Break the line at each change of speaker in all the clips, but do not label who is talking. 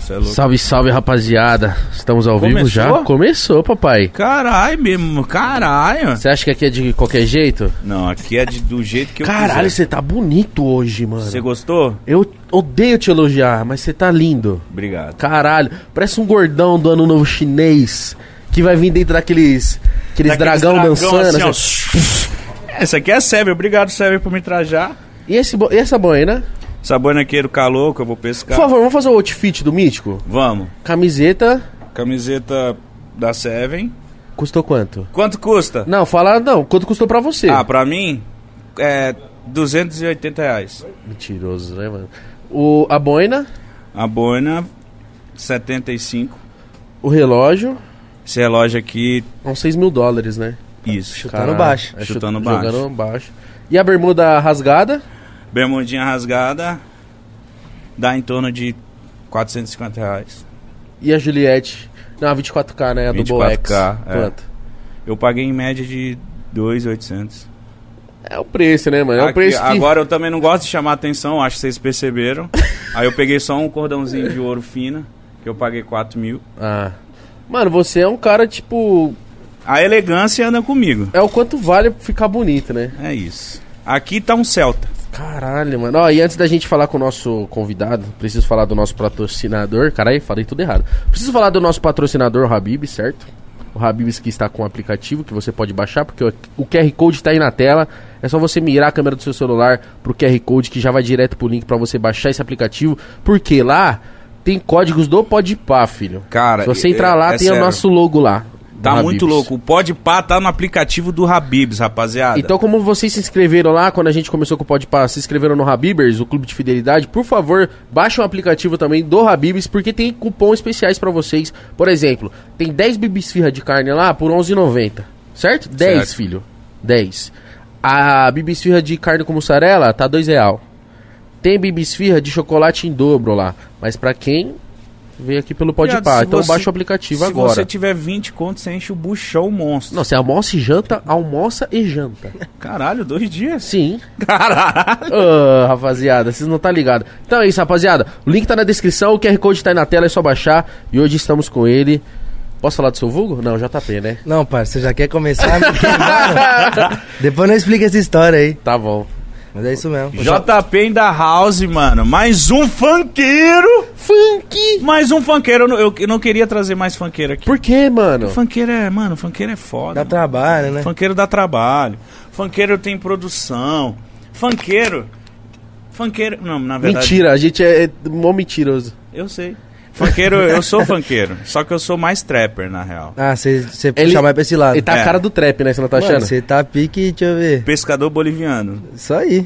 Cê é louco.
Salve, salve, rapaziada. Estamos ao vivo
Começou?
já? Começou, papai.
Caralho mesmo, caralho.
Você acha que aqui é de qualquer jeito?
Não, aqui é de- do jeito que eu
Caralho,
quiser.
você tá bonito hoje, mano.
Você gostou?
Eu odeio te elogiar, mas você tá lindo.
Obrigado.
Caralho, parece um gordão do ano novo chinês que vai vir dentro daqueles aqueles
Daqueles
dragão, dançando. assim.
assim, ó. Essa aqui é a Sever, obrigado Sever por me trajar.
E, esse bo- e essa boina?
Essa boina aqui é do calor que eu vou pescar.
Por favor, vamos fazer o outfit do mítico?
Vamos.
Camiseta
Camiseta da Seven.
custou quanto?
Quanto custa?
Não, fala não, quanto custou pra você?
Ah, pra mim é 280 reais.
Mentiroso, né, mano? O, a boina,
A boina 75.
o relógio,
Esse relógio aqui,
uns 6 mil dólares, né?
isso.
Chutando baixo.
É,
Chutando
chut-
baixo.
Jogando baixo. E a bermuda rasgada,
Bermudinha rasgada dá em torno de 450 reais.
E a Juliette? Não, a 24K, né? A do
24K,
Boex.
é.
Quanto?
Eu paguei em média de 2,800.
É. o preço, né, mano? É o
Aqui,
preço que...
Agora eu também não gosto de chamar atenção, acho que vocês perceberam. Aí eu peguei só um cordãozinho de ouro fina, que eu paguei 4 mil.
Ah. Mano, você é um cara, tipo...
A elegância anda comigo.
É o quanto vale ficar bonito, né?
É isso. Aqui tá um Celta.
Caralho, mano. Ó, e antes da gente falar com o nosso convidado, preciso falar do nosso patrocinador. Caralho, falei tudo errado. Preciso falar do nosso patrocinador, o Habib, certo? O Habibs que está com um aplicativo que você pode baixar, porque o- o QR Code tá aí na tela. É só você mirar a câmera do seu celular pro QR Code que já vai direto pro link pra você baixar esse aplicativo, porque lá tem códigos do Podpah, filho.
Cara,
se você
é-
entrar lá,
é
tem o
sério.
nosso logo lá. do
Tá muito
Habib's.
louco. O Pode Pá tá no aplicativo do Habibs, rapaziada.
Então, como vocês se inscreveram lá, quando a gente começou com o Podpah, se inscreveram no Habibers, o clube de fidelidade, por favor, baixem o aplicativo também do Habibers, porque tem cupom especiais pra vocês. Por exemplo, tem 10 bibisfirra de carne lá por 11,90, certo? 10,
Certo.
filho. 10. A bibisfirra de carne com mussarela tá 2 real. Tem bibisfirra de chocolate em dobro lá, mas pra quem veio aqui pelo
Viado,
Podpah,
se
então
você-
baixa o aplicativo
se
agora.
você tiver 20 contos, você enche o buchão monstro.
Não, você almoça e janta, almoça e janta.
Caralho, dois dias.
Sim.
Caralho.
Ô, rapaziada, vocês não tá ligado. Então é isso, rapaziada. O link tá na descrição, o QR Code tá aí na tela, é só baixar. E hoje estamos com ele. Posso falar do seu vulgo? Não, JP, né?
Não, parça, você já quer começar a me queimar? Depois não explica essa história aí.
Tá bom.
Mas é isso mesmo.
JP in da house, mano. Mais um funkeiro.
Funk!
Mais um funkeiro. Eu não, eu- eu não queria trazer mais funkeiro aqui.
Por que, mano?
Funkeiro é, mano, funkeiro é foda.
Dá
mano.
trabalho, né?
Funkeiro dá trabalho. Funkeiro tem produção. Funkeiro. Funkeiro. Não, na verdade.
Mentira, a gente é, é mó mentiroso.
Eu sei. Funkeiro, eu sou funkeiro. Só que eu sou mais trapper, na real.
Ah, você você
Ele-
puxa mais pra esse lado.
Ele tá
É.
a cara do trap, né? Você não tá
Mano,
achando?
você tá pique, deixa eu ver.
Pescador boliviano.
Isso aí.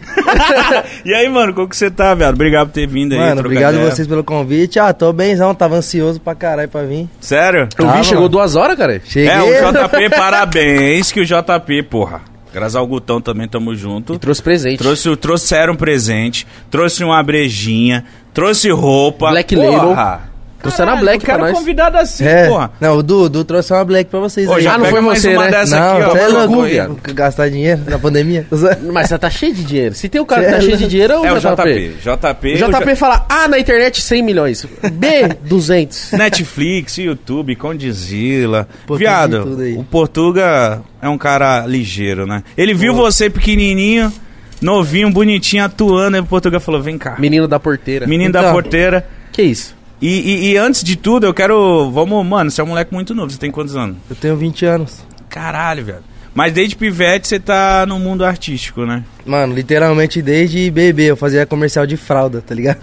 E aí, mano, como que você tá, velho? Obrigado por ter vindo aí.
Mano,
trocar
obrigado
ideia.
vocês pelo convite. Ah, tô bemzão, tava ansioso pra caralho pra vir.
Sério?
Eu vi,
Tá,
chegou
mano.
duas horas, cara.
Cheguei.
É, o JP, parabéns que o JP, porra. Graças ao Gutão também tamo junto.
E trouxe presente.
É. Trouxe, o- trouxeram um presente, trouxe uma brejinha, trouxe roupa. É,
Black Label. Trouxeram a
Caralho,
Black
eu quero
pra nós.
convidado assim,
É.
porra.
Não, o Dudu trouxe uma black pra vocês
Ô,
aí.
já
não
pega
foi
mais
você,
uma
né?
dessa
não,
aqui, ó.
cê é
Tá
louco,
maluco, viado.
vou gastar dinheiro na pandemia.
Mas você tá cheio de dinheiro. Se tem um cara que tá
Sério?
cheio de dinheiro,
É o JP. JP.
O JP fala A "Ah, na internet 100 milhões, B 200.
Netflix, YouTube, Condizila.
Portuga de
Viado,
tudo aí.
o Portuga é um cara ligeiro, né? Ele viu você pequenininho, novinho, bonitinho, atuando. Aí o Portuga falou: vem cá.
Menino da porteira.
Menino da
Então.
porteira.
Que isso?
E, e- e antes de tudo, eu quero. Vamos, mano, você é um moleque muito novo, você tem quantos anos?
Eu tenho 20 anos.
Caralho, velho. Mas desde pivete você tá no mundo artístico, né?
Mano, literalmente desde bebê, eu fazia comercial de fralda, tá ligado?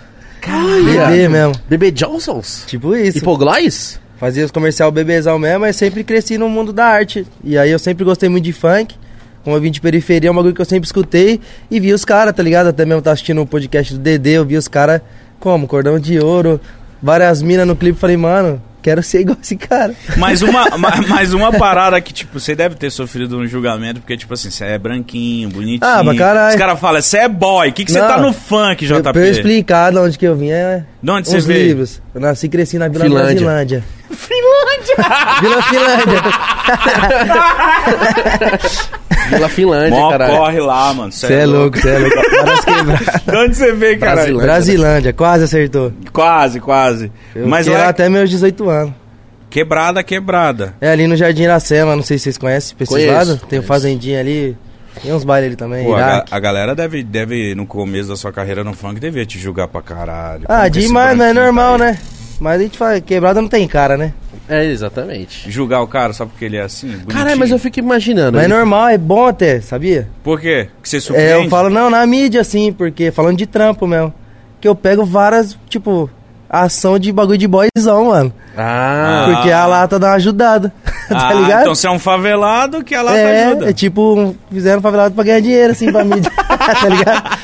Bebê mesmo.
Bebê Johnsons?
Tipo isso.
Hipoglós?
Fazia os comercial bebezão mesmo, mas sempre cresci no mundo da arte. E aí eu sempre gostei muito de funk. Como eu vim de periferia, é um bagulho que eu sempre escutei e vi os caras, tá ligado? Até mesmo tá assistindo o podcast do Dedê, eu vi os caras como? Cordão de ouro, várias minas no clipe. Falei, mano, quero ser igual esse cara.
Mas uma, ma- mas uma parada que, tipo, você deve ter sofrido um julgamento, porque, tipo assim, você é branquinho, bonitinho.
Ah, mas caralho.
Os caras falam, você é boy, o que que você
Não.
tá no funk, JP?
Pra eu explicar de onde que eu vim, é.
De onde você
Os
veio?
livros. Eu nasci e cresci na Vila
Finlândia.
Brasilândia. Vila Finlândia.
Vila Finlândia,
Mó
caralho.
corre lá, mano. Cê
Você é louco, você é louco. Várias quebradas.
De onde você veio, caralho?
Brasilândia.
Brasilândia, quase acertou.
Quase, quase.
Eu
Mas
fiquei
lá
lá
é
até meus 18 anos.
quebrada, quebrada.
É ali no Jardim Iracema, não sei se vocês conhecem, pra esses
Conheço,
lados. Tem
conheço.
o Fazendinha ali, tem uns bailes ali também,
Pô, a, ga-
Iraque.
a galera deve, deve, no começo da sua carreira no funk, devia te julgar pra caralho. Como
Ah,
que esse
demais, mas é
branquinho
normal,
tá aí?
né? Mas a gente fala, quebrada não tem cara, né?
É, exatamente.
Julgar o cara só porque ele é assim? Bonitinho.
Caralho, mas eu fico imaginando.
Mas é
ele-
normal, é bom até, sabia?
Por quê? Que você
É,
surpreende?
eu falo, não, na mídia, assim, porque falando de trampo mesmo. Que eu pego várias, tipo, ação de bagulho de boyzão, mano.
Ah,
Porque a lata dá uma ajudada. tá
Ah,
ligado?
então você é um favelado que a lata
é,
ajuda.
é tipo, um- fizeram favelado pra ganhar dinheiro, assim, pra mídia. tá ligado?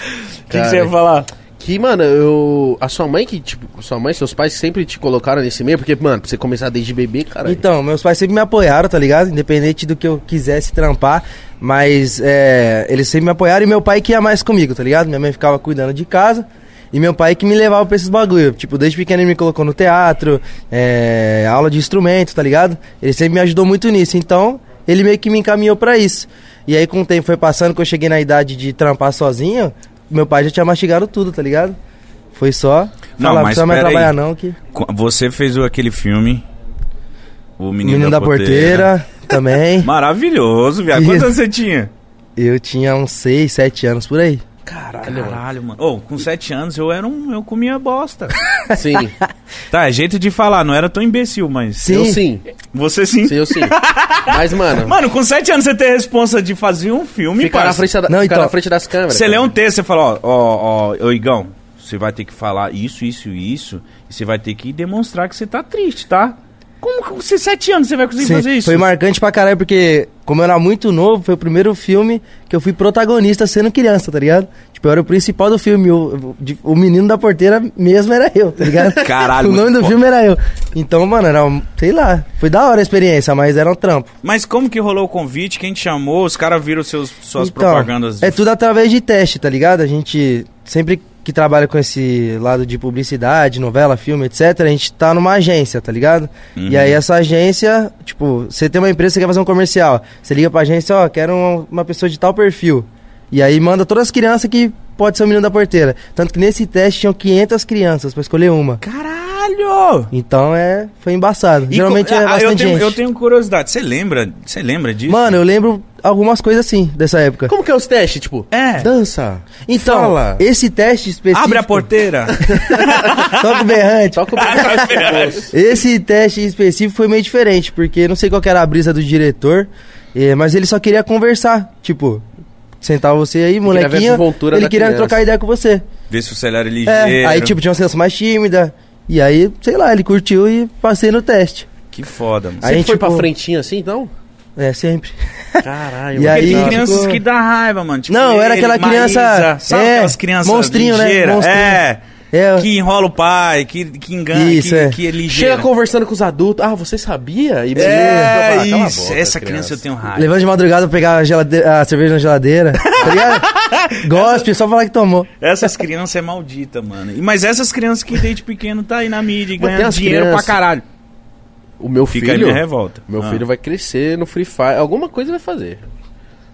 O que, que você ia falar?
que, mano, eu. A sua mãe que, tipo, sua mãe, seus pais sempre te colocaram nesse meio, porque, mano, pra você começar desde bebê, caralho.
Então, meus pais sempre me apoiaram, tá ligado? Independente do que eu quisesse trampar. Mas é, eles sempre me apoiaram e meu pai que ia mais comigo, tá ligado? Minha mãe ficava cuidando de casa. E meu pai que me levava pra esses bagulho. Tipo, desde pequeno ele me colocou no teatro, é, aula de instrumento, tá ligado? Ele sempre me ajudou muito nisso. Então, ele meio que me encaminhou pra isso. E aí, com o tempo foi passando, que eu cheguei na idade de trampar sozinho, meu pai já tinha mastigado tudo, tá ligado? Foi só
Não,
falar, não
mas
precisa mais
pera aí.
trabalhar não, que...
Qu- Você fez o- aquele filme, O Menino,
Menino da, porteira, também.
Maravilhoso, viado.
Isso.
Quantos anos você tinha?
Eu tinha uns 6, 7 anos por aí.
Caralho, mano.
Caralho, mano. Ô, com sete anos eu era um. Eu comia bosta.
Então,
Sim,
tá, é jeito de falar, não era tão imbecil, mas.
Sim.
eu sim.
Você sim.
Sim, eu sim. Mas, mano,
Mano, com sete anos você tem a responsa de fazer um filme,
ficar, na
parça.
frente, da,
Não,
ficar
então,
na frente das câmeras.
Você lê
cara.
um texto, você fala, ó, ó, ó, ô Igão, você vai ter que falar isso, isso e isso, e você vai ter que demonstrar que você tá triste, tá? Como que você, sete anos, você vai conseguir
Sim,
fazer isso?
Foi marcante pra caralho, porque como eu era muito novo, foi o primeiro filme que eu fui protagonista sendo criança, tá ligado? Tipo, eu era o principal do filme, o, de- o menino da porteira mesmo era eu, tá ligado?
Caralho,
o nome
muito
do
foda.
filme era eu. Então, mano, era, um- sei lá, foi da hora a experiência, mas era um trampo.
Mas como que rolou o convite? Quem te chamou? Os caras viram seus, suas
Então,
propagandas.
É tudo através de teste, tá ligado? A gente sempre que trabalha com esse lado de publicidade, novela, filme, etc., a gente tá numa agência, tá ligado?
Uhum.
E aí essa agência, tipo, você tem uma empresa que quer fazer um comercial. Você liga pra agência, ó, quero uma, uma pessoa de tal perfil. E aí manda todas as crianças que pode ser o menino da porteira. Tanto que nesse teste tinham 500 crianças pra escolher uma.
Caralho!
Então é, foi embaçado.
E
Geralmente
co-
é
ah,
bastante
eu tenho,
gente.
Eu tenho curiosidade. Você lembra? Você lembra disso?
Mano, eu lembro algumas coisas assim dessa época.
Como que é os testes, tipo?
É.
Dança.
Então,
Fala.
esse teste específico.
Abre a porteira.
Toca o berrante.
É,
Toca o
Esse teste em específico foi meio diferente, porque não sei qual que era a brisa do diretor, eh, mas ele só queria conversar. Tipo, sentar você aí,
ver a
molequinho.
desenvoltura
Ele
da
queria
criança.
trocar ideia com você.
Vê se o celular é ligeiro.
É, aí, tipo, tinha uma criança mais tímida. E aí, sei lá, ele curtiu e passei no teste.
Que foda, mano.
Aí,
Sempre foi pra
tipo-
frentinha assim, então?
É, sempre.
Caralho,
E
mano.
aí-
Porque tem
Exato.
crianças que dá raiva, mano. Tipo,
Não, era aquela criança-
Sabe
é,
aquelas crianças
monstrinho, né?
ligeiras?
Monstrinho.
É.
É,
Que enrola o pai, que, que engana,
Isso,
que,
é.
que é ligeira.
Chega conversando com os adultos. Ah, você sabia? E
É,
beleza, fala, cala a
isso.
boca,
Essa criança eu tenho raiva.
levando de madrugada pra pegar a, gelade- a cerveja na geladeira. Tá ligado? Gospe, só falar que tomou.
Essas crianças é maldita, mano. E- Mas essas crianças que desde pequeno tá aí na mídia e
Mas tem
ganhando
as
dinheiro
crianças-
pra caralho.
O meu
Fica aí
filho.
minha revolta.
Meu
Ah.
filho vai crescer no Free Fire. Alguma coisa vai fazer.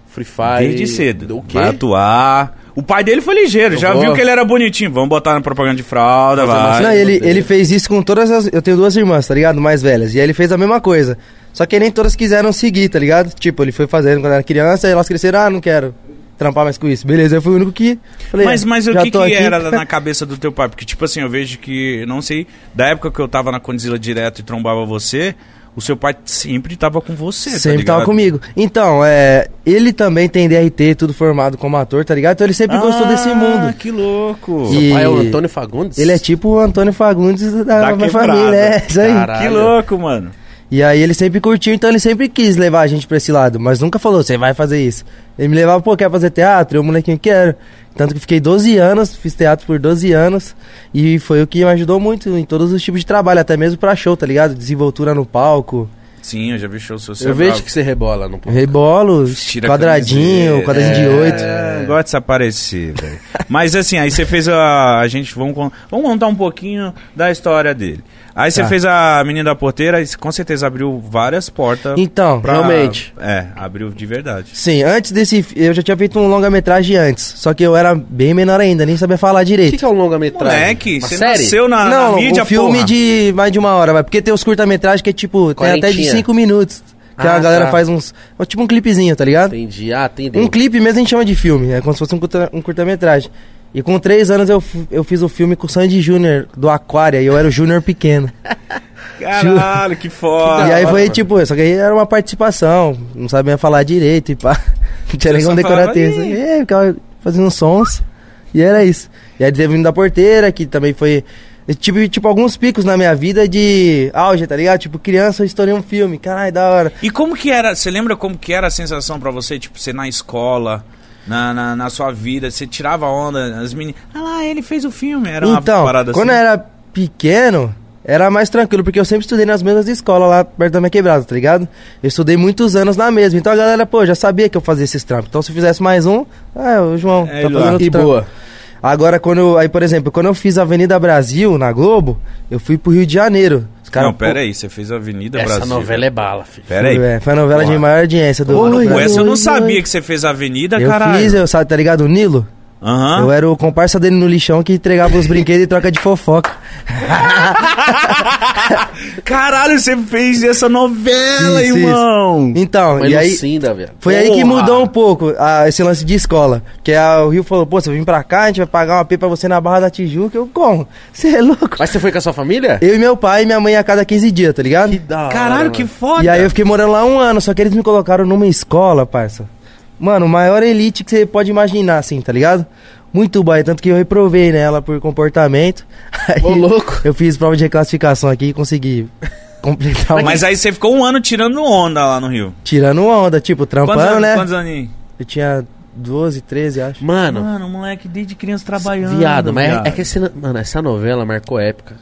Free Fire.
Desde cedo.
O quê?
Vai atuar. O pai dele foi ligeiro,
Eu
já
vou.
viu que ele era bonitinho. Vamos botar na propaganda de fralda,
Fazer uma
vai.
Não, ele,
gostei.
ele fez isso com todas as. Eu tenho duas irmãs, tá ligado? Mais velhas. E aí ele fez a mesma coisa. Só que nem todas quiseram seguir, tá ligado? Tipo, ele foi fazendo quando era criança, e elas cresceram, ah, não quero trampar mais com isso. Beleza, eu fui o único que. Falei,
Mas,
"Ah,
mas o
já
que, que
tô aqui."
era na cabeça tá do teu pai? Porque, tipo assim, eu vejo que, não sei, da época que eu tava na Condzilla direto e trombava você, o seu pai sempre tava com você, tá
Sempre tava
ligado?
comigo. Então, é. Ele também tem DRT, tudo formado como ator, tá ligado? Então ele sempre gostou desse
Ah,
mundo.
que louco.
E-
Seu pai é o Antônio Fagundes?
Ele é tipo o Antônio Fagundes da,
Da
minha
quebrada.
família, é isso aí.
Caralho.
Que louco, mano.
E aí ele sempre curtiu, então ele sempre quis levar a gente pra esse lado, mas nunca falou, você vai fazer isso. Ele me levava, pô, quer fazer teatro? Eu, molequinho, quero. Tanto que fiquei 12 anos, fiz teatro por 12 anos, e foi o que me ajudou muito em todos os tipos de trabalho, até mesmo pra show, tá ligado? Desenvoltura no palco,
Sim, eu já vi show seu
Eu vejo que você rebola no
rebolo,
Tira a
quadradinho,
camiseta.
quadradinho de
É.
8.
Eu gosto dessa parecida. velho. Mas assim, aí você fez a. A gente. Vamos, con- vamos contar um pouquinho da história dele. Aí você
Tá.
fez a menina da porteira, e com certeza abriu várias portas.
Então,
pra-
realmente.
É, abriu de verdade.
sim, antes desse. Eu já tinha feito um longa-metragem antes. Só que eu era bem menor ainda, nem sabia falar
O
direito.
que, que é um longa-metragem?
Moleque,
Uma
você
série?
nasceu na, na
Não,
mídia,
um filme
porra.
de mais de uma hora, vai. Porque tem os curta-metragens que é tipo, tem até de
Quarentinha.
5 minutos. Que
Ah,
a galera
tá.
faz uns. é Tipo um clipezinho, tá ligado?
Entendi. Ah,
Um
entendeu.
clipe mesmo a gente chama de filme, é como se fosse um curta- um curta-metragem. e com três anos eu, f- eu fiz o filme com o Sandy Júnior do Aquária, e eu era o Júnior pequeno.
Caralho, que foda.
e aí
hora,
foi
mano.
tipo, só que aí era uma participação, não sabia falar direito e pá. Não
Você
tinha nem como
só falava,
decorar texto.
"Ih".
É, ficava fazendo uns sons, e era isso. E aí teve o Hino da Porteira, que também foi. Eu tive, tipo, alguns picos na minha vida de auge, tá ligado? Tipo, criança, eu estourei um filme, caralho, da hora.
E como que era? Você lembra como que era a sensação pra você, tipo, você na escola, na, na, na sua vida, você tirava onda, as meninas. Ah lá, ele fez o filme, era
então,
uma parada
quando eu
assim.
era pequeno, era mais tranquilo, porque eu sempre estudei nas mesmas escolas lá perto da minha quebrada, tá ligado? Eu estudei muitos anos na mesma, então a galera, pô, já sabia que eu fazia esses trampos. Então se eu fizesse mais um, ah, o João,
É,
tá
ele lá.
fazendo outro
E
trampo.
boa.
Agora, quando eu, aí, por exemplo, quando eu fiz Avenida Brasil na Globo, eu fui pro Rio de Janeiro. Os cara,
Não, pera aí, você fez a Avenida
Essa
Brasil.
novela é bala, filho.
Pera aí.
É, foi a novela de
Porra.
maior audiência do
Pô,
do
com
Brasil.
essa eu não sabia que você fez a Avenida,
Eu
caralho.
fiz, eu, sabe, tá ligado? O Nilo?
Aham.
Eu era o comparsa dele no lixão que entregava os brinquedos e troca de fofoca.
Caralho, você fez essa novela,
Fiz, fiz.
irmão.
Então,
Mas
e aí.
Lucinda, velho.
Foi aí que
Porra!
mudou um pouco ah, esse lance de escola. Porque a, o Rio falou, pô, você vem pra cá, a gente vai pagar uma P pra você na Barra da Tijuca. Eu, como? Você é louco?
Mas você foi com a sua família?
Eu e meu pai e minha mãe a cada 15 dias, tá ligado?
da hora,
Caralho,
mano.
que foda.
E aí eu fiquei morando lá um ano, só que eles me colocaram numa escola, parça. Mano, maior elite que você pode imaginar, assim, tá ligado? Muito baia, tanto que eu reprovei nela por comportamento. Aí
Ô, louco.
Eu fiz prova de reclassificação aqui e consegui completar o...
Mas aí você ficou um ano tirando onda lá no Rio.
Tirando onda, tipo, trampando,
Quantos anos?
né?
Quantos aninhos?
Eu tinha 12, 13, acho.
Mano,
Mano, moleque, desde criança trabalhando.
viado, mas é-
viado.
é que esse, mano, essa novela marcou época.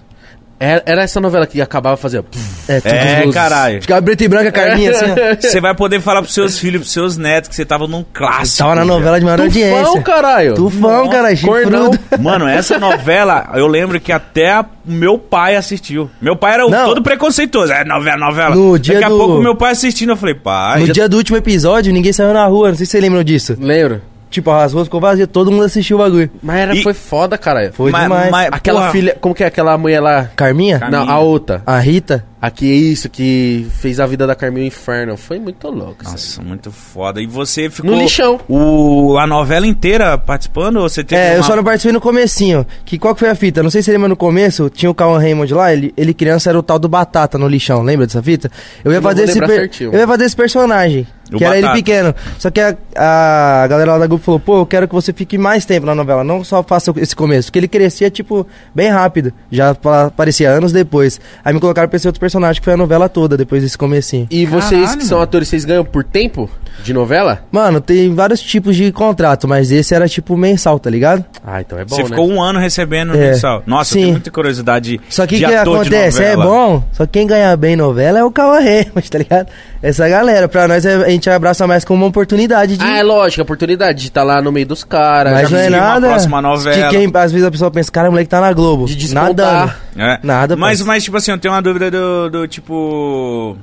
Era, era essa novela que acabava fazendo. pff,
É, tudo
É,
luzes.
caralho.
Ficava preto e branca, Carminha,
né?
assim, ó.
Você vai poder falar pros seus filhos, pros seus netos que você tava num clássico.
Tava na
velho.
novela de maior
Tufão,
audiência.
caralho.
Tufão,
Nossa,
cara,
Cordão.
chifrudo.
Mano, essa novela, eu lembro que até a- o meu pai assistiu. Meu pai era o
Não.
todo preconceituoso. É novela, novela.
No dia
Daqui a
do-
pouco meu pai assistindo, eu falei, pai.
No
já-
dia do último episódio, ninguém saiu na rua, não sei se vocês lembram disso.
Lembro.
Tipo, as ruas ficou vazias, todo mundo assistiu o bagulho.
Mas era,
E-
foi foda, caralho.
Foi
Mas-
demais.
mas-
Aquela
porra.
filha. Como que é aquela mulher lá?
Carminha?
Car-
Não,
Carminha.
a outra.
A Rita?
Aqui é isso que fez a vida da Carminha um inferno. Foi muito louco. isso
Nossa, muito foda. E você ficou.
No lixão.
O, a novela inteira participando? Ou você teve
É, eu
uma-
só não participei no comecinho. Que qual que foi a fita? Não sei se você lembra no começo, tinha o Cauan Raymond lá, ele, ele criança era o tal do Batata no lixão, lembra dessa fita? Eu ia
Eu não
fazer
vou
esse
lembrar
per-
certinho.
Eu ia fazer esse personagem,
O
que era ele
Batata.
pequeno. Só que a, a galera lá da grupo falou: "Pô, eu quero que você fique mais tempo na novela, não só faça esse começo, porque ele crescia tipo bem rápido, já pa- aparecia anos depois". Aí me colocaram pra esse outro personagem que foi a novela toda depois desse comecinho.
E vocês
Caralho,
que são
mano.
atores, vocês ganham por tempo de novela?
Mano, tem vários tipos de contrato, mas esse era tipo mensal, tá ligado?
Ah, então é bom,
Você
né?
ficou um ano recebendo
É.
mensal. Nossa, eu
Sim.
tenho muita curiosidade
Só que o
de
que
ator
acontece?
de
É
novela.
bom, só que quem ganha bem novela é o Cauã Ramos, tá ligado? Essa galera, pra nós é- a gente abraça mais como uma oportunidade de.
Ah, é lógico, a oportunidade de estar lá no meio dos caras.
mas
já
não é
conseguir uma
nada.
próxima novela.
Que quem, às vezes a pessoa pensa, cara, o moleque tá na Globo.
De despontar.
Nadando.
É.
Nada, Tá
mas,
parça.
mas, tipo assim, eu tenho uma dúvida do, do tipo.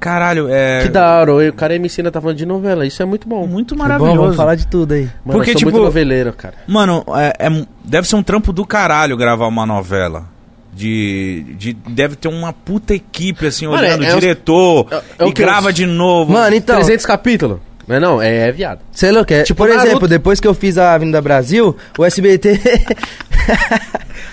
Caralho, é.
Que da hora, o cara me ensina tá falando de novela, isso é muito bom.
Muito
Foi Tá Bom,
maravilhoso.
vamos falar de tudo aí.
Mano,
Porque,
eu sou
tipo-
muito noveleiro, cara.
Mano, é, é um- deve ser um trampo do caralho gravar uma novela. De, de- deve ter uma puta equipe, assim,
Mano,
olhando,
é- é os-
diretor,
é- é o
e
que
grava
os-
de novo.
Mano, então.
300 capítulos. Não é não? É, é viado.
Sei lá o que é.
Tipo
Por
Naruto.
exemplo, depois que eu fiz a Avenida Brasil, o SBT.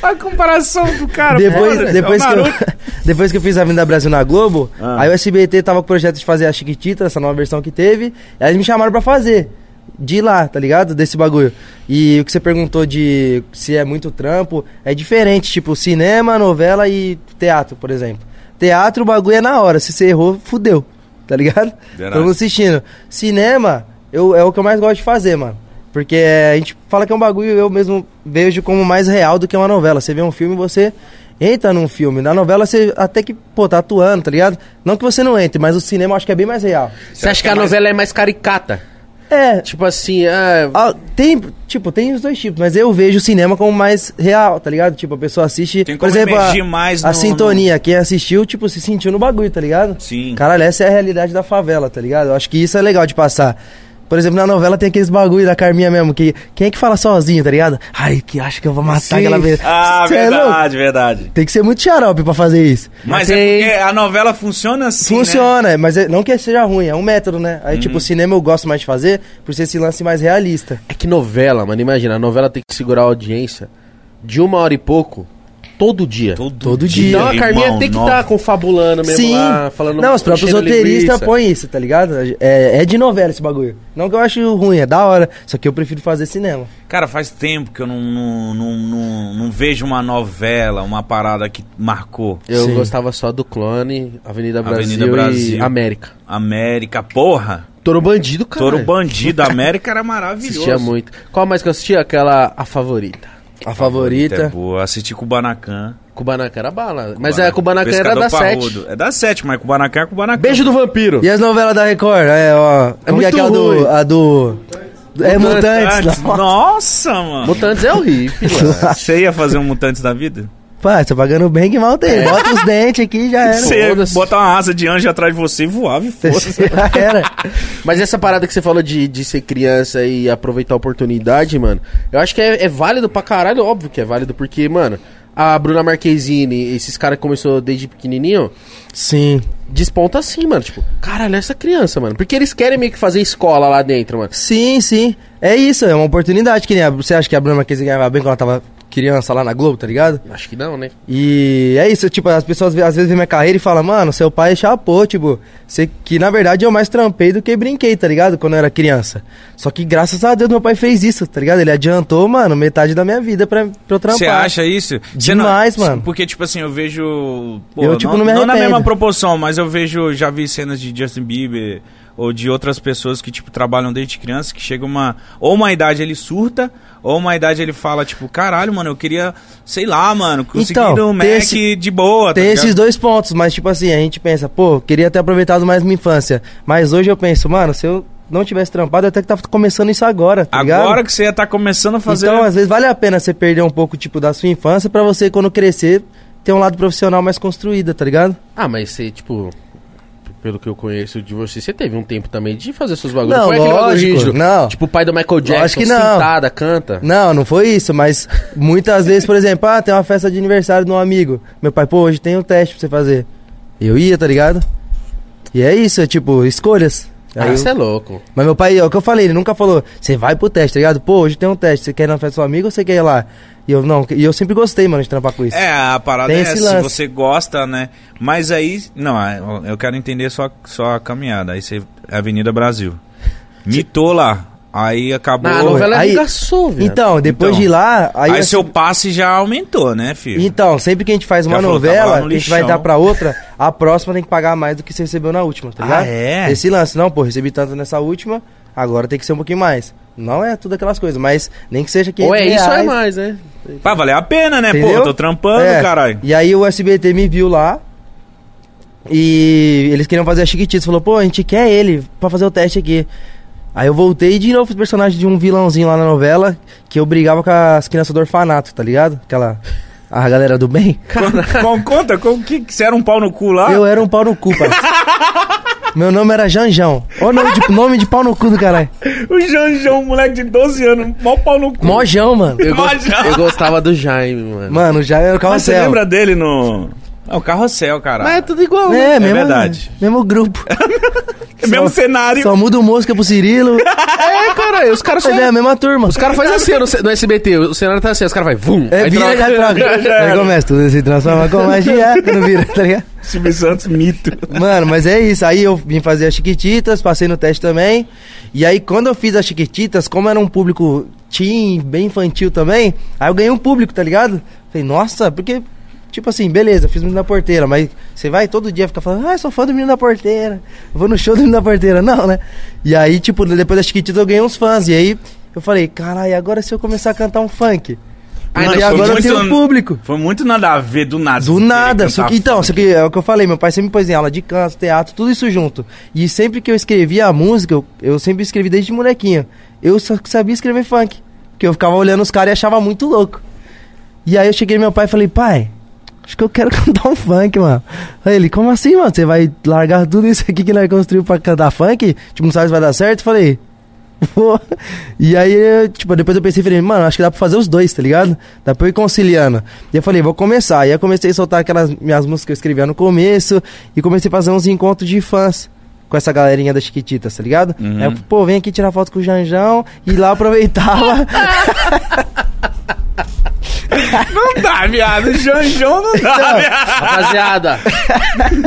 a comparação do cara. é
depois,
um
depois, que eu, depois que eu fiz a Avenida Brasil na Globo,
Ah.
aí o SBT tava com o projeto de fazer a Chiquitita, essa nova versão que teve, aí eles me chamaram pra fazer. De ir lá, tá ligado? Desse bagulho. E o que você perguntou de se é muito trampo, é diferente, tipo, cinema, novela e teatro, por exemplo. Teatro, o bagulho é na hora. Se você errou, fudeu. Tá ligado?
Verdade.
Todo mundo assistindo. Cinema, eu, é o que eu mais gosto de fazer, mano. Porque é, a gente fala que é um bagulho, eu mesmo vejo como mais real do que uma novela. Você vê um filme, você entra num filme. Na novela, você até que, pô, tá atuando, tá ligado? Não que você não entre, mas o cinema eu acho que é bem mais real.
Você acha que a novela é mais caricata?
É,
Tipo assim, ah,
Ah, tem, tipo, tem os dois tipos, mas eu vejo o cinema como mais real, tá ligado? Tipo, a pessoa assiste,
Tem
por
como
exemplo, a,
emergir mais
a
no-
sintonia, quem assistiu, tipo, se sentiu no bagulho, tá ligado?
Sim.
Caralho, essa é a realidade da favela, tá ligado? Eu acho que isso é legal de passar. Por exemplo, na novela tem aqueles bagulho da Carminha mesmo, que quem é que fala sozinho, tá ligado? Ai, que acha que eu vou matar
Sim.
aquela vez.
Ah,
Cê é louco?
verdade, verdade.
Tem que ser muito xarope pra fazer isso.
Mas
Tem-
é porque a novela funciona assim. Né? Uhum.
Funciona, mas é- não que seja ruim, é um método, né? Aí, tipo, o cinema eu gosto mais de fazer por ser esse lance mais realista.
é que novela, mano, imagina, a novela tem que segurar a audiência de uma hora e pouco, todo dia.
Todo dia.
Então a Carminha
irmão,
tem que
nova.
estar confabulando mesmo lá, falando...
não, os próprios
enchendo
roteiristas
linguiça.
põem isso, tá ligado? É, é de novela esse bagulho. Não que eu acho ruim, é da hora. Só que eu prefiro fazer cinema.
Cara, faz tempo que eu não, não, não, não- não vejo uma novela, uma parada que marcou.
Eu
Sim.
gostava só do Clone, Avenida Brasil,
Avenida Brasil.
e América.
América, porra.
Toro Bandido, cara.
Toro Bandido, América era maravilhoso.
Assistia muito. Qual mais que eu assistia? Aquela, a favorita.
A
É
favorita.
boa. Assisti Kubanacan.
Cubanacan era bala. Mas é, a Cubanacan era
Pescador
da 7.
Parrudo. É da 7, mas Kubanacan é Kubanacan.
Beijo do Vampiro.
E as novelas da Record? É, ó. como que é
muito
aquela
ruim.
do. A do. É Mutantes.
Mutantes.
não.
Nossa, mano.
Mutantes é horrível. mano.
Você ia fazer um Mutantes da vida?
Pá, você tá pagando bem que mal tem. Bota os dentes aqui e já era.
Você ia
É, foda-se.
botar uma asa de anjo atrás de você e voava e foda-se.
já era.
Mas essa parada que você falou de, de ser criança e aproveitar a oportunidade, mano, eu acho que é, é válido pra caralho, óbvio que é válido, porque, mano, a Bruna Marquezine, esses caras que começou desde pequenininho,
Sim.
desponta assim, mano. Tipo, caralho, essa criança, mano. Porque eles querem meio que fazer escola lá dentro, mano.
Sim, sim. É isso, é uma oportunidade. Que nem a- você acha que a Bruna Marquezine ganhava bem quando ela tava criança lá na Globo, tá ligado?
Acho que não, né?
E é isso, tipo, as pessoas vê- às vezes veem minha carreira e falam, mano, seu pai chapou, tipo, você, que na verdade eu mais trampei do que brinquei, tá ligado? Quando eu era criança. Só que graças a Deus meu pai fez isso, tá ligado? Ele adiantou, mano, metade da minha vida pra, pra eu trampar.
Você acha isso? Cê
Demais,
não-
mano.
Porque, tipo assim, eu vejo.
Eu, tipo,
não,
não me
na
arrependo.
mesma proporção, mas eu vejo, já vi cenas de Justin Bieber ou de outras pessoas que, tipo, trabalham desde criança, que chega uma. Ou uma idade ele surta, ou uma idade ele fala, tipo, caralho, mano, eu queria, sei lá, mano, conseguir
Então,
um Mac
tem esse-
de boa,
Tem
tá ligado?
esses dois pontos, mas tipo assim, a gente pensa, pô, queria ter aproveitado mais minha infância. Mas hoje eu penso, mano, se eu não tivesse trampado, eu até que tava começando isso agora, tá ligado?
Agora que você ia estar começando a fazer. né?
Então, às vezes vale a pena você perder um pouco, tipo, da sua infância pra você, quando crescer, ter um lado profissional mais construído, tá ligado?
Ah, mas você, tipo, pelo que eu conheço de você, você teve um tempo também de fazer seus bagulhos. é
Não,
Foi aquele bagulho
lógico,
rígido.
não.
Tipo, o pai do Michael Jackson,
que não.
sentada, canta.
Não, não foi isso, mas muitas vezes, por exemplo, ah, tem uma festa de aniversário de um amigo. Meu pai, pô, hoje tem um teste pra você fazer. Eu ia, tá ligado? E é isso, é tipo, escolhas.
Ah,
Aí eu-
isso é louco.
Mas meu pai, é o que eu falei, ele nunca falou, você vai pro teste, tá ligado? Pô, hoje tem um teste, você quer ir na festa do seu amigo ou você quer ir lá? E eu não, e eu sempre gostei, mano, de trampar com isso.
É, a parada
Tem
é
esse
se
lance.
você gosta, né? Mas aí. Não, é, eu quero entender só, só a caminhada. Aí você. Avenida Brasil. Mitou lá. Aí acabou.
Na novela
aí-
é ligação, velho.
Então, depois
Então.
de ir lá,
aí
Ah, aí, assim, eu-
seu passe já aumentou, né, filho?
Então, sempre que a gente faz uma
Já falou, tava
novela,
lá no
que a gente vai
lixão.
dar pra outra, a próxima tem que pagar mais do que você recebeu na última, tá
Ah,
ligado?
é?
Esse lance, não, pô, recebi tanto nessa última, agora tem que ser um pouquinho mais. Não é tudo aquelas coisas, mas nem que seja que
Ou é isso ou é mais, né?
Vai valer a pena, né?
Entendeu?
Pô, tô trampando,
É.
caralho.
E aí o SBT me viu lá. E eles queriam fazer a Chiquititas. Falou, pô, a gente quer ele pra fazer o teste aqui. Aí eu voltei de novo pro personagem de um vilãozinho lá na novela que eu brigava com as crianças do orfanato, tá ligado? Aquela. A galera do bem.
Com, conta, com que que você era um pau no cu lá?
Eu era um pau no cu, parceiro. Meu nome era Janjão. Olha o nome de, nome de pau no cu do caralho.
O Janjão, um moleque de 12 anos, mó pau no cu.
Mojão, mano.
Eu,
Mas
gost-
já-
eu gostava do Jaime, mano.
Mano, já era o
Mas você
carrossel.
lembra dele no. É o carrossel, caralho.
Mas é tudo igual, né?
É, mesmo,
verdade.
Mesmo grupo.
É mesmo cenário.
Só muda o Mosca pro Cirilo.
É, cara, os caras
Mas é a
fazem...
mesma turma.
Os caras fazem assim no, C- no SBT, o cenário tá assim, os caras fazem... Vum!
É,
aí
vira já
troca.
troca. Aí começa, tudo se transforma com magia, quando vira, tá ligado?
Silvio Santos, mito.
Mano, mas é isso. Aí eu vim fazer as Chiquititas, passei no teste também. E aí, quando eu fiz as Chiquititas, como era um público teen, bem infantil também, aí eu ganhei um público, tá ligado? Falei, nossa, porque, tipo assim, beleza, fiz Menino da Porteira, mas você vai todo dia ficar falando, ah, sou fã do Menino da Porteira, vou no show do Menino da Porteira, não, né? E aí, tipo, depois das Chiquititas eu ganhei uns fãs. E aí eu falei, caralho, agora se eu começar a cantar um funk? e
foi
agora eu
muito
tenho
an-
público.
Foi muito nada a ver, do nada.
Do
Querer
nada.
cantar
Só que, então,
funk.
só que é o que eu falei, meu pai sempre me pôs em aula de canto, teatro, tudo isso junto. E sempre que eu escrevia a música, eu, eu sempre escrevi desde molequinho. Eu só que sabia escrever funk. Porque eu ficava olhando os caras e achava muito louco. E aí eu cheguei no meu pai e falei, pai, acho que eu quero cantar um funk, mano. Aí ele, como assim, mano? Você vai largar tudo isso aqui que nós construímos pra cantar funk? Tipo, não sabe se vai dar certo? Eu falei, vou. E aí, eu, tipo, depois eu pensei, falei, mano, acho que dá pra fazer os dois, tá ligado? Dá pra eu ir conciliando. E eu falei, vou começar. E aí eu comecei a soltar aquelas minhas músicas que eu escrevia no começo e comecei a fazer uns encontros de fãs. Com essa galerinha da Chiquititas, tá ligado?
Uhum.
Aí eu, pô, vem aqui tirar foto com o Janjão e lá eu aproveitava.
Não dá, viado. Janjão não dá, viado.
Rapaziada,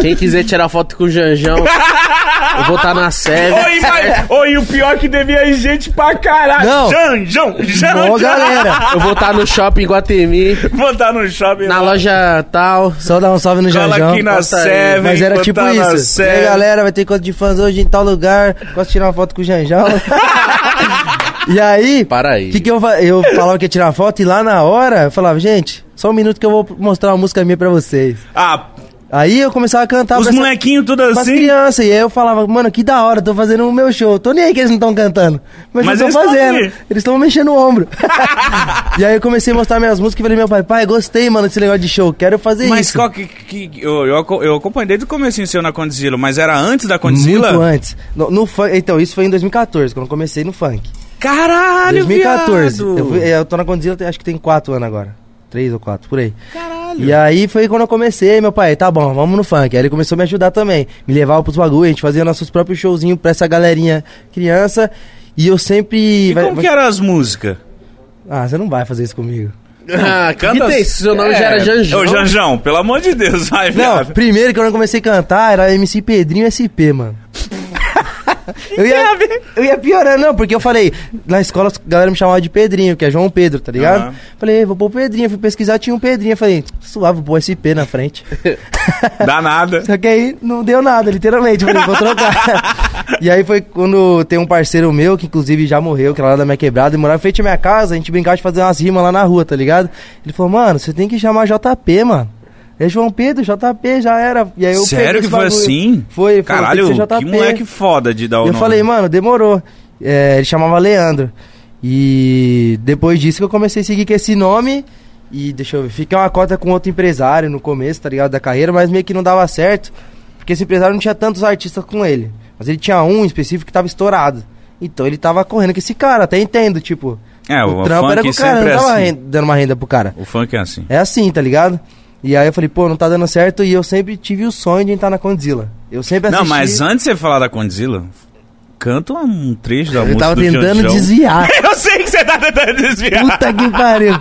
quem quiser tirar foto com o Janjão, eu vou estar na série.
Oi, vai. Oi, o pior é que devia gente pra caralho.
Não.
Janjão,
Ó,
Janjão.
galera!
Eu vou estar no shopping Guatemi,
Botar no shopping.
na
lá.
loja tal.
Só dar um salve no
Cola
Janjão.
aqui na
bota aí.
Seven.
Mas era
botar
tipo
na
isso. E
Seven.
aí, galera, vai ter encontro de fãs hoje em tal lugar. Posso tirar uma foto com o Janjão? e aí,
Para aí.
o que, que eu, fa- eu falava que ia tirar foto e lá na hora eu falava, gente, só um minuto que eu vou mostrar uma música minha pra vocês.
Ah,
Aí eu começava a cantar
os
pra essa-
molequinhos tudo
pras
assim.
crianças. E aí eu falava, mano, que da hora, tô fazendo o meu show. Tô nem aí que eles não estão cantando. Mas,
Mas
eu
eles
tô
tão
fazendo.
ali.
Eles estão mexendo o ombro. e aí eu comecei a mostrar minhas músicas e falei, meu pai, pai, gostei, mano, desse negócio de show. Quero fazer
Mas
isso.
qual que. que- eu, eu, aco- eu acompanhei desde o comecinho seu na Condzilla, mas era antes da Condzilla?
Muito antes. No, no fun- então, isso foi em 2014, quando eu comecei no funk.
Caralho,
2014.
viado.
Eu, fui- eu tô na Condzilla, tem- acho que tem 4 anos agora. 3 ou 4, por aí.
Caralho.
E aí foi quando eu comecei, meu pai, tá bom, vamos no funk. Aí ele começou a me ajudar também. Me levava pros bagulho, a gente fazia nossos próprios showzinhos pra essa galerinha criança. E eu sempre.
E
vai-
como
vai-
que é? eram as músicas?
Ah, você não vai fazer isso comigo.
Canta-
Ah, canta que tem?
assim.
Seu nome já
É,
era Janjão.
É, Ô, Janjão, pelo amor de Deus, vai,
Não,
viado.
primeiro que eu não comecei a cantar era MC Pedrinho SP, mano. eu, ia, eu ia piorando, não, porque eu falei, na escola a galera me chamava de Pedrinho, que é João Pedro, tá ligado?
Aham.
Falei, vou pôr Pedrinho, fui pesquisar, tinha um Pedrinho. Eu Falei, suave, vou pôr SP na frente.
Dá nada.
Só que aí não deu nada, literalmente. Eu Falei, vou trocar. e aí foi quando tem um parceiro meu, que inclusive já morreu, que era lá da minha quebrada, e morava em frente à minha casa, a gente brincava de fazer umas rimas lá na rua, tá ligado? Ele falou, mano, você tem que chamar JP, mano. É João Pedro, JP, já era. E aí eu peguei
Sério que
esse
foi
bagulho.
assim?
Foi, ele falou,
Caralho,
tem que, ser
que
JP.
moleque foda de dar o
Eu
nome.
falei, mano, demorou. É, ele chamava Leandro. E depois disso que eu comecei a seguir com esse nome. E deixa eu ver, fiquei uma cota com outro empresário no começo, tá ligado? Da carreira, mas meio que não dava certo. Porque esse empresário não tinha tantos artistas com ele. Mas ele tinha um em específico que tava estourado. Então ele tava correndo com esse cara, até entendo, tipo.
É, o,
trampo
funk
era com o cara,
sempre
não
é
tava
assim.
renda- dando uma renda pro cara.
O funk é assim.
É assim, tá ligado? E aí eu falei, pô, não tá dando certo. E eu sempre tive o sonho de entrar na Condzilla. Eu sempre assisti...
Não, mas antes de você falar da Condzilla, canta um trecho da
Eu
música
tava
do
tentando
Janjão.
desviar.
Eu sei que você tá tentando desviar.
Puta que pariu.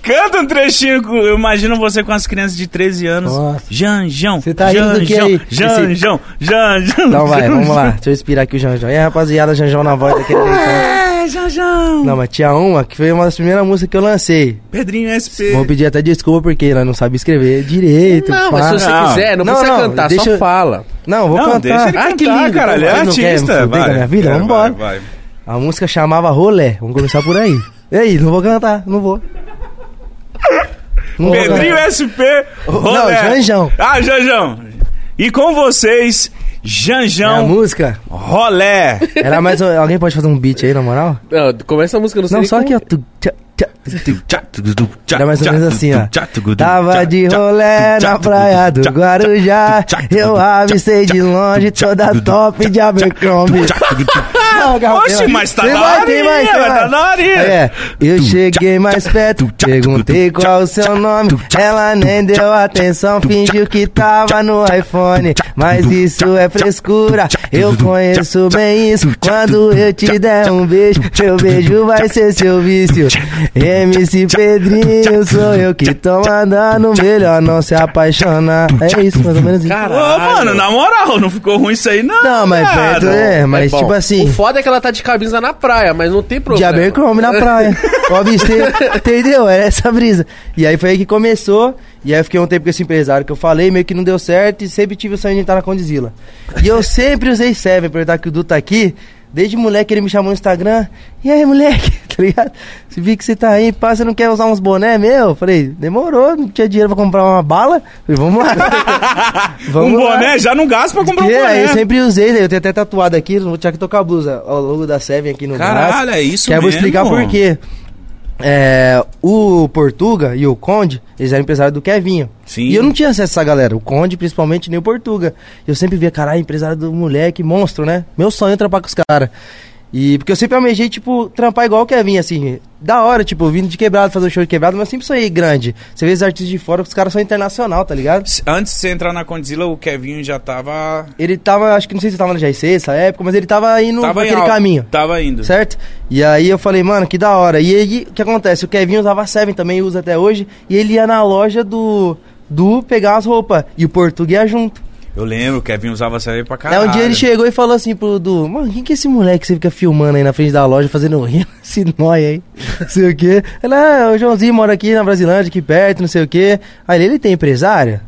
Canta um trechinho, com- eu imagino você com as crianças de 13 anos.
Nossa.
Janjão,
Você tá indo do que
Janjão,
aí?
Janjão, Janjão.
Então vai,
Janjão.
vamos lá. Deixa eu inspirar aqui o Janjão. E aí, rapaziada, Janjão na voz daquele jeitão.
É, Janjão.
Não, mas tinha uma que foi uma das primeiras músicas que eu lancei.
Pedrinho SP.
Vou pedir até desculpa porque ela não sabe escrever direito.
Não, mas
pá.
se você
Não.
quiser, não,
Ah. Não,
precisa
não,
cantar,
deixa
só
eu-
fala.
Não, vou
não,
cantar.
deixa ele
Ah, que
cantar,
lindo.
caralho.
Ele
É
não quer me
artista.
fuder com a minha vida?
Quero,
Vambora.
vai, vai.
A música chamava Rolé. Vamos começar por aí. E aí, não vou cantar, não vou. Não vou
Pedrinho
cantar.
SP,
Não,
Rolé.
Janjão.
Ah, Janjão. E com vocês,
É A
Janjão
música
Rolé.
era mais. um- Alguém pode fazer um beat aí, na moral?
Não, começa a música, não sei
Não,
nem
só
como-
aqui, ó. Tu- tcha- tcha- Era mais ou menos assim, ó. Tava de rolé na praia do Guarujá. Eu avistei de longe toda top de Abercrombie.
Oxe, mas tá
Tem
da
mais,
hora,
tem mais, tem
mas tá
mais.
da hora.
É, eu cheguei mais perto, perguntei qual o seu nome. Ela nem deu atenção, fingiu que tava no iPhone. Mas isso é frescura, eu conheço bem isso. Quando eu te der um beijo, seu beijo vai ser seu vício. MC Pedrinho, sou eu que tô mandando. Melhor não se apaixonar. É isso, mais ou menos isso.
Ô,
Caralho.
mano, na moral, não ficou ruim isso aí, não.
Não, mas
viado.
perto, é, mas
É bom.
tipo assim.
O foda é que ela tá de camisa na praia, mas não tem
De
problema.
Abercrombie na praia. Óbvio, você- entendeu? Era essa brisa. E aí foi aí que começou. E aí eu fiquei um tempo com esse empresário que eu falei, meio que não deu certo. E sempre tive o sonho de entrar na Condizila. E eu sempre usei Seven, aproveitar que o Du tá aqui. Desde moleque ele me chamou no Instagram. E aí, moleque, tá ligado? Se vi que você tá aí, pá, você não quer usar uns boné meu? Falei, demorou, não tinha dinheiro pra comprar uma bala. Falei, vamos lá.
um
lá.
boné já não gasta pra comprar um
É,
boné.
eu sempre usei, né? eu tenho até tatuado aqui, não vou tirar que tocar a blusa, ao longo da Seven aqui no braço.
Caralho, é isso
Que aí eu
mesmo.
vou explicar por quê. É, o Portuga e o Conde, eles eram empresários do Kevinho.
Sim.
E eu não tinha acesso a essa galera, o Conde principalmente, nem o Portuga. Eu sempre via, caralho, empresário do moleque, monstro, né? Meu sonho é trampar com os caras. E porque eu sempre almejei, tipo, trampar igual o Kevin, assim, da hora, tipo, vindo de quebrado, fazer um show de quebrado, mas eu sempre sonhei grande. Você vê os artistas de fora, os caras são internacional, tá ligado?
S- Antes de você entrar na Condzilla, o Kevinho já tava.
Ele tava, acho que não sei se tava na GIC essa época, mas ele tava indo
tava
por
em
aquele
alta,
caminho.
Tava indo.
Certo? E aí eu falei, mano, que da hora. E aí, o que acontece? O Kevin usava Seven também, usa até hoje. E ele ia na loja do. Do pegar as roupas. E o Portuga ia junto.
Eu lembro, o Kevinho usava essa aí pra
Aí
caralho.
um dia ele chegou e falou assim pro Du, mano, quem que é esse moleque que você fica filmando aí na frente da loja, fazendo rima, esse nóia aí, não sei o quê. Ele, ah, o Joãozinho mora aqui na Brasilândia, aqui perto, não sei o quê. Aí ele, ele tem empresário?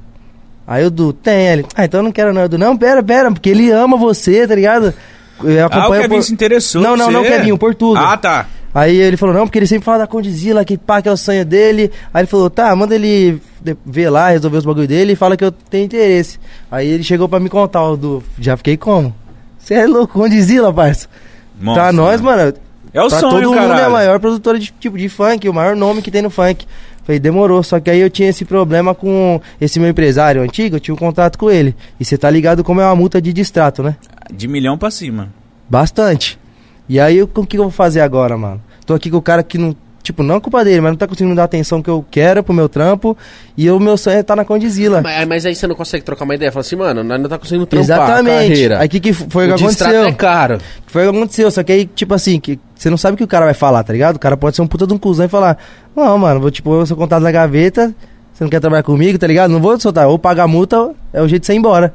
Aí o Du, tem. Ele, ah, então eu não quero não. Eu, Du, não, pera, pera, porque ele ama você, tá ligado? Eu
Ah, o
acompanho
Kevinho
por-
se interessou.
Não,
em
não, não,
você.
Kevinho, o Portuga.
Ah, tá.
Aí ele falou, não, porque ele sempre fala da Condizila, que pá, que é o sonho dele. Aí ele falou, tá, manda ele de- ver lá, resolver os bagulho dele e fala que eu tenho interesse. Aí ele chegou pra me contar, o do já fiquei como? Você é louco, Condizila, parça.
Monstro,
pra nós,
né?
mano,
É o
pra
sonho,
todo mundo
caralho.
é a maior produtora de tipo de funk, o maior nome que tem no funk. Falei, demorou, só que aí eu tinha esse problema com esse meu empresário antigo, eu tinha um contrato com ele. E você tá ligado como é uma multa de distrato, né?
De milhão pra cima.
Bastante. E aí, eu- com o que eu vou fazer agora, mano? Tô aqui com o cara que não. Tipo, não é culpa dele, mas não tá conseguindo dar a atenção que eu quero pro meu trampo. E o meu sonho é estar na Condizila.
Mas, mas aí você não consegue trocar uma ideia. Fala assim, mano, nós não tá conseguindo trampar a
Exatamente.
carreira.
Aí o que, que foi que
o distrato
aconteceu?
é caro.
Foi o que aconteceu. Só que aí, tipo assim, que você não sabe o que o cara vai falar, tá ligado? O cara pode ser um puta de um cuzão e falar: Não, mano, vou tipo, eu sou contato na gaveta, você não quer trabalhar comigo, tá ligado? Não vou te soltar. Ou pagar a multa, é o jeito de você ir embora.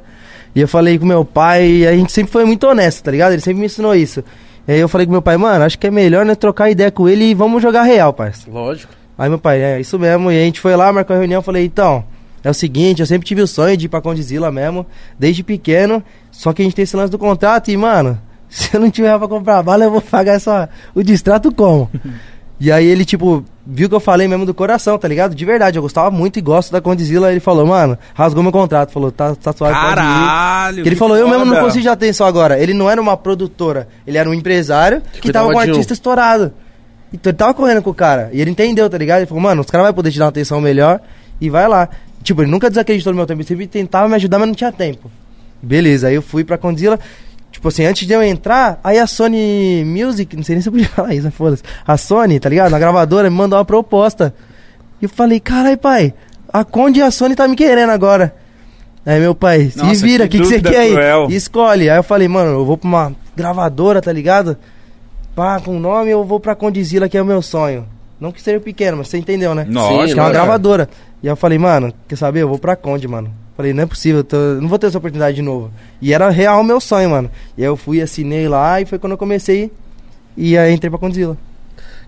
E eu falei com meu pai, e a gente sempre foi muito honesto, tá ligado? Ele sempre me ensinou isso. E aí eu falei com meu pai, mano, acho que é melhor nós trocar ideia com ele e vamos jogar real, parça.
Lógico.
Aí meu pai, é isso mesmo. E a gente foi lá, marcou a reunião, falei, então, é o seguinte, eu sempre tive o sonho de ir pra Condizila mesmo, desde pequeno, só que a gente tem esse lance do contrato e, mano, se eu não tiver pra comprar bala, eu vou pagar só o distrato como? e aí ele, tipo, viu que eu falei mesmo do coração, tá ligado? De verdade, eu gostava muito e gosto da Condizila. Ele falou, mano, rasgou meu contrato, falou, tá, tá suave, pode ir.
Caralho.
Que ele falou, eu mesmo não
foda.
consigo de atenção agora. Ele não era uma produtora, ele era um empresário que,
cuidava
tava com um
de um.
artista estourado. Então ele tava correndo com o cara. E ele entendeu, tá ligado? Ele falou, mano, os caras vão poder te dar uma atenção melhor e vai lá. Tipo, ele nunca desacreditou no meu tempo. Ele sempre tentava me ajudar, mas não tinha tempo. Beleza, aí eu fui pra Condzilla. Tipo assim, antes de eu entrar, aí a Sony Music, não sei nem se eu podia falar isso, mas foda-se. A Sony, tá ligado? Na gravadora, me mandou uma proposta. E eu falei, carai, pai, a Conde e a Sony tá me querendo agora. Aí meu pai, se
Nossa,
vira, o
que
que, que você
dúvida
quer
cruel.
aí? Escolhe. Aí eu falei, mano, eu vou pra uma gravadora, tá ligado? Pá, com o nome, eu vou pra Condizila, que é o meu sonho. Não que seja pequeno, mas você entendeu, né?
Nossa,
Sim,
que é uma
lógico.
gravadora. E aí eu falei, mano, quer saber? Eu vou pra Conde, mano. Falei, não é possível, eu tô- eu não vou ter essa oportunidade de novo. E era real o meu sonho, mano. E aí eu fui, assinei lá, e foi quando eu comecei. E aí entrei pra Condizila.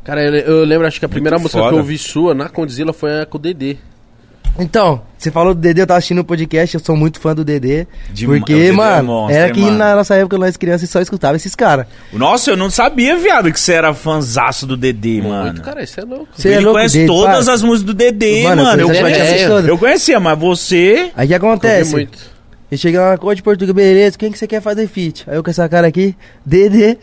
Cara, eu, eu lembro, acho que a primeira música
foda.
que eu ouvi sua na Condzilla foi a com o Dedê.
Então, você falou do Dedê, eu tava assistindo o podcast, eu sou muito fã do Dedê.
De-
porque,
o Dedê é
mano,
monstro,
era
hein,
que
mano?
na nossa época, nós crianças, só escutava esses caras.
Nossa, eu não sabia, viado, que você era fanzaço do Dedê,
Muito,
mano.
cara, isso é louco.
Cê- Você é
ele
louco,
conhece
Dedê,
todas
para.
as músicas do Dedê, mano.
Mano,
Eu,
eu
conheço
conhecia,
todas.
eu conhecia, mas você.
Aí o
Eu
que
ouvi
acontece?
muito.
Eu cheguei lá na cor de Portugal, beleza, quem que você quer fazer feat? Aí eu com essa cara aqui, Dedê.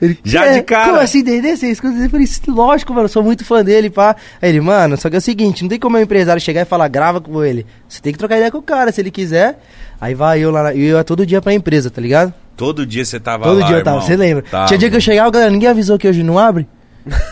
Ele,
Já
"Ué,
de cara?"
Como assim, Dedê? Você escuta? Eu falei, "Sim, lógico, mano, eu sou muito fã dele, pá. Aí ele, mano, só que é o seguinte, não tem como meu empresário chegar e falar, grava com ele. Você tem que trocar ideia com o cara, se ele quiser. Aí vai eu lá, na- e eu ia todo dia pra empresa, tá ligado?
Todo dia você tava
todo
lá,
dia eu tava,
irmão.
você lembra?
Tava.
Tinha dia que eu chegava, galera, ninguém avisou que hoje não abre.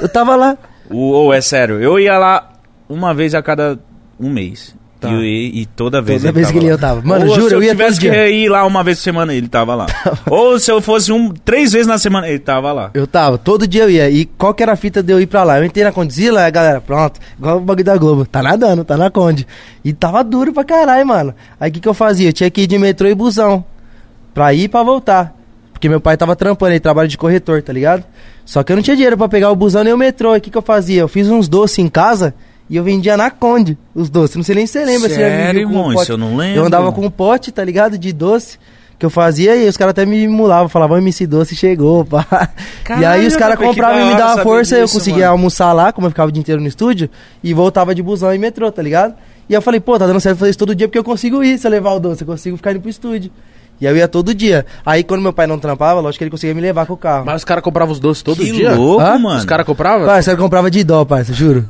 Eu tava lá.
O- Ou é sério, eu ia lá uma vez a cada um mês.
Tá.
E, eu ia- e toda vez
Toda vez que ele ia, eu tava. Mano,
Ou
juro,
se eu,
eu ia
tivesse
todo
que
dia. Tá
ir lá uma vez por semana, ele tava lá. Ou se eu fosse um três vezes na semana, ele tava lá.
Eu tava, todo dia eu ia. E qual que era a fita de eu ir pra lá? Eu entrei na Condizila, aí a galera, pronto, igual o bagulho da Globo. Tá nadando, tá na Conde. E tava duro pra caralho, mano. Aí o que, que eu fazia? Eu tinha que ir de metrô e busão. Pra ir e pra voltar. Porque meu pai tava trampando, ele trabalha de corretor, tá ligado? Só que eu não tinha dinheiro pra pegar o busão nem o metrô. Aí o que, que eu fazia? Eu fiz uns doces em casa e eu vendia na Conde os doces. Não sei nem se você lembra. se já me
Sério,
viu com um
irmão?
pote.
Isso eu não lembro.
Eu andava com um pote, tá ligado? De doce. que eu fazia e os caras até me emulavam, falavam, MC Doce chegou, pá. e aí os
Caralho, Pepe,
caras
que
compravam
da
e me
hora
davam
saber
força, eu
disso,
conseguia
mano.
almoçar lá, como eu ficava o dia inteiro no estúdio, e voltava de busão e metrô, tá ligado? E eu falei, pô, tá dando certo fazer isso todo dia porque eu consigo ir, se eu levar o doce, eu consigo ficar indo pro estúdio. E aí eu ia todo dia. Aí quando meu pai não trampava, lógico que ele conseguia me levar com o carro.
Mas os caras compravam os doces todo
que
dia?
louco,
Hã?
mano.
Os caras compravam?
Pai, os caras compravam de dó, parça, juro.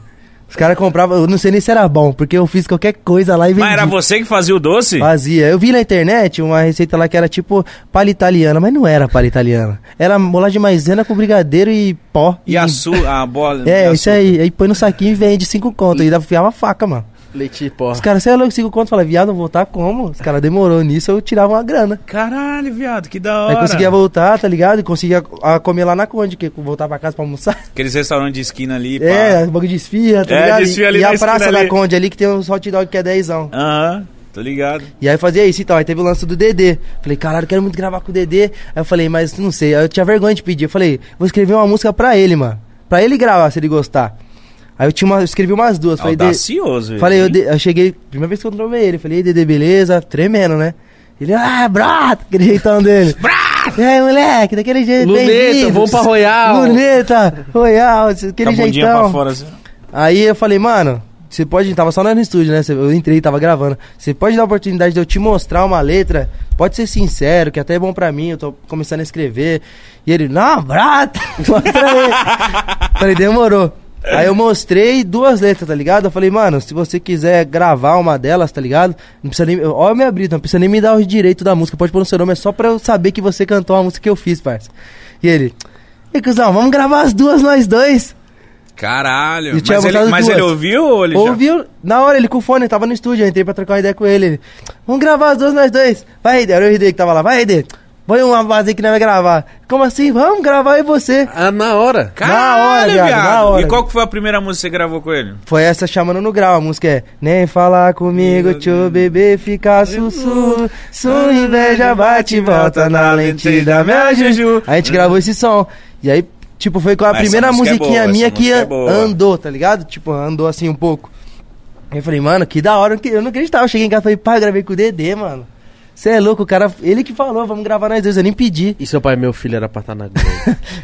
Os caras compravam, eu não sei nem se era bom, porque eu fiz qualquer coisa lá e vendi.
Mas era você que fazia o doce?
Fazia. Eu vi na internet uma receita lá que era tipo palha italiana, mas não era palha italiana. Era mola de maisena com brigadeiro e pó.
E a sua, a bola. e
É,
açúcar.
isso aí. Aí põe no saquinho e vende cinco conto. E dá pra enfiar uma faca, mano.
Leite, porra.
Os caras, você é louco, cinco conto. Fala, viado, voltar como? Os caras demorou nisso, eu tirava uma grana.
Caralho, viado, que da hora.
Aí conseguia voltar, tá ligado? E conseguia ah, comer lá na Conde, que voltar pra casa pra almoçar.
Aqueles restaurantes de esquina ali. pá.
É, bagulho de esfirra, tá
É,
ligado?
desfia ali
e
na
a
esquina
praça da
ali.
Conde ali que tem uns hot dog que é dezão.
Aham, tô ligado.
E aí eu fazia isso e tal. Aí teve o lance do Dedê. Falei, caralho, quero muito gravar com o Dedê. Aí eu falei, mas não sei. Aí eu tinha vergonha de pedir. Eu falei, vou escrever uma música pra ele, mano. Pra ele gravar, se ele gostar. Aí eu, tinha uma, eu escrevi umas duas. Falei, Dedê.
Audacioso,
Falei,
ele,
eu,
hein?
de- eu cheguei, primeira vez que eu trovei ele, falei, "E aí, Dedê, beleza? Tremendo, né? Ele, ah, brato, aquele jeitão dele. brato! É, moleque, daquele jeito,
Luneta,
bem-vindo.
vamos pra Royal.
Luneta, Royal,
Com a
aquele
bundinha
jeitão.
pra fora assim.
Aí eu falei, mano, você pode. Tava só nós no estúdio, né? Cê- Eu entrei, tava gravando. Você pode dar a oportunidade de eu te mostrar uma letra? Pode ser sincero, que até é bom pra mim, eu tô começando a escrever. E ele, não, brata! Mostra aí. falei, demorou. Aí eu mostrei duas letras, tá ligado? Eu falei, mano, se você quiser gravar uma delas, tá ligado? Não precisa nem. Olha a minha brita, não precisa nem me dar o direito da música. Pode pôr no seu nome, é só pra eu saber que você cantou a música que eu fiz, parça. E ele, e cuzão, vamos gravar as duas, nós dois.
Caralho.
E tinha
Mas, ele,
botado
mas
duas.
ele ouviu ou ele já-
Ouviu na hora, ele com o fone, tava no estúdio, eu entrei pra trocar uma ideia com ele. ele Vamos gravar as duas, nós dois. Vai, Rede, era o RD que tava lá, vai, Rede. Põe uma base aí que nós vai gravar. Como assim? Vamos gravar e você.
Ah, na hora.
Caralho,
hora, viado,
viado.
na hora.
E qual que foi a primeira música que você gravou com ele?
Foi essa chamando no grau, a música é Nem falar comigo, tio bebê, fica sussurro Sua inveja bate e volta na lentida, minha juju Aí a gente gravou esse som E aí, tipo, foi com a
Uhum. Essa
primeira
música é
musiquinha
boa,
minha
essa
que
música é boa.
andou, tá ligado? Tipo, andou assim um pouco Aí eu falei, mano, que da hora, eu não- eu não acreditava Eu cheguei em casa e falei, pai, eu gravei com o Dedê, mano Você é louco, o cara, ele que falou, vamos gravar nós dois, eu nem pedi
E seu pai, meu filho, era pra estar na Globo.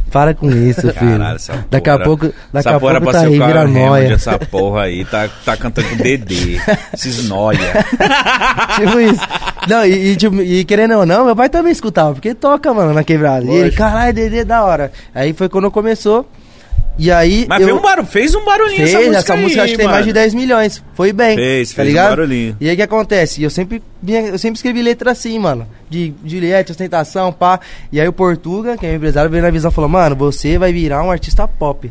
Para com isso, filho
Caralho, essa
Daqui a
porra-
pouco, daqui
essa
a
porra é
pouco
pra
tá
ser o
aí,
Carl
vira
Raymond,
noia
Essa porra aí tá, tá cantando com DD. Esses noia.
tipo isso. Não, e, e, tipo, e querendo ou não, meu pai também escutava, porque toca, mano, na quebrada. E ele,
Lógico.
caralho, Dedê, é da hora. Aí foi quando começou. E aí.
Mas
eu
fez, um barulho, fez um barulhinho
fez,
essa música. aí,
acho que tem
mano.
mais de 10 milhões. Foi bem. tá
Fez, fez um barulhinho.
E aí o que acontece? Eu sempre, vinha- eu sempre escrevi letra assim, mano. De Juliette, ostentação, pá. E aí o Portuga, que é meu empresário, veio na visão e falou: Mano, você vai virar um artista pop.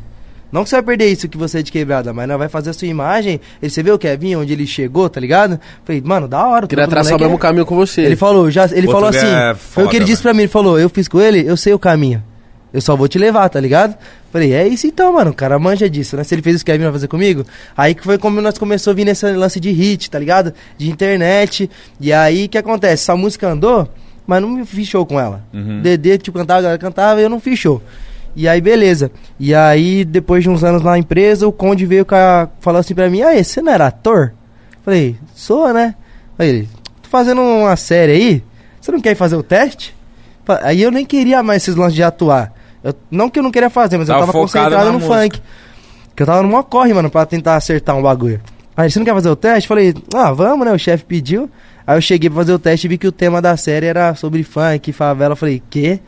Não que você vai perder isso que você é de quebrada, mas não vai fazer a sua imagem. Ele, você vê o Kevin, onde ele chegou, tá ligado? Falei, mano, da hora.
Queria
todo mundo
traçar o
moleque
mesmo
é-
caminho com você.
ele falou, já, ele
Portugal
falou assim,
é
foi o
foda,
que ele
velho.
disse pra mim, ele falou, eu fiz com ele, eu sei o caminho. Eu só vou te levar, tá ligado? Falei, é isso então, mano, o cara manja disso, né? Se ele fez isso que ele vai fazer comigo, aí que foi como nós começou a vir nesse lance de hit, tá ligado? De internet. E aí o que acontece? Essa música andou, mas não me fiz show com ela.
Uhum.
Dedê, tipo, cantava, a galera cantava, e eu não fiz show. E aí, beleza. E aí, depois de uns anos na empresa, o Conde veio com a- falou assim pra mim, aí, você não era ator? Falei, sou, né? Aí ele, tô fazendo uma série aí, você não quer ir fazer o teste? Fa- Aí eu nem queria mais esses lances de atuar. Eu- não que eu não queria fazer, mas
Tava
eu tava
focado
concentrado
na
no
música.
funk. Que eu tava numa corre, mano, pra tentar acertar um bagulho. Aí ele, você não quer fazer o teste? Falei, ah, vamos, né? O chefe pediu. Aí eu cheguei pra fazer o teste e vi que o tema da série era sobre funk, favela. Eu Falei, quê?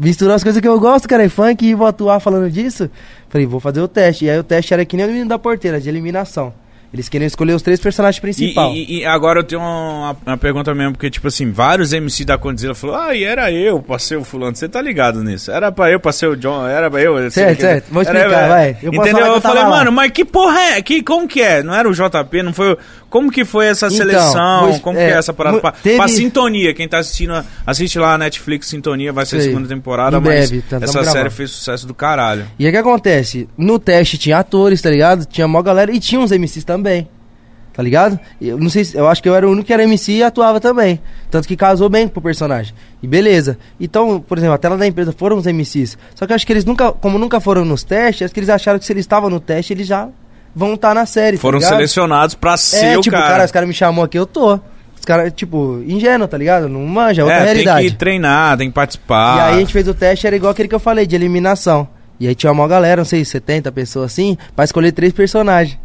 Misturar as coisas que eu gosto, cara, é funk e vou atuar falando disso? Falei, vou fazer o teste. E aí o teste era que nem o menino da porteira, de eliminação. Eles queriam escolher os três personagens
E,
principais.
e- e agora eu tenho uma, uma pergunta mesmo, porque, tipo assim, vários MC da Condizila falou ah, e era eu, passei o fulano, você tá ligado nisso. Era pra eu, passei o John, era pra eu. sei
Certo,
que-
certo. Vou
era
explicar,
eu,
vai. Eu posso falar
Entendeu?
que
Eu,
eu tava
falei,
lá.
mano, mas que porra é? Que, como que é? Não era o JP, não foi o... Como que foi essa
Então,
seleção?
vou es-
como
é,
que é essa parada?
mu-
Pra,
teve-
pra sintonia, quem tá assistindo, assiste lá a Netflix Sintonia, vai ser a
Sei.
segunda temporada,
Em
mas
breve, tá, tentamos
essa série
gravar.
fez sucesso do caralho.
E aí o que acontece? No teste tinha atores, tá ligado? Tinha mó galera e tinha uns MCs também. Tá ligado? Eu não sei, se- eu acho que eu era o único que era MC e atuava também. Tanto que casou bem pro personagem. E beleza. Então, por exemplo, a tela da empresa foram os MCs. Só que eu acho que eles nunca, como nunca foram nos testes, acho que eles acharam que se eles estavam no teste, eles já vão estar na série. tá
Foram
ligado?
selecionados pra ser
É,
o
tipo, cara,
cara.
os caras me chamou aqui, eu tô. Os caras, tipo, ingênuo, tá ligado? Não manja, outra
é, tem
realidade.
que treinar, tem que participar.
E aí a gente fez o teste, era igual aquele que eu falei, de eliminação. E aí tinha uma galera, não sei, 70 pessoas assim, pra escolher três personagens.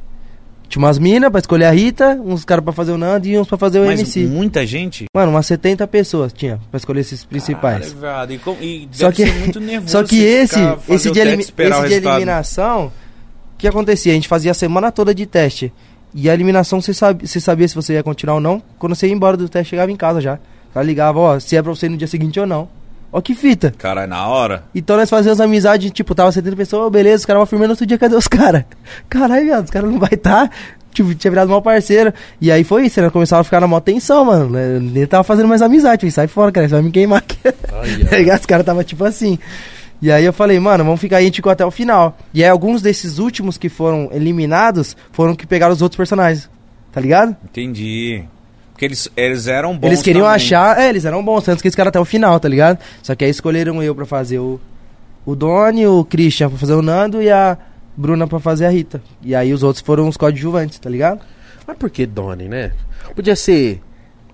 Tinha umas minas pra escolher a Rita, uns caras pra fazer o Nando e uns pra fazer o
Mas um-
MC.
muita gente.
Mano, umas 70 pessoas tinha pra escolher esses principais.
Caralho, viado, e com- e
Só
deve
que-
ser muito nervoso
Só que
você
esse,
ficar- fazer
esse
o
de,
teste e
elimi-
esperar o
esse de
resultado.
eliminação, o que acontecia? A gente fazia a semana toda de teste. E a eliminação você, sabe, você sabia se você ia continuar ou não. Quando você ia embora do teste, chegava em casa já. Ela ligava, ó, se é pra você ir no dia seguinte ou não. Ó que fita.
Caralho, na hora.
Então nós fazíamos amizade, tipo, tava 70 pessoas, ô, beleza, os caras vão firmando outro dia, cadê os caras? Caralho, viado, os caras não vai estar. Tá. Tipo, tinha virado mal parceiro. E aí foi isso, né? Começava a ficar na mó tensão, mano. né? Nem tava fazendo mais amizade, falei, sai fora, cara, você vai me queimar aqui. Tá ligado? Os caras tava tipo assim. E aí eu falei, mano, vamos ficar aí, a gente ficou até o final. E aí alguns desses últimos que foram eliminados foram que pegaram os outros personagens. Tá ligado?
Entendi. Porque eles, eles eram bons.
eles queriam
também.
achar. É, eles eram bons, tanto que esse cara até o final, tá ligado? Só que aí escolheram eu pra fazer o. O Doni, o Christian pra fazer o Nando e a Bruna pra fazer a Rita. E aí os outros foram os coadjuvantes, tá ligado?
Mas por que Doni, né? Podia ser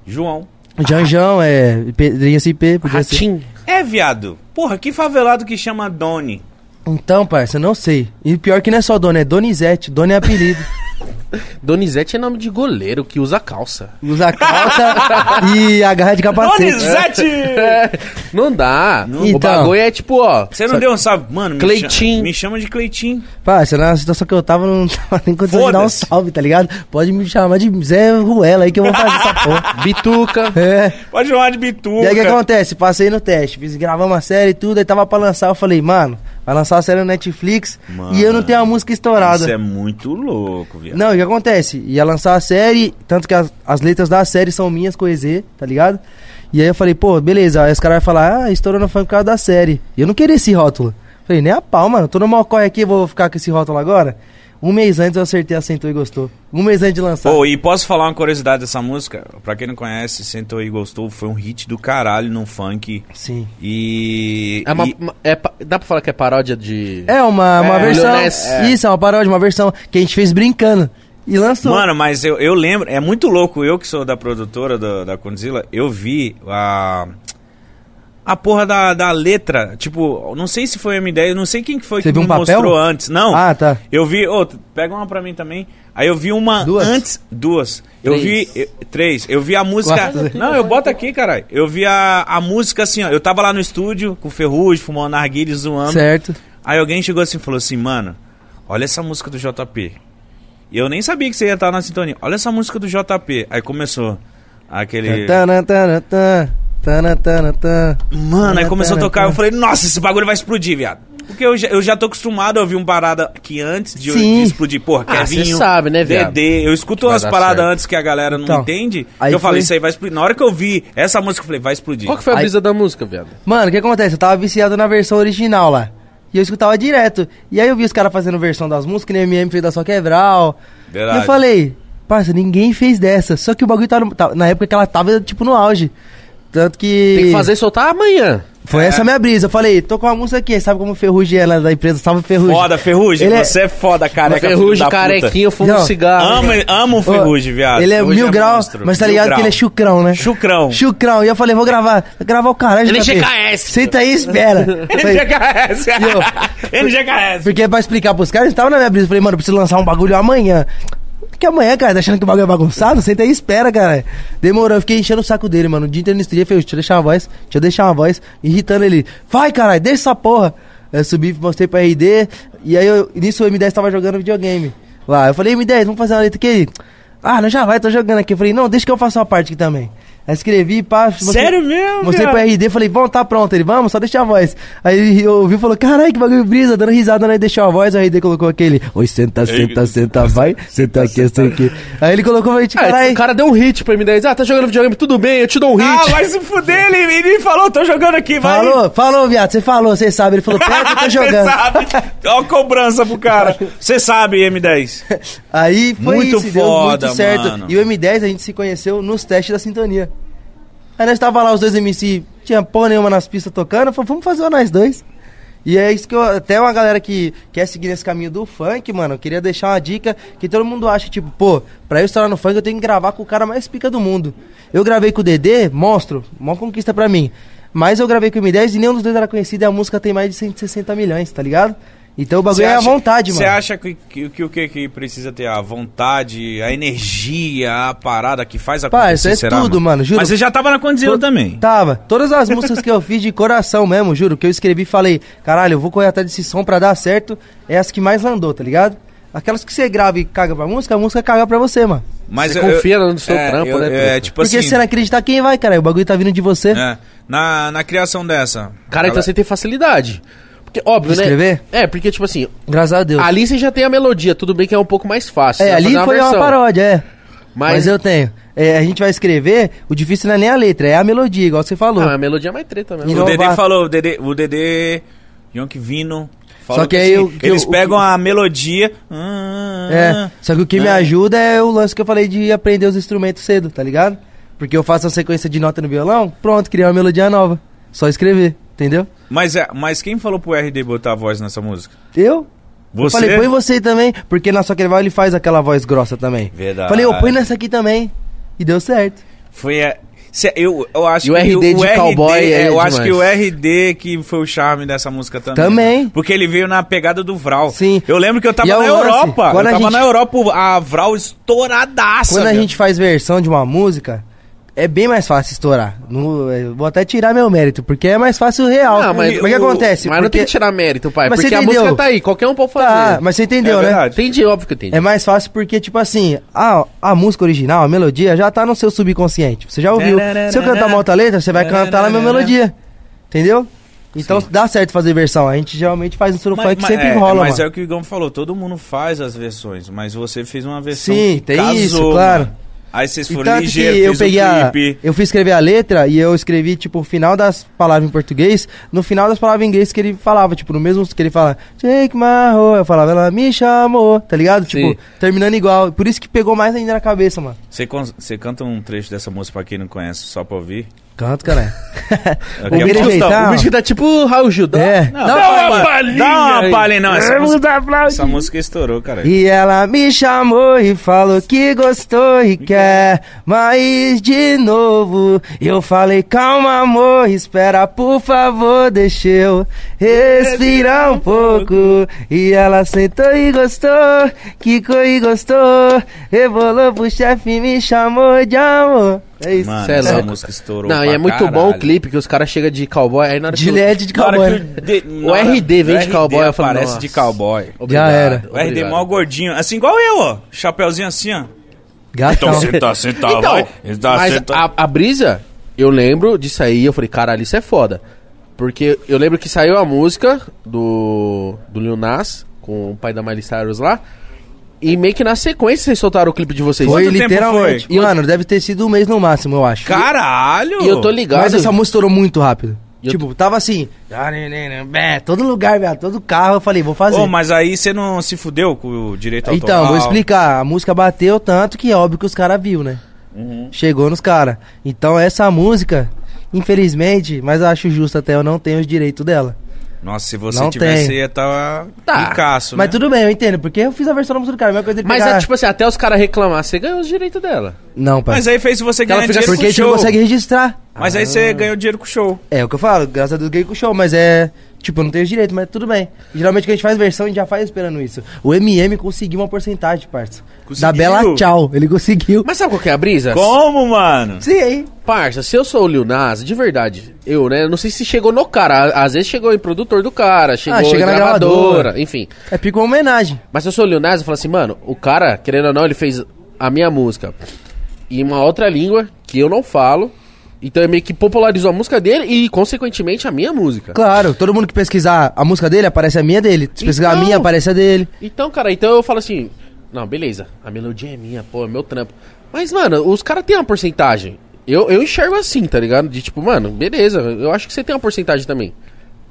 João.
O Janjão, é. Pedrinho SP, podia ser.
Ratinho.
É, viado. Porra, que favelado que chama Doni.
Então, parça, eu não sei. E pior que não é só Doni, é Donizete. Doni é apelido.
Donizete é nome de goleiro que usa calça.
Usa calça e a garra de capacete. É.
Donizete!
É, Não dá.
Não.
O
Então.
bagulho é tipo, ó.
Você não deu um salve. Mano, me
Cleitinho.
cha- Me chama de Cleitinho.
Parça, na situação que eu tava, não tava nem condição de dar um
Foda-se.
salve, tá ligado? Pode me chamar de Zé Ruela aí que eu vou fazer essa porra.
Bituca.
É.
Pode chamar de Bituca.
E aí o que é acontece? Passei no teste, fiz, gravamos a série e tudo, aí tava pra lançar, eu falei, mano, vai lançar a série no Netflix
Mano,
e eu não tenho a música estourada.
Isso é muito louco, viado.
Não, e o que acontece? Ia lançar a série, tanto que as, as letras da série são minhas com o EZ, tá ligado? E aí eu falei, pô, beleza, aí os caras vão falar, ah, estourou no fã por causa da série. E eu não queria esse rótulo. Falei, nem a pau, mano, tô no mal corre aqui, vou ficar com esse rótulo agora. Um mês antes eu acertei, assentou e gostou. Um mês antes de lançar.
Pô, e posso falar uma curiosidade dessa música? Pra quem não conhece, Sentou e Gostou foi um hit do caralho no funk.
Sim.
E.
É uma-
e-
uma- é pa- dá pra falar que é paródia de.
É uma, uma
É,
versão.
Leoness. É.
Isso, é uma paródia, uma versão que a gente fez brincando. E lançou.
Mano, mas eu, eu lembro, é muito louco, eu que sou da produtora do- da Condzilla, eu vi a. A porra da, da letra. Tipo, não sei se foi M10, eu não sei quem que foi
Você
que
viu
me
um papel?
mostrou antes. Não.
Ah, tá.
Eu vi. Ô, t- pega uma pra mim também. Aí eu vi uma
Duas?
antes. Duas. Eu
Três.
vi. eu- três. Eu vi a música.
Quatro.
Não, eu boto aqui, caralho. Eu vi a, a música assim, ó. Eu tava lá no estúdio com o Ferrugem, fumando narguilha, zoando.
Certo.
Aí alguém chegou assim e falou assim, mano, olha essa música do JP. E eu nem sabia que você ia estar na sintonia. Olha essa música do JP. Aí começou aquele.
Tana, tana, tana, tana, tana, tana.
Mano, aí começou a
Tana,
tocar. Eu
tana.
falei, nossa, esse bagulho vai explodir, viado. Porque eu já, eu já tô acostumado a ouvir uma parada que antes de,
Sim.
de explodir. Porra,
Ah,
Kevinho.
cê sabe, né, viado?
Dedê. Eu escuto
Vai
umas
dar
paradas
certo.
antes que a galera não
Então,
entende.
aí
eu falei,
foi-
isso aí vai explodir. Na hora que eu vi essa música, eu falei, vai explodir.
Qual que foi a
Aí-
brisa da música, viado?
Mano, o que acontece? Eu tava viciado na versão original lá. E eu escutava direto. E aí eu vi os caras fazendo versão das músicas, que nem a MM fez da Só Quebral.
Verdade.
E eu falei, parça, ninguém fez dessa. Só que o bagulho tava, no- tá- na época que ela tava, tipo, no auge. Tanto que.
Tem que fazer e soltar amanhã.
É.
Foi essa a minha brisa. Eu falei, tô com uma música aqui, sabe como Ferrugem é lá da empresa? Salve Ferrugem.
Foda, Ferrugem.
Ele é-
Você é foda, careca. filho da
Ferrugem,
puta.
carequinho, fumo
Não.
cigarro.
Amo, amo o
Ô,
Ferrugem, viado.
Ele é
Ferrugem
mil graus,
monstro,
mas tá
mil
ligado que
grau.
ele é chucrão, né?
Chucrão.
Chucrão. E eu falei, vou gravar. Vou Gravar o caralho.
Ele é
JP.
GKS.
Senta aí e espera. Eu falei,
NGKS.
é
NGKS.
Porque pra explicar pros caras, eles tava na minha brisa. Eu falei, mano, eu preciso lançar um bagulho amanhã. Que amanhã, cara, tá achando que o bagulho é bagunçado? Senta aí e espera, cara. Demorou, eu fiquei enchendo o saco dele, mano. O dia inteiro no estúdio, eu falei, deixa eu deixar a voz, deixa eu deixar a voz, irritando ele. Vai, caralho, deixa essa porra. Eu subi, mostrei pra RD, e aí, eu, nisso o M10 tava jogando videogame. Lá, eu falei, M10, vamos fazer uma letra aqui? Ah, não, já vai, tô jogando aqui. Eu falei, não, deixa que eu faço uma parte aqui também. Aí escrevi, pá. mostrei-
Sério mesmo,
Mostrei
cara?
pra RD, falei, vamos, tá pronto. Ele, vamos, só deixa a voz. Aí ele ouviu e falou, caralho, que bagulho brisa, dando risada, né? Deixou a voz, aí RD colocou aquele, oi, senta, senta, senta, vai, senta aqui, senta aqui. Aí ele colocou, falei,
Ah,
caralho,
o cara deu um hit pro M10. Ah, tá jogando videogame, tudo bem, eu te dou um hit.
Ah, vai se fuder, ele, ele falou, tô jogando aqui, vai.
falou, falou, viado, você falou, você sabe. Ele falou, pera que eu tô
Você
jogando.
sabe. Ó a cobrança pro cara. Você sabe, M10.
Aí foi
Muito
isso,
foda,
deu muito certo.
mano.
E o M10 a gente se conheceu nos testes da sintonia. Aí nós tava lá, os dois MC, tinha porra nenhuma nas pistas tocando, falou, vamos fazer o nós dois. E é isso que eu. Até uma galera que quer seguir nesse caminho do funk, mano, eu queria deixar uma dica que todo mundo acha, tipo, pô, pra eu estourar no funk eu tenho que gravar com o cara mais pica do mundo. Eu gravei com o Dedê, monstro, mó conquista pra mim. Mas eu gravei com o M10 e nenhum dos dois era conhecido e a música tem mais de 160 milhões, tá ligado? Então o bagulho é à vontade, mano.
Você acha que, que, que o que, que precisa ter? A vontade, a energia, a parada que faz acontecer,
Pai, isso é
será,
tudo, mano, juro. tá.
Mas você já tava na condição
To-
também.
Tava. Todas as músicas que eu fiz de coração mesmo, juro, que eu escrevi e falei, caralho, eu vou correr atrás desse som pra dar certo, é as que mais andou, tá ligado? Aquelas que você grava e caga pra música, a música caga pra você, mano.
Mas
Você
eu- eu-
confia no seu trampo, né,
É,
Pedro?
tipo
Porque
assim...
se você não acreditar, quem vai, cara? O bagulho tá vindo de você.
é, na, na criação dessa...
Cara, então
ela-
você tem facilidade. Porque, óbvio,
De
né?
escrever?
É, porque, tipo assim,
Graças a Deus.
ali você já tem a melodia, tudo bem que é um pouco mais fácil.
é,
né?
ali
Fazer
foi uma
versão.
paródia, é.
Mas-
Mas, eu tenho. É, a gente vai escrever, o difícil não é nem a letra, é a melodia, igual você falou.
Ah, a melodia é mais treta mesmo.
E
O
não-
Dedê
Inovar.
falou, o Dedê, o Dedê Yonk Vino... falou assim,
Só que aí o que
eles
eu- o
pegam
que-
a melodia... ah,
É, só que o que me ajuda é o lance que eu falei de aprender os instrumentos cedo, tá ligado? Porque eu faço a sequência de nota no violão, pronto, criei uma melodia nova. Só escrever, entendeu?
Mas, é, mas quem falou pro RD botar a voz nessa música?
Eu? Eu
Você?
falei, põe você também, porque na sua ele faz aquela voz grossa também.
Verdade.
Falei, eu põe nessa aqui também. E deu certo.
Foi a. cê- eu, eu acho
E o
que
RD de cowboy
é,
é
Eu acho
demais.
que o RD que foi o charme dessa música também. né?
Também.
Porque ele veio na pegada do Vral.
Sim.
Eu lembro que eu tava
E é o
na
lance,
Europa. Eu
quando a
tava
gente-
na Europa, a Vral estouradaça.
Quando a
meu.
gente faz versão de uma música, é bem mais fácil estourar. No- eu vou até tirar meu mérito, porque é mais fácil o real.
Ah, mas
o é que
o-
acontece?
Mas não tem
Porque-
que tirar mérito, pai.
Mas
porque
você
a música
entendeu?
tá aí, qualquer um pode
Tá,
fazer.
mas você
é
entendeu, né?
verdade.
Entendi, óbvio que eu entendi.
É mais fácil porque, tipo assim, a, a música original, a melodia, já tá no seu subconsciente. Você já ouviu. Se eu cantar uma outra letra, você vai cantar na minha melodia. Entendeu? Então dá certo fazer versão. A gente geralmente faz isso no
Mas,
funk
mas-
sempre
é,
rola,
mas é
mano.
o que o Igão falou, todo mundo faz as versões, mas você fez uma versão.
Sim,
que
tem
casou,
isso, claro.
mano. Aí vocês
E
tá
foram
tanto
ligeiros,
que eu
fez o
peguei a,
clipe.
Eu fui escrever a letra e eu escrevi, tipo, o final das palavras em português, no final das palavras em inglês que ele falava, tipo, no mesmo que ele fala, take my hoe, eu falava, ela me chamou, tá ligado?
Sim.
Tipo, terminando igual. Por isso que pegou mais ainda na cabeça, mano.
Você con- Você canta um trecho dessa música pra quem não conhece, só pra ouvir.
Canto, cara.
Daqui a
Ouvir
pouco-
ele-
O
Tá.
bicho que tá tipo Raul Gil. dá-
É.
Não, dá, uma palhinha. Dá uma palhinha, não. Essa música, essa música estourou, cara.
E ela me chamou e falou que gostou e quer mais de novo. Eu falei, calma, amor, espera, por favor, deixa eu respirar um pouco. E ela sentou e gostou, quicou e gostou, rebolou pro chefe e me chamou de amor. É isso.
Mano,
cê é
essa
louco.
música estourou.
Não, e
pra
é muito
caralho.
bom o clipe que os caras chegam de cowboy. Aí na hora
De
que eu-
LED de
Na hora que
cowboy.
o, né? de- na
O
hora-
RD vem de
o
cowboy, eu falo,
aparece
nossa.
de cowboy.
Obrigado,
Já era.
O RD
obrigado.
mal gordinho. Assim, igual eu, ó. Chapeuzinho assim, ó.
Gatão.
senta, senta,
Tá,
Então, mas a, a brisa, eu lembro disso aí, eu falei, caralho, isso é foda. Porque eu lembro que saiu a música do, do Lil Nas, com o pai da Miley Cyrus lá, e meio que na sequência vocês soltaram o clipe de vocês.
Foi
Quanto tempo
literalmente.
foi?
Mano, deve ter sido um mês no máximo, eu acho.
Caralho!
E eu tô ligado.
Mas essa música estourou muito rápido.
E eu-
tipo, tava assim. bé, né, é, Todo lugar, velho, todo carro. Eu falei, vou fazer.
Ô, mas aí você não se fudeu com o direito autoral?
então, vou explicar. A música bateu tanto que é óbvio que os caras viu, né?
Uhum.
Chegou nos caras. Então, essa música, infelizmente, mas eu acho justo até, eu não tenho os direitos dela.
Nossa, se você
Não
tivesse,
tem.
ia estar
Tá.
ricaço,
mas
né?
tudo bem, eu entendo, porque eu fiz a versão da música do cara. A mesma coisa ele
Mas
pegar-
é tipo é assim, até os caras reclamar, você ganhou os direitos dela.
Não, pai.
Mas aí fez você
Que ela
ganhar
fica-
dinheiro
porque
com
a
o
gente
show.
não consegue Ah. registrar.
Mas aí você ganhou dinheiro com o show.
É o que eu falo, graças a Deus ganhei com o show, mas é. Tipo, eu não tenho os direitos, mas tudo bem. Geralmente quando a gente faz versão, a gente já faz esperando isso. O MM conseguiu uma porcentagem, parça.
Conseguiu?
Da Bela Tchau, ele conseguiu.
Mas sabe qual que é a brisa?
Como, mano?
Sim, aí.
Parça, se eu sou o Lil Nas, de verdade, eu, né? Não sei se chegou no cara. à- Às vezes chegou em produtor do cara, chegou
Ah, chega
em
na
gravadora,
gravadora.
enfim.
É pico uma homenagem.
Mas se eu sou o Lil Nas, eu falo assim, mano, o cara, querendo ou não, ele fez a minha música em uma outra língua que eu não falo. Então ele meio que popularizou a música dele e, consequentemente, a minha música.
Claro, todo mundo que pesquisar a música dele, aparece a minha dele. Se pesquisar
Então.
a minha, aparece a dele.
Então, cara, então eu falo assim, não, beleza, a melodia é minha, pô, é meu trampo. Mas, mano, os caras têm uma porcentagem. Eu, eu enxergo assim, tá ligado? De tipo, mano, beleza, eu acho que você tem uma porcentagem também.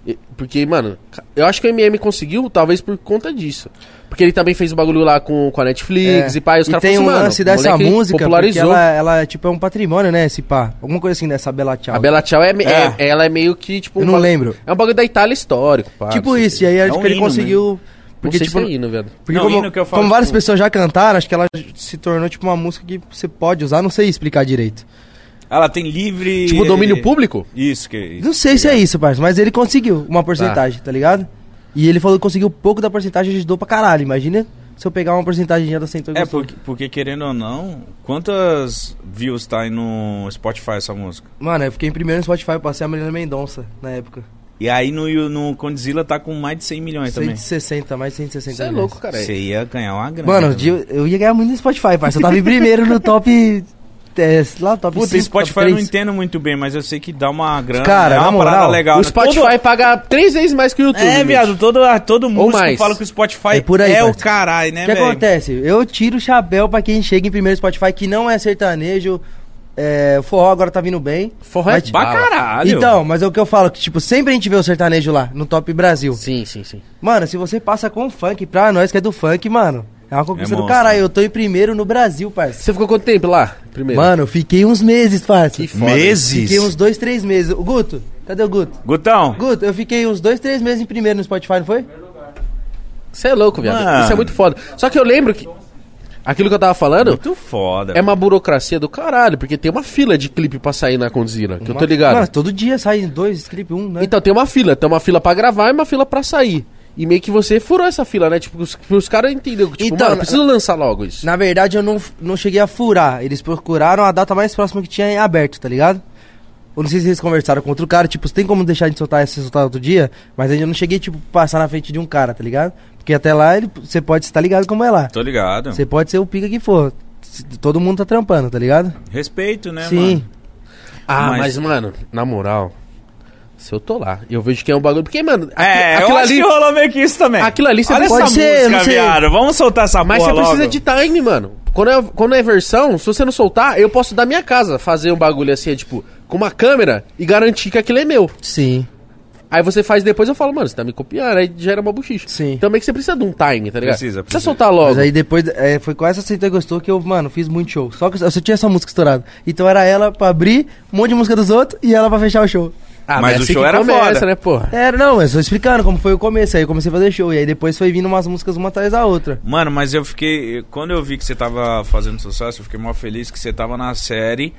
E- Porque, mano, ca- eu acho que o MM conseguiu, talvez por conta disso. Porque ele também fez o bagulho lá com, com a Netflix e pai, os
e
caras
tem
falam
um
assim, mano,
lance
o
dessa
moleque
música,
popularizou.
porque ela, ela, tipo, é um patrimônio, né, esse pá? Alguma coisa assim dessa Bela Tchau.
A Bela Tchau é, é-
É.
ela é meio que, tipo... um
Eu não
bagulho-
lembro.
É um bagulho da Itália histórico, pá,
Tipo
não sei.
isso, e aí acho
um
que ele
hino, né?
conseguiu... Porque,
não sei
tipo,
se é hino, velho.
porque
Não,
como,
hino que eu falo,
como várias
tipo-
pessoas já cantaram, acho que ela se tornou, tipo, uma música que você pode usar, não sei explicar direito.
Ela tem livre.
Tipo, domínio público?
Isso, que isso.
Não sei se é isso, parça, mas ele conseguiu uma porcentagem, tá ligado? E ele falou que conseguiu pouco da porcentagem, ajudou pra caralho. Imagina se eu pegar uma porcentagem da Centro
É, porque, porque querendo ou não, quantas views tá aí no Spotify essa música?
Mano, eu fiquei em primeiro no Spotify, eu passei a Marina Mendonça na época.
E aí no, Yu- no Condzilla tá com mais de 100 milhões também.
160, mais de 160
Isso é
milhões.
louco, cara.
Você ia ganhar uma grana.
Mano,
né?
de- eu ia ganhar muito no Spotify, parça. Eu tava em primeiro no top. É, sei lá, top
Puta,
5,
Spotify
top
eu não
3.
entendo muito bem, mas eu sei que dá uma grana.
Cara,
é
na
uma
moral,
parada legal.
O
né? Todo-
Spotify paga três vezes mais que o YouTube.
É,
bicho.
viado, todo, todo músico
mais.
fala que o Spotify
É
é,
por aí,
o
parceiro.
caralho,
É,
né,
O que
velho?
acontece? Eu tiro o chapéu pra quem chega em primeiro no Spotify, que não é sertanejo. É, o forró agora tá vindo bem.
Forró é
Mas- tipo,
de
Pra
bala.
caralho.
Então, mas é o que eu falo, que tipo, sempre a gente vê o sertanejo lá, no top Brasil.
Sim, sim, sim.
Mano, se você passa com funk, pra nós que é do funk, mano, é uma conquista
É
do
monstro.
caralho. Eu tô em primeiro no Brasil, parceiro.
Você ficou quanto tempo lá? Primeiro.
Mano, eu fiquei uns meses, parceiro.
Que foda.
Fiquei uns dois, três meses. O Guto, cadê o Guto?
Gutão,
Guto, eu fiquei uns dois, três meses em primeiro no Spotify, não foi?
Você é louco, viado.
Mano.
Isso é muito foda. Só que eu lembro que. Aquilo que eu tava falando
muito foda.
é uma burocracia do caralho, porque tem uma fila de clipe pra sair na Condzilla, que eu tô ligado.
Mano, todo dia sai dois, clipe um, né?
Então tem uma fila, tem uma fila pra gravar e uma fila pra sair. E meio que você furou essa fila, né? Tipo, os, os caras entenderam que, tipo,
Então,
mano, precisa lançar logo isso.
Na verdade, eu não, não cheguei a furar. Eles procuraram a data mais próxima que tinha em aberto, tá ligado? Eu não sei se eles conversaram com outro cara, tipo, tem como deixar de soltar esse soltar outro dia? Mas ainda não cheguei, tipo, passar na frente de um cara, tá ligado? Porque até lá ele- você pode estar ligado como é lá.
Tô ligado.
Você pode ser o pica que for. Se- Todo mundo tá trampando, tá ligado?
Respeito, né,
Sim.
mano?
Ah, mas...
Mas-
mano, na moral, se eu tô lá, eu vejo que é um bagulho. Porque, mano, aqui-
É, eu acho que rolou meio que isso também.
Aquilo ali você
Olha
pode
essa
ser, eu não
música,
sei.
viado. Vamos soltar essa
Mas
porra
você precisa
logo.
de time, mano. Quando é, quando é versão, se você não soltar, eu posso da minha casa fazer um bagulho assim, tipo, com uma câmera e garantir que aquilo é meu.
Sim.
Aí você faz depois, eu falo, mano, você tá me copiando, aí gera uma bochicha.
Sim.
Também que você precisa de um time, tá ligado?
Precisa,
Precisa
precisa.
soltar logo.
Mas aí depois, é, foi com essa Senta Gostou que eu, mano, fiz muito show. Só que eu só tinha essa música estourada. Então era ela pra abrir, um monte de música dos outros e ela pra fechar o show.
Ah,
Mas
é
o
assim
show
que
era
começa,
foda.
né, porra?
É, não, mas tô explicando como foi o começo. Aí eu comecei a fazer show. E aí depois foi vindo umas músicas uma atrás da outra.
Mano, mas eu fiquei. Quando eu vi que você tava fazendo sucesso, eu fiquei mó feliz que você tava na série.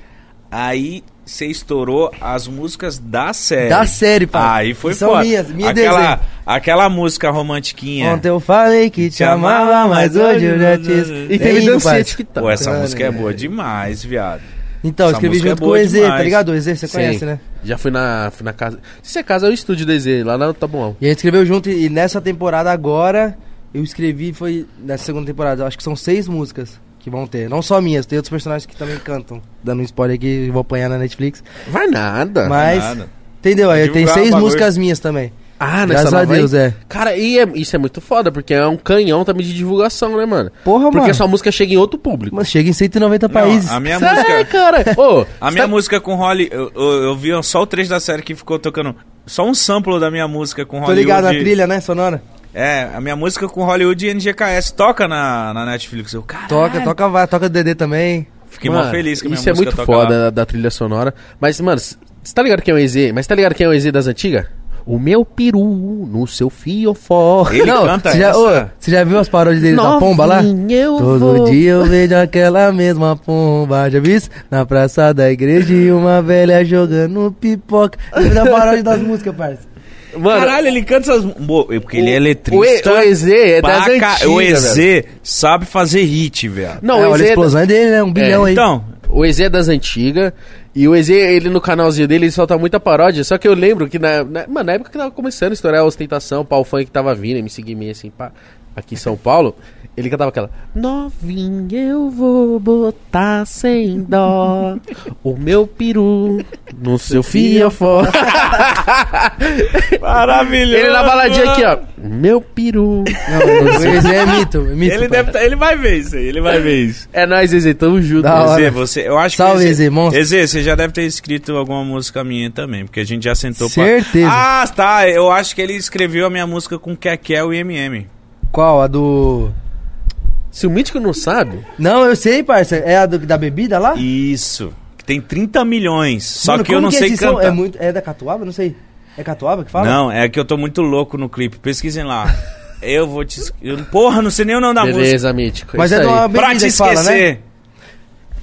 Aí você estourou as músicas da série.
Da série, pá.
Aí foi
E são
foda.
minhas, minha
aquela,
desenho.
aquela música romantiquinha.
Ontem eu falei que te amava, mas hoje eu já te
E
É
teve
indo,
dancete
parça.
que tá.
Pô, essa
Cara,
música é
é.
boa demais, viado.
Então, eu
Essa
escrevi
música
junto
é
com o
boa
EZ, tá
demais.
ligado? O EZ você
Sim.
conhece, né?
Já fui na, fui na casa. Se é casa, é o estúdio do EZ, lá na Taboão.
E a gente escreveu junto. E nessa temporada agora, eu escrevi, foi nessa segunda temporada. eu Acho que são seis músicas que vão ter. Não só minhas, tem outros personagens que também cantam. Dando um spoiler aqui, vou apanhar na Netflix.
Vai nada.
Mas,
Nada.
entendeu? Aí tem
Divulgar o
seis
bagulho.
músicas minhas também.
Ah, nessa
Graças a
nova
Deus,
aí?
é.
Cara, e é- isso é muito foda, porque é um canhão também de divulgação, né, mano?
Porra,
Porque
mano.
a sua música chega em outro público.
Mas chega em 190
Não,
países.
a minha
Sério,
música.
cara. Ô, tá-
A minha música com Holly. Eu, eu, eu vi só o trecho da série que ficou tocando. Só um sample da minha música com
Tô
Hollywood.
ligado na trilha, né, sonora?
É, a minha música com Hollywood e NGKS toca na, na Netflix. Eu, cara,
Toca, toca, vai, toca Dedê também.
fiquei mó
mano,
feliz que minha
Isso é
música
muito
toca
foda
né?
lá.
da, da trilha sonora. Mas, mano, você tá ligado que é um EZ? Mas tá ligado que é um EZ das antigas? O meu peru no seu fiofó.
Ele canta
Você já,
essa?
ô, você já viu as paródias dele da pomba lá?
Novinho eu
Todo
vou.
dia eu vejo aquela mesma pomba, já viu isso? Na praça da igreja e uma velha jogando pipoca. Lembra da paródia das músicas, parça?
Mano,
Caralho, ele canta essas. Bo- é Porque ele é
o, E-
eletrista.
o EZ é
pra
das antigas,
ca- O Ah, EZ
velho.
sabe fazer hit, velho.
Não,
é,
o EZ
olha
é
a
da-
explosão dele, né? Um bilhão aí.
Então,
O EZ é das antigas. E o EZ, ele no canalzinho dele, ele solta muita paródia. Só que eu lembro que na, na- mano, na época que tava começando a estourar a ostentação, pau funk tava vindo, me seguir meio assim, pá. aqui em São Paulo, ele cantava aquela Novinha eu vou botar sem dó O meu peru no seu fiofó
Maravilhoso.
Ele na baladinha aqui, ó Meu peru
Não, o Zezé é mito, é mito.
Ele,
pai.
deve tá- ele vai ver isso aí, ele vai ver isso.
É nóis, Zezé, tamo junto
Da hora.
Zê, você, eu acho
Salve,
que.
Zê, monstro.
Zê, você já deve ter escrito alguma música minha também, porque a gente já sentou
Certeza.
pra. Ah, tá. Eu acho que ele escreveu a minha música com Kekel e MM.
Qual? A do...
Se o Mítico não sabe
Não, eu sei, parça. É a do- da bebida lá?
Isso. Que tem 30 milhões. Só
Mano,
que eu
como
não sei
esses são?
cantar.
É, muito... é da Catuaba? Não sei. É Catuaba que fala?
Não, é que eu tô muito louco no clipe. Pesquisem lá. eu vou te. es- eu- porra, não sei nem o nome da música.
Beleza, Mítico
Ah, Mas
isso
é de
aí.
uma bebida
Pra te
que fala, né?
esquecer.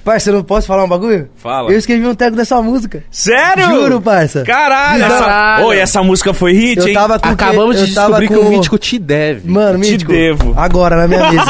Parça, eu não posso falar um bagulho?
Fala.
Eu escrevi um teco dessa música.
Sério?
Juro, parça.
Caralho, essa...
Caralho.
Oi, essa música foi hit,
Eu
hein?
tava com...
Acabamos
eu
de
tava
descobrir que
com-
o Mítico te deve
Mano,
Te
Mítico,
devo.
agora na minha mesa.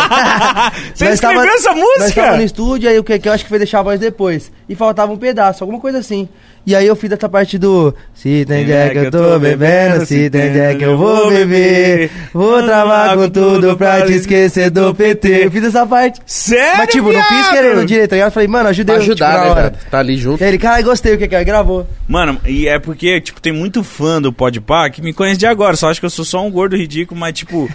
Você
Nós
escreveu
tava-
essa
Nós
música?
tava no estúdio, aí o que que eu acho que foi deixar a voz depois. E faltava um pedaço, alguma coisa assim. E aí eu fiz essa parte do Se tem Jack eu tô bebendo, se tem Jack eu vou beber. Vou travar com tudo pra te esquecer do PT. Eu fiz essa parte.
Sério,
Mas tipo, não fiz
viado?
querendo direito, tá ligado? Eu Falei, mano, ajudei
Pra
eu, tipo,
ajudar,
na
né,
hora.
velho? Tá ali junto
E aí ele, caralho, gostei, o que que é? Gravou.
Mano, e é porque, tipo, tem muito fã do Podpah que me conhece de agora. Só acho que eu sou só um gordo ridículo, mas, tipo...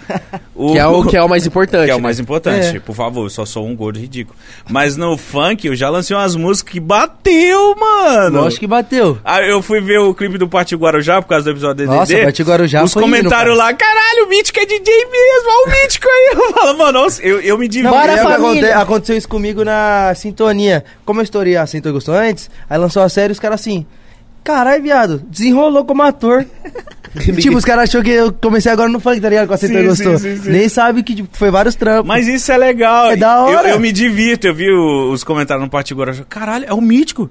o-
Que é o que é o mais importante
Que é o
né?
mais importante.
É.
Por favor, eu só sou um gordo ridículo. Mas no funk, eu já lancei umas músicas que bateu, mano.
Lógico que bateu.
Ah, eu fui ver o clipe do Pati Guarujá por causa do episódio do
Nossa,
DDD.
Pati Guarujá
Os
foi hino,
comentários
parça.
lá, caralho, o Mítico é DJ mesmo, olha o Mítico aí. Eu falo, mano, nossa, eu, eu me divido.
Bora,
eu,
família. Aconteceu isso comigo na Sintonia. Como eu estourei a é Sintonia Gostou antes, aí lançou a série os caras assim... Caralho, viado, desenrolou como ator. E, tipo, os caras achou que eu comecei agora no funk, tá ligado? Com a Sintonia
Sim,
Gostou.
sim, sim, sim.
Nem sabe que tipo, foi vários trampos.
Mas isso é legal.
É da hora.
Eu, eu me divirto, eu vi o- os comentários no Pati Guarujá. Caralho, é o Mítico.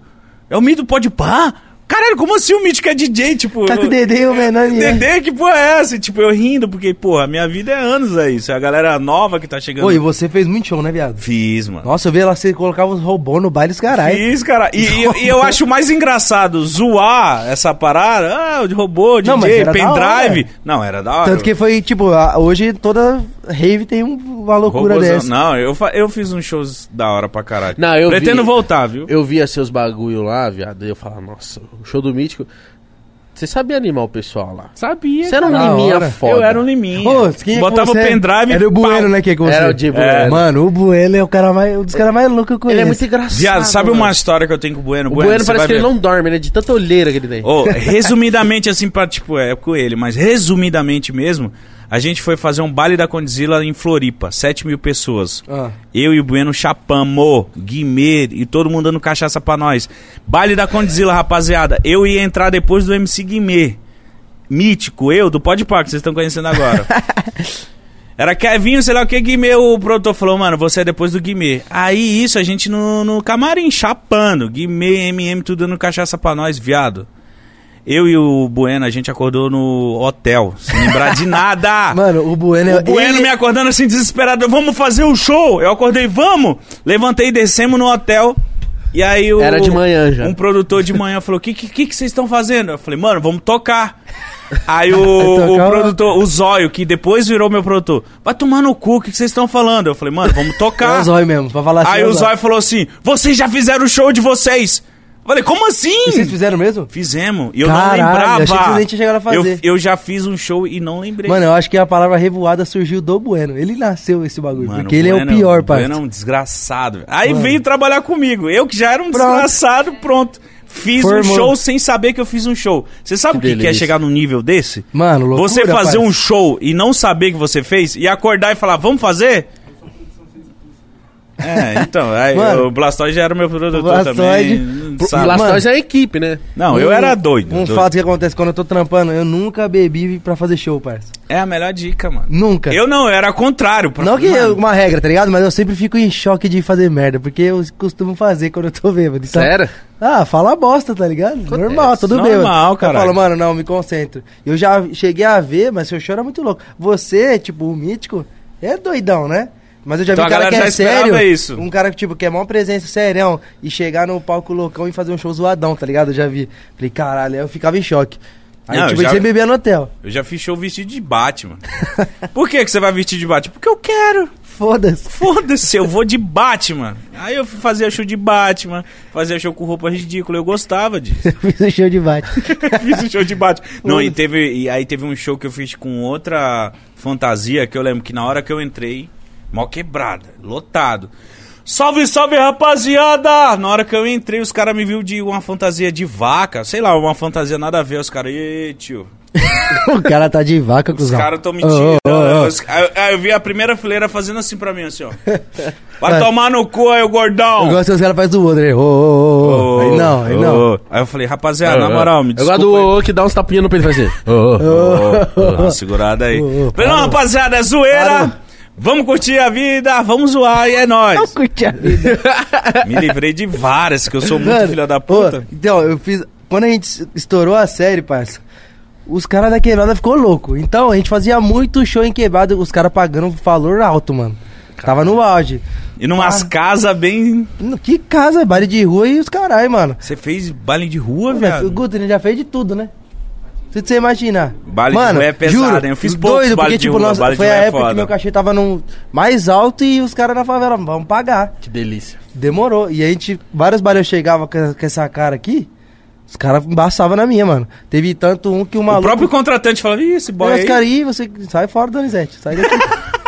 É o Mítico do Pode Pá. Caralho, como assim o Mítico é DJ? Tipo,
Tá com o Dedê e o Menani. né?
Entender que porra é essa? E, Tipo, eu rindo, porque, porra, a minha vida é anos aí. Isso é a galera nova que tá chegando.
Ô, e você fez muito show, né, viado?
Fiz, mano.
Nossa, eu vi lá, você colocava os robôs no baile dos caralho.
Fiz, cara. E, e- e eu acho mais engraçado zoar essa parada. Ah, o de robô,
Não, mas
DJ,
era da
pendrive.
hora.
Não, era da hora.
Tanto que foi, tipo, a- hoje toda rave tem um- uma loucura
Robôzão.
dessa.
Não, eu, fa- eu fiz uns shows da hora pra caralho.
Não, eu
Pretendo
vi-
voltar, viu?
Eu via seus bagulho lá, viado, e eu falava, nossa, o show do Mítico. Você sabia animar o pessoal lá.
Sabia.
Você era um
Da
liminha
hora.
foda.
Eu era um liminha.
Ô, quem é que
Botava o
você é?
pendrive.
Era o
pau.
Bueno, né, que é com
Era
você?
o de
É.
Bueno.
Mano, o Bueno é o cara mais, um dos caras mais loucos que eu conheço.
Ele é muito engraçado.
Viado, sabe
mano.
uma história que eu tenho com o Bueno?
O Bueno,
você
parece
vai
que ele
ver.
não dorme, né? De tanta olheira que ele tem.
Ô, resumidamente, assim, pra, tipo, é com ele, mas resumidamente mesmo, a gente foi fazer um baile da Condizila em Floripa, 7 mil pessoas.
Ah.
Eu e o Bueno chapamos, Guimê e todo mundo dando cachaça pra nós. Baile da Condizila, rapaziada. Eu ia entrar depois do MC Guimê. Mítico, eu, do Pode Parque, vocês estão conhecendo agora. Era Kevinho, sei lá o que, Guimê, o produtor falou, mano, você é depois do Guimê. Aí isso, a gente no, no camarim, chapando. Guimê, MM, tudo dando cachaça pra nós, viado. Eu e o Bueno, a gente acordou no hotel, sem lembrar de nada.
Mano, o Bueno é...
O Bueno
ele-
me acordando assim, desesperado. Vamos fazer o show. Eu acordei, vamos. Levantei, descemos no hotel. E aí o...
Era de manhã já.
Um produtor de manhã falou, o que, que, que que vocês estão fazendo? Eu falei, mano, vamos tocar. Aí o,
Vai tocar
o
uma-
produtor, o Zóio, que depois virou meu produtor, vai tomar no cu, o que que vocês estão falando? Eu falei, mano, vamos
É
tocar.
o zóio mesmo, pra falar assim.
aí
é
o Zóio falou assim, vocês já fizeram o show de vocês. Eu falei, como assim?
E Vocês fizeram mesmo?
Fizemos. E eu
Caralho,
não lembrava.
achei que vocês nem tinham chegado a fazer.
Eu, eu já fiz um show e não lembrei.
Mano, eu acho que a palavra revoada surgiu do Bueno. Ele nasceu esse bagulho,
Mano,
porque ele é o
Bueno-
pior, pai.
Bueno é um desgraçado. Aí veio trabalhar comigo. Eu que já era um
Pronto.
desgraçado, pronto. Fiz um
Formou.
show sem saber que eu fiz um show. Você sabe
Que
o que, que é
delícia.
chegar num nível desse?
Mano, loucura,
você fazer
parça.
um show e não saber que você fez e acordar e falar, vamos fazer? É, então, aí,
Mano,
o Blastoise já era meu produtor
Blastoise-
também. não
Pro-
sabe.
Blas-
Blastoise é a equipe, né?
Não, eu
Um-
era doido.
Um
doido.
fato que acontece quando eu tô trampando, eu nunca bebi pra fazer show, parça.
É a melhor dica, mano.
Nunca.
Eu não, eu era contrário. pra-
Não que
Mano,
é uma regra, tá ligado? Mas eu sempre fico em choque de fazer merda, porque eu costumo fazer quando eu tô bêbado. Então,
Sério?
Ah, fala bosta, tá ligado? Normal, tudo bem.
é Normal, caralho.
Eu falo, mano, não, me concentro. Eu já cheguei a ver, mas seu show era muito louco. Você, tipo, o mítico, é doidão, né? Mas eu já
Então
vi
a
um cara
galera
que
já
é
esperava
sério.
isso.
Um cara que, tipo, quer maior presença, serião, e chegar no palco loucão e fazer um show zoadão, tá ligado? Eu já vi. Falei, caralho, aí eu ficava em choque. Aí,
Não, eu
tipo, a
já-
gente sempre bebia no hotel.
Eu já fiz show vestido de Batman. Por que, que você vai vestir de Batman? Porque eu quero.
Foda-se.
Foda-se, eu vou de Batman. Aí eu fazia show de Batman, fazia show com roupa ridícula, eu gostava disso.
Eu fiz o show de bate.
fiz um show de Batman. Não, e, teve, e aí teve um show que eu fiz com outra fantasia que eu lembro que na hora que eu entrei, mó quebrada, lotado. Salve, salve, rapaziada! Na hora que eu entrei, os caras me viu de uma fantasia de vaca, sei lá, uma fantasia nada a ver, os caras, "Ê, tio,
o cara tá de vaca,
os
cuzão.
caras tão me
Ô,
tirando.
ô, ô, ô.
Os- aí- aí eu vi a primeira fileira fazendo assim pra mim, assim, ó. Vai tomar no cu aí, o gordão!
Eu gosto que os caras fazem do outro. Aí, ô, ô, ô, ô. Aí não, aí não. É,
Ô, Aí eu falei, rapaziada, na moral, me
Eu gosto
desculpa.
do ô, ô, que dá uns tapinhas no peito e faz assim. ô, ô.
Ô, ô, dá uma segurada aí.
Ô, ô,
Falei, não, rapaziada, é zoeira. Vamos curtir a vida, vamos zoar e é nóis.
Curti a vida.
Me livrei de várias, que eu sou muito
Mano,
filho da
ô,
puta.
então, eu fiz. Quando a gente estourou a série, parça, os caras da quebrada ficou louco. Então, a gente fazia muito show em quebrada, os caras pagando valor alto, mano. Tava no auge.
E numas
Ah.
casas bem.
No- Que casa, baile de rua e os carai, mano.
Você fez baile de rua,
O
velho?
Guto, ele já fez de tudo, né? Tudo que você imaginar.
Baile de rua é pesado, hein? Eu fiz poucos
doido,
baile
porque,
de
tipo,
rua,
nossa,
baile de
foi a
rua é
época
foda.
que meu cachê tava no mais alto e os caras da favela, vamos pagar.
Que delícia.
Demorou. E a gente, vários bailes eu chegava com, com essa cara aqui, os caras embaçavam na minha, mano. Teve tanto um que o
O
maluco.
próprio contratante falava, ih, esse boy.
Aí os
aí,
caras, "Ih, você sai fora, Donizete, sai daqui.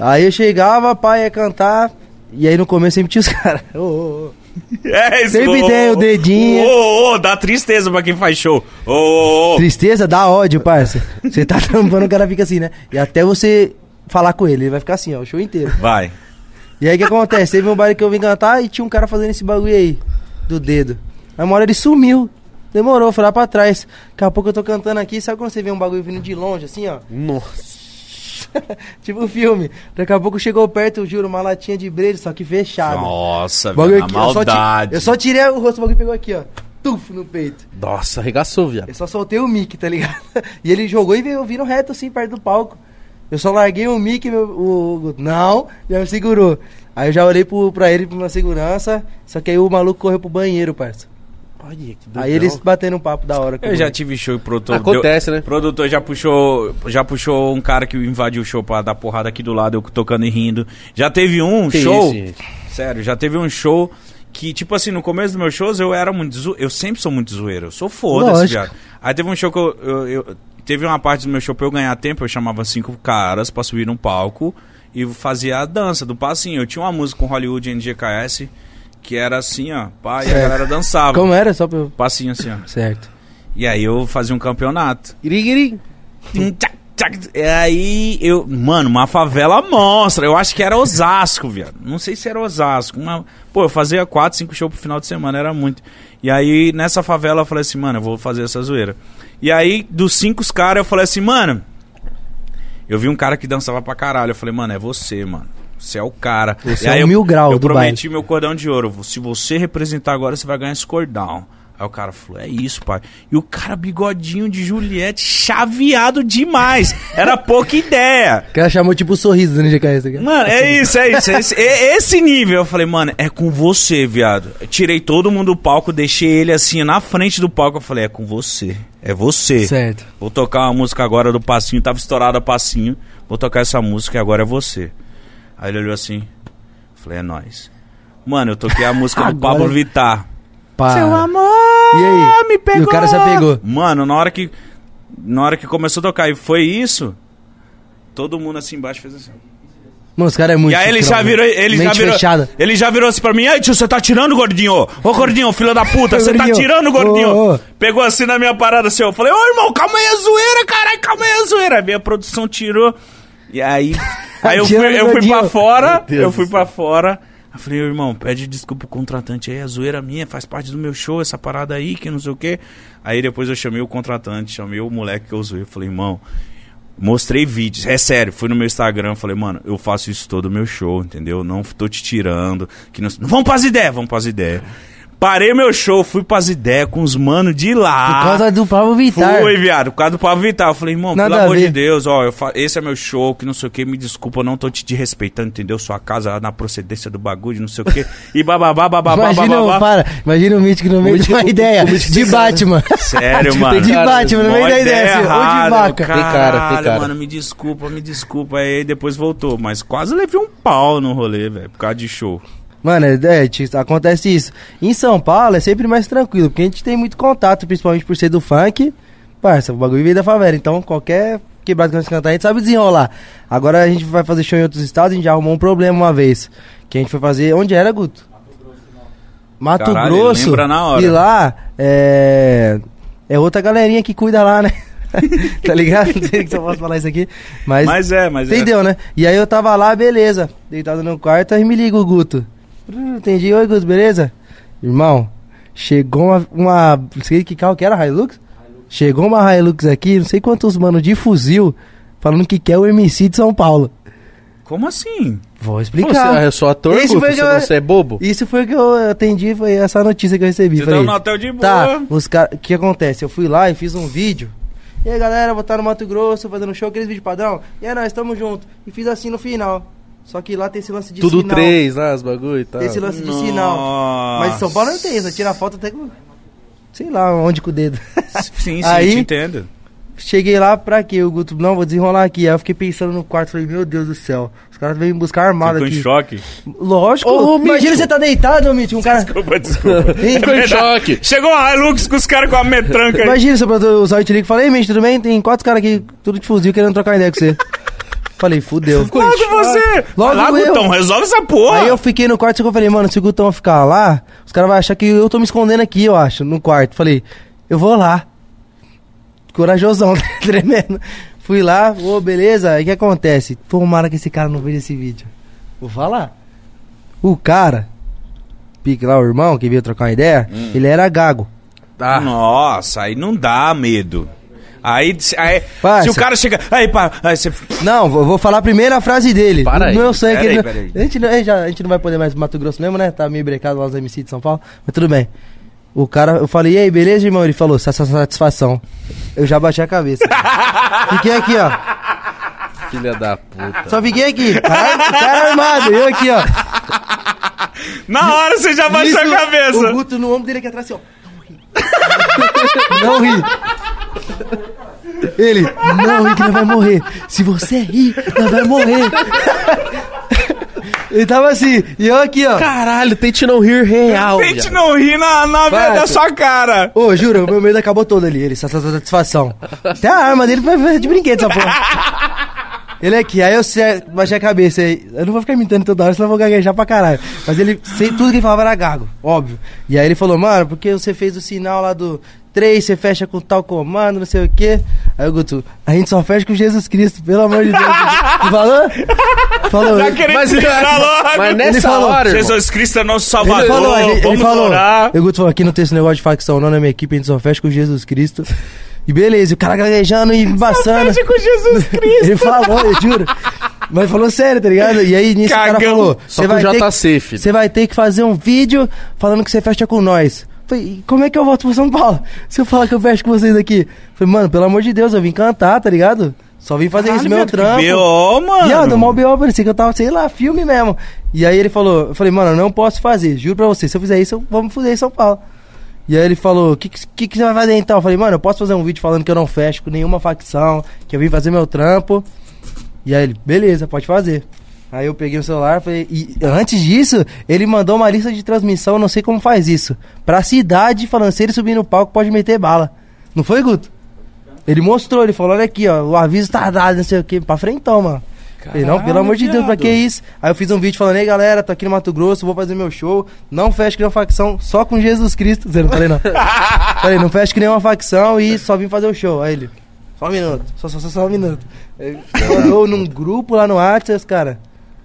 aí eu chegava, pai ia cantar, e aí no começo sempre tinha os caras. Ô, ô, ô.
É, esse-
Sempre tem o dedinho.
Ô, ô, ô, dá tristeza pra quem faz show. Ô, ô, ô.
Tristeza dá ódio, parça. Você tá tampando, o cara fica assim, né? E até você falar com ele, ele vai ficar assim, ó, o show inteiro.
Vai.
E aí o que acontece? Teve um baile que eu vim cantar e tinha um cara fazendo esse bagulho aí, do dedo. Aí uma hora ele sumiu. Demorou, foi lá pra trás. Daqui a pouco eu tô cantando aqui, sabe quando você vê um bagulho vindo de longe, assim, ó?
Nossa.
Tipo um filme. Daqui a pouco chegou perto, eu juro, uma latinha de brejo, só que fechada.
Nossa,
O bagulho
velho, a
aqui, eu só, ti-
maldade.
eu só tirei o rosto, o bagulho pegou aqui, ó. Tuf no peito.
Nossa, arregaçou, viado.
Eu só soltei o mic, tá ligado? E ele jogou e veio vindo reto assim, perto do palco. Eu só larguei o mic, meu, o, o- não, já me segurou. Aí eu já olhei pro, pra ele, pra uma segurança, só que aí o maluco correu pro banheiro, parça.
Olha, que doidão.
Aí eles bateram um papo da hora. com
Eu
o
já
moleque.
tive show e produtor.
Acontece,
deu-
né?
Produtor já puxou, já puxou um cara que invadiu o show pra dar porrada aqui do lado, eu tocando e rindo. Já teve um
Que
show.
isso, gente.
sério, já teve um show que, tipo assim, no começo dos meus shows eu era muito. Zo... Eu sempre sou muito zoeiro. Eu sou foda-se,
Lógico.
viado. Aí teve um show que eu, eu- eu- Teve uma parte do meu show pra eu ganhar tempo, eu chamava cinco caras pra subir num palco e fazia a dança do passinho. Eu tinha uma música com Hollywood NGKS que era assim, ó. Pá, e a
Certo.
galera dançava.
Como era? Só pra eu...
Passinho assim, ó.
Certo.
E aí eu fazia um campeonato.
Iriguiri.
Tim, tchac, tchac. E aí eu. Mano, uma favela monstra. Eu acho que era Osasco, viado. Não sei se era Osasco. uma- Pô, eu fazia quatro, cinco shows pro final de semana, era muito. E aí nessa favela eu falei assim, mano, eu vou fazer essa zoeira. E aí dos cinco caras eu falei assim, mano. Eu vi um cara que dançava pra caralho. Eu falei, mano, é você, mano. Você é o cara.
Você
E
é
aí
o
eu-
mil grau
Eu
do
prometi meu cordão de ouro. Se você representar agora, você vai ganhar esse cordão. Aí o cara falou, é isso, pai. E o cara, bigodinho de Juliette, chaveado demais. Era pouca ideia.
O cara chamou tipo o sorriso do NGKS. aqui.
Mano, é isso, é isso. É esse, é esse nível. Eu falei, mano, é com você, viado. Eu tirei todo mundo do palco, deixei ele assim na frente do palco. Eu falei, é com você. É você.
Certo.
Vou tocar uma música agora do Passinho, tava estourada Passinho. Vou tocar essa música e agora é você. Aí ele olhou assim. Falei, é nóis. Mano, eu toquei a música do
Agora-
Pablo Vittar.
Pá.
amor
Ah. E aí?
me pegou.
E o cara já pegou.
Mano, na hora que na hora que começou a tocar e foi isso, todo mundo assim embaixo fez assim.
Mano, os caras é muito
e aí ele
chucrão,
já virou,
mano.
ele já
Mente
virou,
fechada.
ele já virou assim pra mim, ai tio, você tá tirando, gordinho? Ô, gordinho, filho da puta, você tá
Gordinho.
tirando, gordinho?
Ô, ô.
Pegou assim na minha parada, assim, eu falei, ô, irmão, calma aí a zoeira, caralho, calma aí a zoeira. Aí Minha produção tirou, e aí, aí eu
Tirando,
fui, eu fui pra
gordinho.
fora,
Meu Deus
eu fui
do
pra fora, eu falei, ô, irmão, pede desculpa pro contratante aí, a zoeira minha, faz parte do meu show, essa parada aí, que não sei o quê. Aí depois eu chamei o contratante, chamei o moleque que eu zoei, falei, irmão... Mostrei vídeos, é sério, fui no meu Instagram, falei, mano, eu faço isso todo meu show, entendeu? Não tô te tirando, que não... Vamos pras ideias, vamos pras ideias. Parei meu show, fui pras ideias com os manos de lá.
Por causa do Pablo Vittar.
Ah, Foi, viado, por causa do Pablo Vittar. Eu falei, irmão,
Nada
pelo
a
amor
ver.
de Deus, ó, eu fa- esse é meu show, que não sei o que, me desculpa, eu não tô te, te respeitando, entendeu? Sua casa na procedência do bagulho, não sei o que. E bababá, bababá,
Imagina,
bababá.
para, imagina o Mítico no meio de uma ideia de Batman.
Sério, mano.
De
Cara,
Batman, no meio
Mó
da
é
ideia, assim, ou de
errada,
vaca.
Caralho,
Tem cara, tem cara.
mano, me desculpa, me desculpa. Aí depois voltou, mas quase levei um pau no rolê, velho, por causa de show.
Mano, é, é, ti- acontece isso. Em São Paulo é sempre mais tranquilo, porque a gente tem muito contato, principalmente por ser do funk. Parça, o bagulho veio da favela, então qualquer quebrado que nós cantar, a gente sabe desenrolar. Agora a gente vai fazer show em outros estados, a gente já arrumou um problema uma vez. Que a gente foi fazer. Onde era, Guto? Mato Grosso.
Caralho, lembra na hora.
E lá, é. É outra galerinha que cuida lá, né? tá ligado? Não sei se eu posso falar isso aqui. Mas,
Mas é, mas é.
Entendeu, né? E aí eu tava lá, beleza. Deitado no quarto, aí me liga o Guto. Brrr, Entendi. Oi, Guto, beleza? Irmão, chegou uma. uma não sei que carro que era, Hilux? Chegou uma Hilux aqui, não sei quantos mano de fuzil, falando que quer o MC de São Paulo.
Como assim?
Vou
Você, ah,
explicar.
eu sou ator,
Esse
Guto,
foi que
você,
eu-
você é bobo?
Isso foi o que eu atendi, foi essa notícia que eu recebi.
Você
Falei,
tava no hotel de boa.
Tá, os caras. O que acontece? Eu fui lá e fiz um vídeo. E aí, galera, vou estar no Mato Grosso fazendo show, aqueles vídeos padrão. E aí, nós tamo junto. E fiz assim no final. Só que lá tem esse lance de
Tudo
sinal.
três, né, as bagulho e tal.
Tem esse lance de sinal. Mas em São Paulo não tem isso. né? Tira a foto até com. Sei lá onde com o dedo.
Sim, sim,
Aí-
te entendo.
Cheguei lá pra quê? O Guto, não, vou desenrolar aqui. Aí eu fiquei pensando no quarto. Falei, meu Deus do céu. Os caras vêm me buscar armado
Ficou em
aqui.
choque.
Lógico.
Ô, ô,
Imagina
Mítico.
você tá deitado, Mitch. Um cara.
Desculpa, É desculpa.
Ficou em choque.
tá. Chegou a Hilux com os caras com a metranca aí.
Imagina se eu usar o Itilico e falei, ei, Mitch, tudo bem? Tem quatro caras aqui, tudo de fuzil, querendo trocar ideia com você. falei, fudeu.
Logo você!
Logo
Vai lá,
eu.
Gutão, resolve essa porra!
Aí eu fiquei no quarto, só que eu falei, mano, se o Gutão ficar lá, os caras vão achar que eu tô me escondendo aqui, eu acho, no quarto. Falei, eu vou lá. Corajosão, né? tremendo. Fui lá, ô, beleza, aí o que acontece? Tomara que esse cara não veja esse vídeo. Vou falar. O cara, pique lá, o irmão, que veio trocar uma ideia,
Hum.
ele era gago.
Tá.
Nossa, aí não dá medo. Aí, se- aí,
Parça.
se o cara chega. Aí, pá, aí você.
Não, vou, vou falar a primeira frase dele.
Para aí,
Não, eu sei
pera
que ele
aí,
não-
pera aí.
A, gente, não- a gente já- a gente não vai poder mais pro Mato Grosso mesmo, né? Tá meio brecado lá os MC de São Paulo, mas tudo bem. O cara, eu falei, e aí, beleza, irmão? Ele falou, "Sa- sa- satisfação. Eu já bati a cabeça. fiquei aqui, ó.
Filha da puta.
Só fiquei aqui. Caralho, o cara é armado, eu aqui, ó.
Na hora você já baixou
Isso,
a cabeça.
O Guto no ombro dele aqui atrás, assim, ó. Não ri. Ele, não ri que não vai morrer. Se você rir, não vai morrer. Ele tava assim, e eu aqui, ó.
Caralho, tente não rir real.
Tente
viado.
não rir na, na
Vai,
da
cê-
sua cara.
Ô, juro, meu medo acabou todo ali. Ele, sa- sa- sa- satisfação. Até a arma dele vai vai de brinquedo, essa porra. Ele aqui, aí eu se- baixei a cabeça. aí- Eu não vou ficar imitando toda hora, senão eu vou gaguejar pra caralho. Mas ele, sei, tudo que ele falava era gago, óbvio. E aí ele falou, mano, porque você fez o sinal lá do 3, você fecha com tal comando, não sei o quê. Aí o Guto, a gente só fecha com Jesus Cristo, pelo amor de Deus. Ele falou? Falou. né?
Tá querendo
Mas,
mas, logo.
mas
Ele
nessa
falou,
hora, irmão,
Jesus Cristo é nosso
Ele
salvador.
falou, ele, ele
Vamos
falou.
orar.
E O Guto falou, aqui não tem esse negócio de facção não na minha equipe, a gente só fecha com Jesus Cristo. E beleza, e o cara gaguejando e embaçando.
com Jesus Cristo.
Ele falou, eu juro. Mas falou sério, tá ligado? E aí nisso o cara
Cagão.
falou,
Só
"Você
que
vai
o
tá
ter
JC,
que-
né?"
filho.
Você vai ter que fazer um vídeo falando que você fecha com nós. Falei, "E como é que eu volto pra São Paulo? Se eu falar que eu fecho com vocês aqui. Falei, mano, pelo amor de Deus, eu vim cantar, tá ligado? Só vim fazer isso, meu trampo.
B.O., mano.
Viado, mó B.O. parecia que eu tava, sei lá, filme mesmo. E aí ele falou, eu falei, mano, eu não posso fazer, juro pra você, se eu fizer isso, eu vou me fuder em São Paulo. E aí ele falou, o que, que, que você vai fazer então? Eu falei, mano, eu posso fazer um vídeo falando que eu não fecho com nenhuma facção, que eu vim fazer meu trampo. E aí ele, beleza, pode fazer. Aí eu peguei o celular falei, e antes disso, ele mandou uma lista de transmissão, eu não sei como faz isso, pra cidade falando, se ele subir no palco, pode meter bala. Não foi, Guto? Ele mostrou, ele falou, olha aqui, ó, o aviso tá dado, não sei o que, pra frentão, mano. Falei, não, pelo amor de Deus, pra que isso? Aí eu fiz um vídeo falando, ei galera, tô aqui no Mato Grosso, vou fazer meu show, não fecho com nenhuma facção, só com Jesus Cristo. Você não falei não. falei, não fecho com nenhuma facção e só vim fazer o show. Aí ele, só um minuto, só, só, só, só um minuto. Aí mandou num grupo lá no WhatsApp, os cara,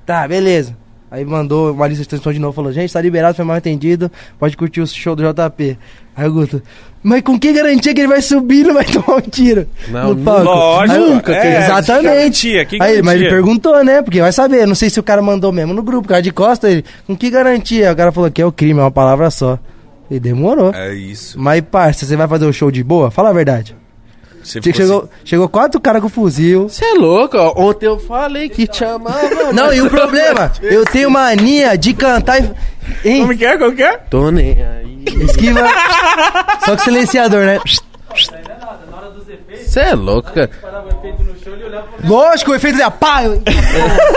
tá, beleza. Aí mandou uma lista de transmissão de novo, falou, gente, tá liberado, foi mal entendido, pode curtir o show do JP. Aí o Guto, mas com que garantia que ele vai subir e não vai tomar um tiro?
Não,
no palco?
lógico,
Aí o-
é, que
exatamente.
garantia, que
Aí, mas
garantia?
ele perguntou, né? Porque vai saber, não sei se o cara mandou mesmo no grupo, o cara de costa, ele, com que garantia? O cara falou que é o crime, é uma palavra só. E demorou.
É isso.
Mas, parça, você vai fazer o show de boa? Fala a verdade.
Você
Che-
ficou
Chegou, chegou quatro caras com fuzil.
Você é louco, ó. Ontem eu falei que te amava.
Não, e o problema? Eu tenho mania de cantar e.
assim,
Hein?
Como que é? Como que é?
Tô nem aí.
Esquiva. Só com silenciador, né?
Você é louco, cara.
Lógico, o efeito é. Pá! eu-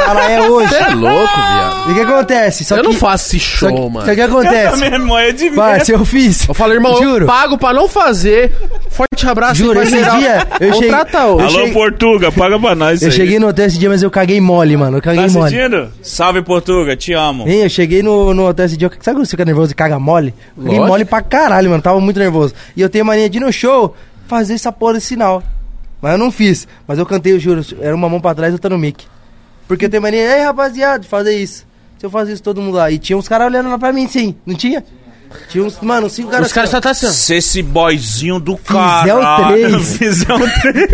Cara, é hoje.
Você é louco, viado.
E o que acontece? Só
eu
que,
não faço esse
Só
show,
que,
mano.
só que acontece?
Essa memória de
Parça, eu fiz.
Eu falei, irmão,
Juro.
eu pago pra não fazer. Forte abraço,
Juro, esse
parceirão.
dia eu cheguei-
Contrata o.
eu
Alô,
cheguei-
Portuga, paga pra nós.
Eu
isso aí.
cheguei no hotel esse dia, mas eu caguei mole, mano. Eu
Tá
caguei mole.
assistindo? Salve, Portuga, te amo.
Hein, eu cheguei no, no hotel esse dia, sabe quando você fica nervoso e caga mole? Eu Fiquei
Lógico.
mole pra caralho, mano, tava muito nervoso. E eu tenho mania de ir no show fazer essa porra de sinal. Mas eu não fiz, mas eu cantei, eu juro, era uma mão pra trás e outra no mic. Porque eu tenho mania, ei rapaziada, de fazer isso. Se eu fazer isso, todo mundo lá. E tinha uns caras olhando lá pra mim, sim, não tinha? Tinha uns, mano, uns cinco caras.
Os caras só tá assim. ó.
Cê esse boyzinho do
Fizel
caralho.
é três.
Fizel 3.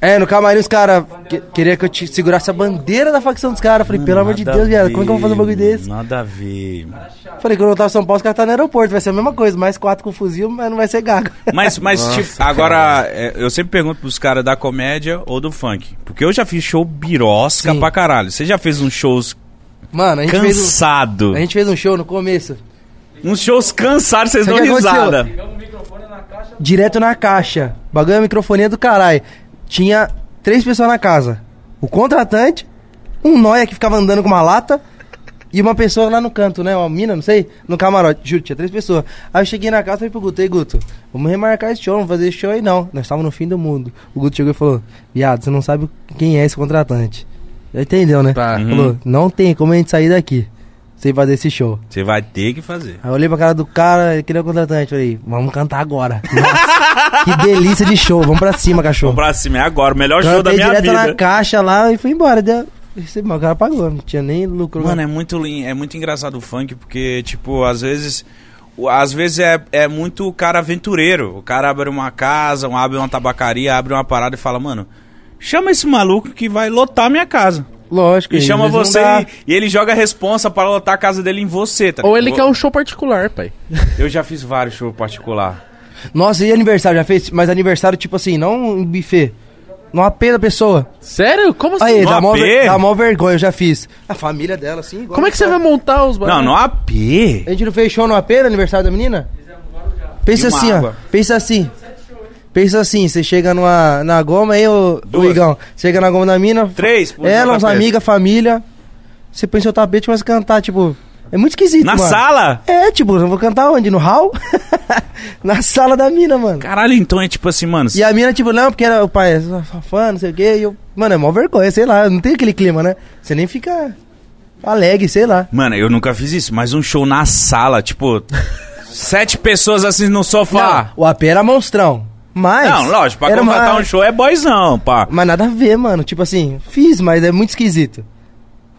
É, no camarim os caras que, queria que eu te segurasse a bandeira da facção dos caras. Eu Falei, pelo amor de Deus, viado, como é que eu vou fazer um bagulho desse?
Nada a ver. mano.
Falei, quando eu tava em São Paulo, os caras tá no aeroporto, vai ser a mesma coisa, mais quatro com fuzil, mas não vai ser gago.
Mas, mas tipo, agora, é, eu sempre pergunto pros caras da comédia ou do funk. Porque eu já fiz show birosca
Sim.
pra caralho. Você já fez uns shows
Mano, a gente, fez
cansado.
um, a gente fez um show no começo,
Uns shows cansados, vocês
Sabe
dão
o que aconteceu?
risada.
direto na caixa. Bagulho a microfonia do caralho. Tinha três pessoas na casa. O contratante, um nóia que ficava andando com uma lata e uma pessoa lá no canto, né? Uma mina, não sei, no camarote. Juro, tinha três pessoas. Aí eu cheguei na casa e falei pro Guto, ei Guto, vamos remarcar esse show, vamos fazer esse show aí não. Nós estávamos no fim do mundo. O Guto chegou e falou, viado, você não sabe quem é esse contratante. Já entendeu, né?
Tá.
Uhum.
Falou, não tem como a gente sair daqui sem fazer esse show.
Você vai ter que fazer.
Aí eu olhei pra cara do cara, ele queria o contratante. Falei, vamos cantar agora. Nossa, que delícia de show. Vamos pra cima, cachorro.
Vamos pra cima, é agora. O melhor show da
Cantei
minha
direto
vida.
na caixa lá e fui embora. Deu... Recebi, mas o cara pagou, não tinha nem lucro.
Mano, é muito, lin- é muito engraçado o funk, porque, tipo, às vezes. o- Às vezes é, é muito o cara aventureiro. O cara abre uma casa, um- abre uma tabacaria, abre uma parada e fala, mano, chama esse maluco que vai lotar minha casa.
Lógico.
E chama
às vezes
você
não dá.
e, e ele joga a responsa para lotar a casa dele em você, tá
Ou
ligado?
ele quer um show particular, pai.
Eu já fiz vários shows particular.
Nossa, e aniversário? Já fez? Mas aniversário, tipo assim, não em buffet. No AP da pessoa.
Sério? Como assim?
Aí,
No
dá mó,
AP?
ver- dá mó vergonha, eu já fiz. A família dela, assim. igual
Como é que você
a-
vai montar os
Não, no AP.
A gente não fez show no AP no aniversário da menina? Pensa
E uma
assim, ó.
água.
Pensa assim. Pensa assim, você chega numa, na goma, aí, ô, ô
Duas.
Igão. Chega na goma da mina.
Três, pô,
Ela,
no
uns
tapete.
amigas, família. Você põe seu tapete e começa a cantar, tipo. É muito esquisito,
Na
mano.
sala?
É, tipo, eu vou cantar onde? No hall? na sala da mina, mano.
Caralho, então é tipo assim, mano.
E a mina, tipo, não, porque era o pai é só fã, não sei o quê. E eu, mano, é mó vergonha, sei lá. Não tem aquele clima, né? Você nem fica alegre, sei lá.
Mano, eu nunca fiz isso, mas um show na sala, tipo, sete pessoas assim no sofá.
Não, o AP era monstrão. Mas.
Não, lógico, pra
É era uma-
contratar um show é boyzão, pá.
Mas nada a ver, mano. Tipo assim, fiz, mas é muito esquisito.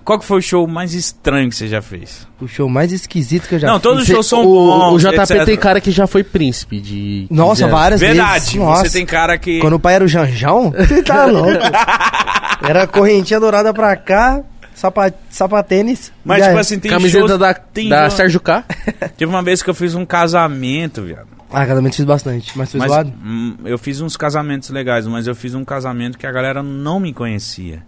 Qual que foi o show mais estranho que você já fez?
O show mais esquisito que eu já
Não, todos os
fiz.
shows Então são
O, o
bons,
JP tem
etc.
cara que já foi príncipe de. 15
Nossa,
anos.
várias vezes.
Verdade,
Nossa.
você tem cara que...
Quando o pai era o Janjão, você tá louco. Era correntinha dourada pra cá, sapa... sapatênis.
Mas,
já
tipo
era.
assim, tem
Camiseta
shows-
da,
tem
da
show-
Sérgio K.
Teve uma vez que eu fiz um casamento, viado.
Ah, casamento fiz bastante, mas fui
Mas,
zoado.
hum, eu fiz uns casamentos legais, mas eu fiz um casamento que a galera não me conhecia.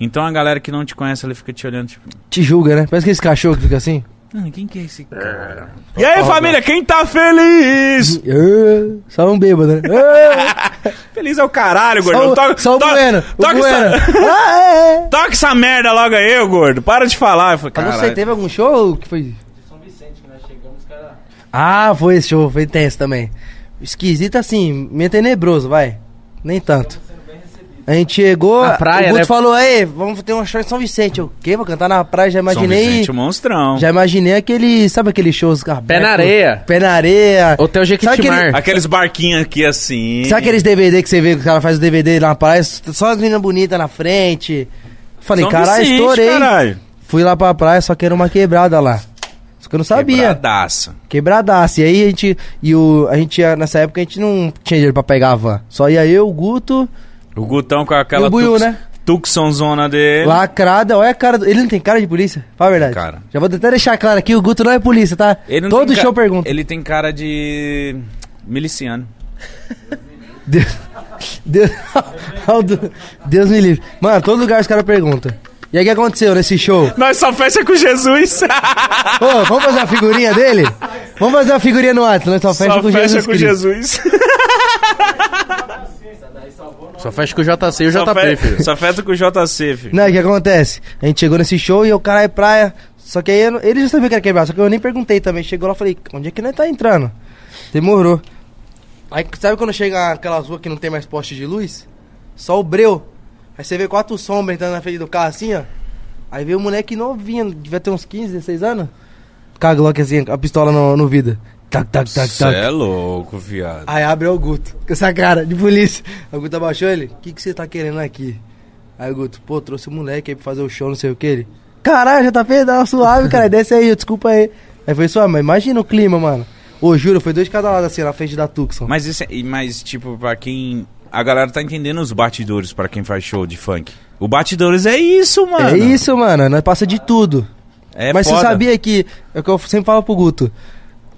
Então a galera que não te conhece, ela fica te olhando, tipo...
Te julga, né? Parece que esse cachorro que fica assim.
"Ah, quem que é esse cara? E aí, família, quem tá feliz?
Ah, Só um bêbado, né? Ah,
Feliz é o caralho, gordo.
Só, o-
Toca-
só o
to-
Bueno.
toca
o Bueno.
essa-
Ah, é, é.
Toca essa merda logo aí, ô gordo. Para de falar. Eu falei,
Mas não
"Caralho."
sei, teve algum show que foi? De São Vicente, que nós chegamos, cara. Ah, foi esse show, foi intenso também. Esquisito assim, meio tenebroso, vai. Nem tanto. A gente chegou,
Na praia,
o Guto
né?
falou, aí, vamos ter um show em São Vicente. Eu, o quê? Vou cantar na praia, já
São
imaginei.
Vicente, o monstrão.
Já imaginei aquele, sabe aqueles shows abertos?
na areia.
Pé na areia.
Hotel Jequitimar.
aquele-
Aqueles barquinhos aqui assim.
Sabe aqueles DVD que você vê que o cara faz o DVD lá na praia, só as meninas bonitas na frente. Falei,
São
caralho,
Vicente,
estourei.
Caralho.
Fui lá pra praia, só que era uma quebrada lá. Só que eu não sabia.
Quebradaça.
Quebradaço. E aí a gente. E o, a gente ia, nessa época a gente não tinha dinheiro pra pegar a van. Só ia eu, o Guto.
O Gutão com
E
aquela
o Buiu,
tux,
né?
Tucsonzona dele.
Lacrada, olha a cara do... Ele não tem cara de polícia? Fala a verdade.
Cara.
Já vou até deixar claro aqui, o Guto não é polícia, tá?
Ele não
Todo
tem ca-
show pergunta.
Ele tem cara de. miliciano.
Deus, Deus, Aldo- Deus me livre. Mano, todo lugar os caras perguntam. E aí o que aconteceu nesse show?
Nós só fecha com Jesus.
Ô, vamos fazer uma figurinha dele? Vamos fazer uma figurinha no WhatsApp, nós só fecha
só
com
fecha
Jesus
com
Cristo.
Jesus.
Só fecha com o JC e o
tá
é
Só,
JP,
fe...
filho.
só fecha com JC, filho.
Não, o Né, que acontece? A gente chegou nesse show e eu, caralho, praia. Só que aí eu não- ele já sabia que era quebrado, só que eu nem perguntei também. Chegou lá e falei, onde é que nós tá entrando? Demorou. Aí sabe quando chega aquelas ruas que não tem mais poste de luz? Só o breu. Aí você vê quatro sombras entrando na frente do carro assim, ó. Aí veio um moleque novinho, devia ter uns 15, 16 anos. Caga logo assim, a pistola no, no vidro. Tac, tac, tac,
Você
tac.
é louco, viado.
Aí abre o Guto, com essa cara de polícia. Aí O Guto abaixou ele, o que, que você tá querendo aqui? Aí o Guto, pô, trouxe o moleque aí pra fazer o show, não sei o que ele. Caralho, já tá pedal suave, cara, desce aí, desculpa aí. Aí foi suave, mas imagina o clima, mano. Ô, juro, foi dois de cada lado assim, na frente da Tucson.
Mas isso é, e- mas tipo, pra quem. A galera tá entendendo os batidores pra quem faz show de funk. O batidores é isso, mano.
é isso, mano, nós passa de tudo.
É
mas você
foda.
sabia que, é o que eu sempre falo pro Guto,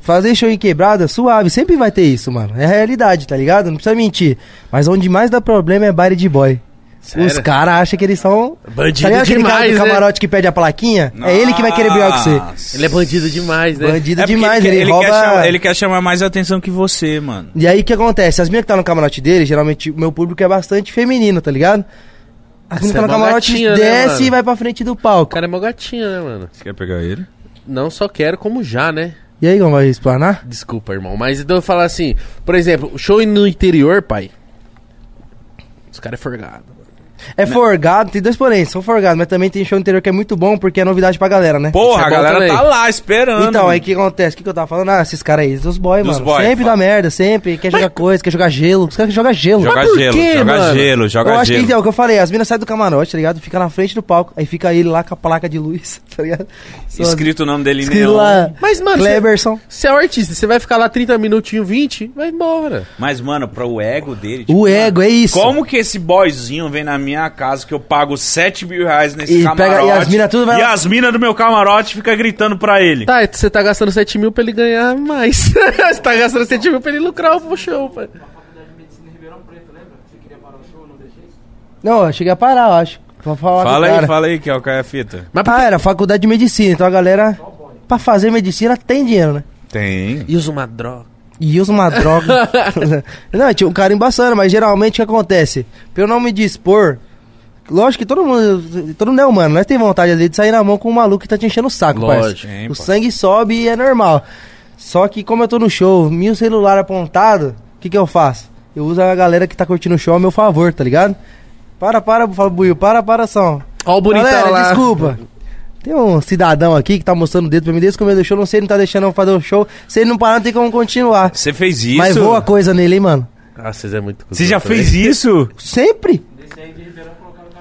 fazer show em quebrada, suave, sempre vai ter isso, mano. É a realidade, tá ligado? Não precisa mentir. Mas onde mais dá problema é baile de boy. Os caras acham que eles são
Bandido
tá ligado aquele cara
demais,
do
né?
camarote que pede a plaquinha? É ele que vai querer brigar com você.
Nossa.
Ele é bandido demais, né?
Bandido
É porque
demais,
quer-
ele, rouba...
Quer chamar, ele quer chamar mais atenção que você, mano.
E aí o que acontece? As meninas que tá no camarote dele, geralmente o meu público é bastante feminino, tá ligado? As meninas que
é
tá no
mó
camarote
gatinha, né,
desce
mano?
e vai pra frente do
O
palco.
cara é mó gatinho, né, mano?
Você quer pegar ele?
Não só quero, como já, né?
E aí, como vai explanar?
Desculpa, irmão. Mas então eu falo assim, por exemplo, show no interior, pai. Os caras é forgado.
Né?
É forgado, tem dois porém, são forgados, mas também tem show interior que é muito bom porque é novidade pra galera, né?
Porra,
Isso é
a
bom
galera
também.
tá lá esperando.
Então, aí
mano.
o que acontece? O que, que eu tava falando? Ah, esses caras aí, os boys,
Dos
mano.
boy,
sempre
fala.
dá merda, sempre. Quer jogar coisa, quer jogar gelo. Os caras jogam gelo.
Joga
Mas por
gelo,
quê,
joga
mano?
gelo,
eu
joga
acho que
gelo.
então, é o que eu falei, as minas saem do camarote, tá ligado? Fica na frente do palco, aí fica ele lá com a placa de luz, tá ligado? Só-
Escrito o nome dele em
escrito
neon.
lá.
Mas, mano,
Cleberson.
Você é um artista, você vai ficar lá 30 minutinhos, 20, vai embora.
Mas, mano, pra o ego dele. tipo,
O ego, é isso.
Como que esse boyzinho vem na minha casa que eu pago 7 mil reais nesse
E
camarote?
pega- e as mina tudo vai
E
lá-
as mina do meu camarote fica gritando pra ele.
Tá, você tá gastando 7 mil pra ele ganhar mais. você tá gastando 7 mil pra ele lucrar o show, pai.
Não, eu cheguei a parar, eu acho. Pra falar com o
Fala aí,
cara.
fala aí, que é o que é a fita.
Mas
Ah, era faculdade de medicina, então a galera, pra fazer medicina, tem dinheiro, né?
Tem.
E usa uma droga.
E usa uma droga. não, tinha um cara embaçando, mas geralmente o que acontece? Pra eu não me dispor, lógico que todo mundo. Todo mundo é humano, nós tem vontade ali de sair na mão com um maluco que tá te enchendo o saco,
Lógico,
parceiro.
hein,
o
pô.
sangue sobe e é normal. Só que como eu tô no show, meu celular apontado, o que, que eu faço? Eu uso a galera que tá curtindo o show a meu favor, tá ligado? Para, para, fala, Buio, para, para, são.
Ó o bonitão
Galera,
lá.
desculpa. Tem um cidadão aqui que tá mostrando o dedo pra mim desde o começo do show, não sei, ele não tá deixando eu fazer o show. Se ele não parar, não tem como continuar.
Você fez isso?
Mas voa coisa nele, hein, mano?
Ah, vocês é muito
Você já fez isso?
Sempre. Colocaram o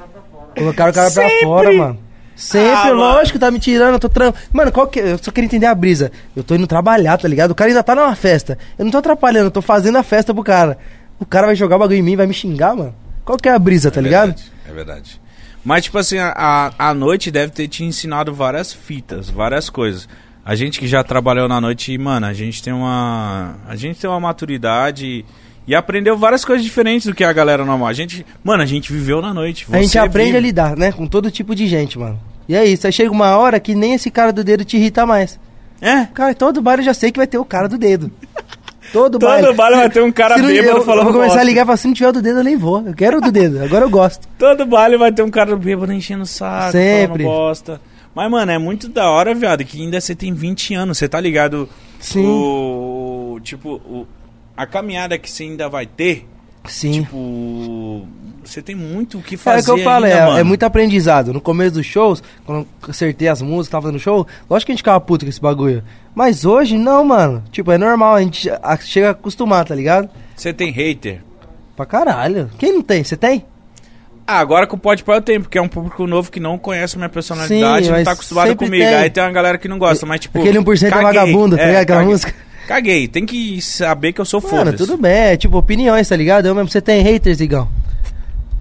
cara pra fora, mano. Sempre,
Ah,
lógico, tá me tirando, eu tô tram... Mano, qual que... é? Eu só queria entender a brisa. Eu tô indo trabalhar, tá ligado? O cara ainda tá numa festa. Eu não tô atrapalhando, eu tô fazendo a festa pro cara. O cara vai jogar o bagulho em mim, vai me xingar, mano. Qual que é a brisa, tá ligado?
Verdade, é verdade.
Mas, tipo assim, a, a noite deve ter te ensinado várias fitas, várias coisas. A gente que já trabalhou na noite, mano, a gente tem uma. A gente tem uma maturidade e, e aprendeu várias coisas diferentes do que a galera normal. A gente. Mano, a gente viveu na noite.
A gente
Você é
aprende
vive.
a lidar, né? Com todo tipo de gente, mano. E é isso. Aí chega uma hora que nem esse cara do dedo te irrita mais.
É.
Cara, todo baile eu já sei que vai ter o cara do dedo. Todo,
Todo
baile.
baile vai ter um cara
se não-
bêbado
eu- Eu
falando
vou começar
bosta.
a ligar e falar, se não tiver o do dedo, eu nem vou. Eu quero o do dedo, agora eu gosto.
Todo baile vai ter um cara bêbado enchendo o saco,
Sempre.
falando bosta. Mas, mano, é muito da hora, viado, que ainda você tem 20 anos, você tá ligado?
Sim.
O, tipo, o- a caminhada que você ainda vai ter,
Sim.
tipo, você tem muito o que
É
fazer
o que eu falo,
ainda,
é,
mano.
é muito aprendizado. No começo dos shows, quando eu acertei as músicas, tava fazendo show, lógico que a gente ficava puto com esse bagulho. Mas hoje, não, mano. Tipo, é normal, a gente a- chega a acostumar, tá ligado?
Você tem hater.
Pra caralho. Quem não tem? Você tem?
Ah, agora que o Pode Pai eu tenho, porque é um público novo que não conhece minha personalidade,
Sim,
não
mas
tá acostumado
sempre
comigo.
tem.
Aí tem uma galera que não gosta, mas tipo.
Aquele 1% é vagabundo, tá ligado? Aquela
caguei.
música.
Caguei, tem que saber que eu sou foda.
Mano, tudo bem. É tipo opiniões, tá ligado? Eu mesmo, você tem haters, Igão?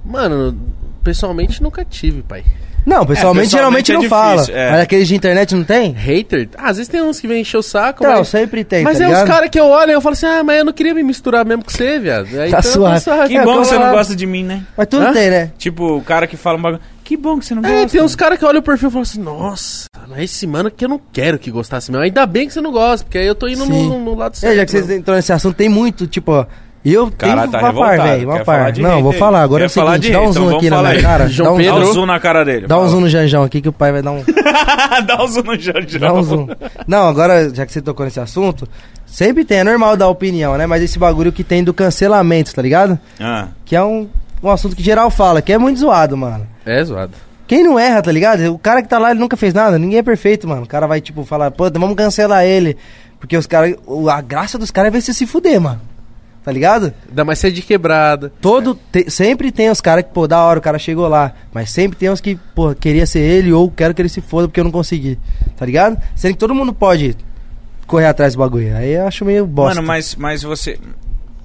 Mano, Pessoalmente nunca tive, pai.
Não,
pessoalmente
pessoalmente, geralmente
é
não
difícil,
fala.
é.
Mas aqueles de internet não tem?
Hater? Ah, às vezes tem uns que vem encher o saco,
Não,
mas...
sempre tem,
mas
tá
é
ligado?
uns caras que eu olho e eu falo assim, ah, mas eu não queria me misturar mesmo com você, viado. Aí,
Tá
então, eu
suave.
tô suave.
É,
Que bom que você
agora-
não gosta de mim, né?
Mas tudo
Hã?
tem, né?
Tipo, o cara que fala um bagulho. Que bom que você não
É,
gosta.
um
tem uns caras que olham o perfil e falam assim, nossa, mas esse mano que eu não quero que gostasse mesmo. Ainda bem que você não gosta, porque aí eu tô indo
Sim.
no, no lado
É, já que
certo,
vocês
mano.
entraram nesse assunto, tem muito, tipo, ó. Eu
Cara,
tenho
tá
uma par,
revoltado.
velho, uma
Quer
par.
falar de
não,
hater.
vou falar. Agora
Quer
é o
falar
seguinte,
de
dá um
hater,
zoom
então
aqui
vamos
na
falar
minha
aí.
cara.
João
dá um,
Dá um
Pedro.
zoom na cara dele.
Dá um
fala.
zoom no Janjão aqui que o pai vai dar um,
Dá um zoom no Janjão.
dá um zoom. Não, agora, já que você tocou nesse assunto, sempre tem, é normal dar opinião, né? Mas esse bagulho que tem do cancelamento, tá ligado?
Ah,
Que é um, um assunto que geral fala, que é muito zoado, mano.
É, zoado.
Quem não erra, tá ligado? O cara que tá lá, ele nunca fez nada, ninguém é perfeito, mano. O cara vai, tipo, falar, pô, então vamos cancelar ele. Porque os caras. o- A graça dos caras é ver você se fuder, mano. Tá ligado?
Ainda mais ser de quebrada.
Todo. te- sempre tem os caras que, pô, da hora, o cara chegou lá. Mas sempre tem os que, pô, queria ser ele ou quero que ele se foda porque eu não consegui. Tá ligado? Sendo que todo mundo pode correr atrás do bagulho. Aí eu acho meio bosta.
Mano, mas, mas você.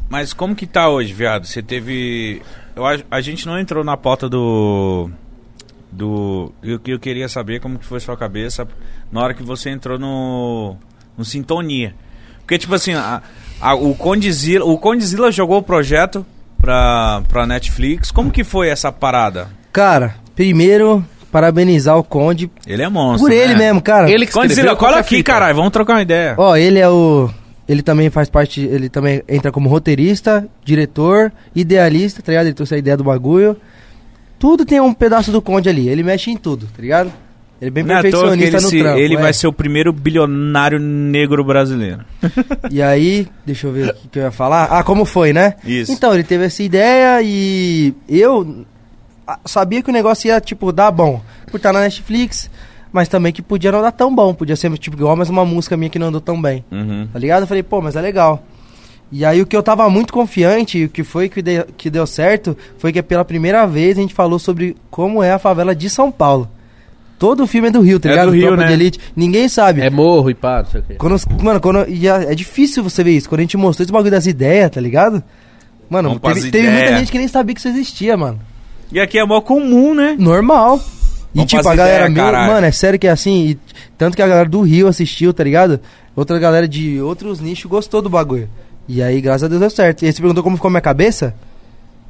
Mas como que tá hoje, viado? Você teve. Eu, acho- a, gente não entrou na pauta do. Do. Eu, eu queria saber como que foi sua cabeça na hora que você entrou no. No Sintonia. Porque, tipo assim, a- a- o, Condizila, o Condizila jogou o projeto pra, pra Netflix. Como que foi essa parada?
Cara, primeiro, parabenizar o Conde.
Ele é monstro.
Por ele
né?
mesmo, cara.
Ele que
Condizila,
escreveu
cola
qualquer
aqui,
fita.
caralho. Vamos trocar uma ideia.
é Ó, ele é o. Ele também faz parte. Ele também entra como roteirista, diretor, idealista, tá ligado? Ele trouxe a ideia do bagulho. Tudo tem um pedaço do Conde ali. Ele mexe em tudo, tá ligado? Ele é bem
Não é à toa que
perfeccionista
ele,
no
se-
trampo.
ele
é.
vai ser o primeiro bilionário negro brasileiro.
E aí, deixa eu ver o que que eu ia falar. Ah, como foi, né?
Isso.
Então, ele teve essa ideia e eu ah, sabia que o negócio ia, tipo, dar bom. Por estar na Netflix, mas também que podia não dar tão bom. Podia ser, tipo, igual mais uma música minha que não andou tão bem.
Uhum.
Tá ligado? Eu falei, pô, mas é legal. E aí o que eu tava muito confiante, e o que foi que, de- que deu certo, foi que pela primeira vez a gente falou sobre como é a favela de São Paulo. Todo o filme é do Rio, tá
É
ligado?
do Rio,
Tropa
né?
de Elite. Ninguém sabe.
É morro e pá, não sei o quê.
Quando, os- mano, quando, e a- é difícil você ver isso. Quando a gente mostrou esse bagulho das ideias, tá ligado? Mano,
Vamos pras
teve, teve muita
ideias.
gente que nem sabia que isso existia, mano.
E aqui é mó comum, né?
Normal. E
Vamos
tipo,
pras
a galera
ideias,
meu,
caralho.
mano, é sério que é assim. e tanto que a galera do Rio assistiu, tá ligado? Outra galera de outros nichos gostou do bagulho. E aí, graças a Deus, deu certo. E aí você perguntou como ficou minha cabeça?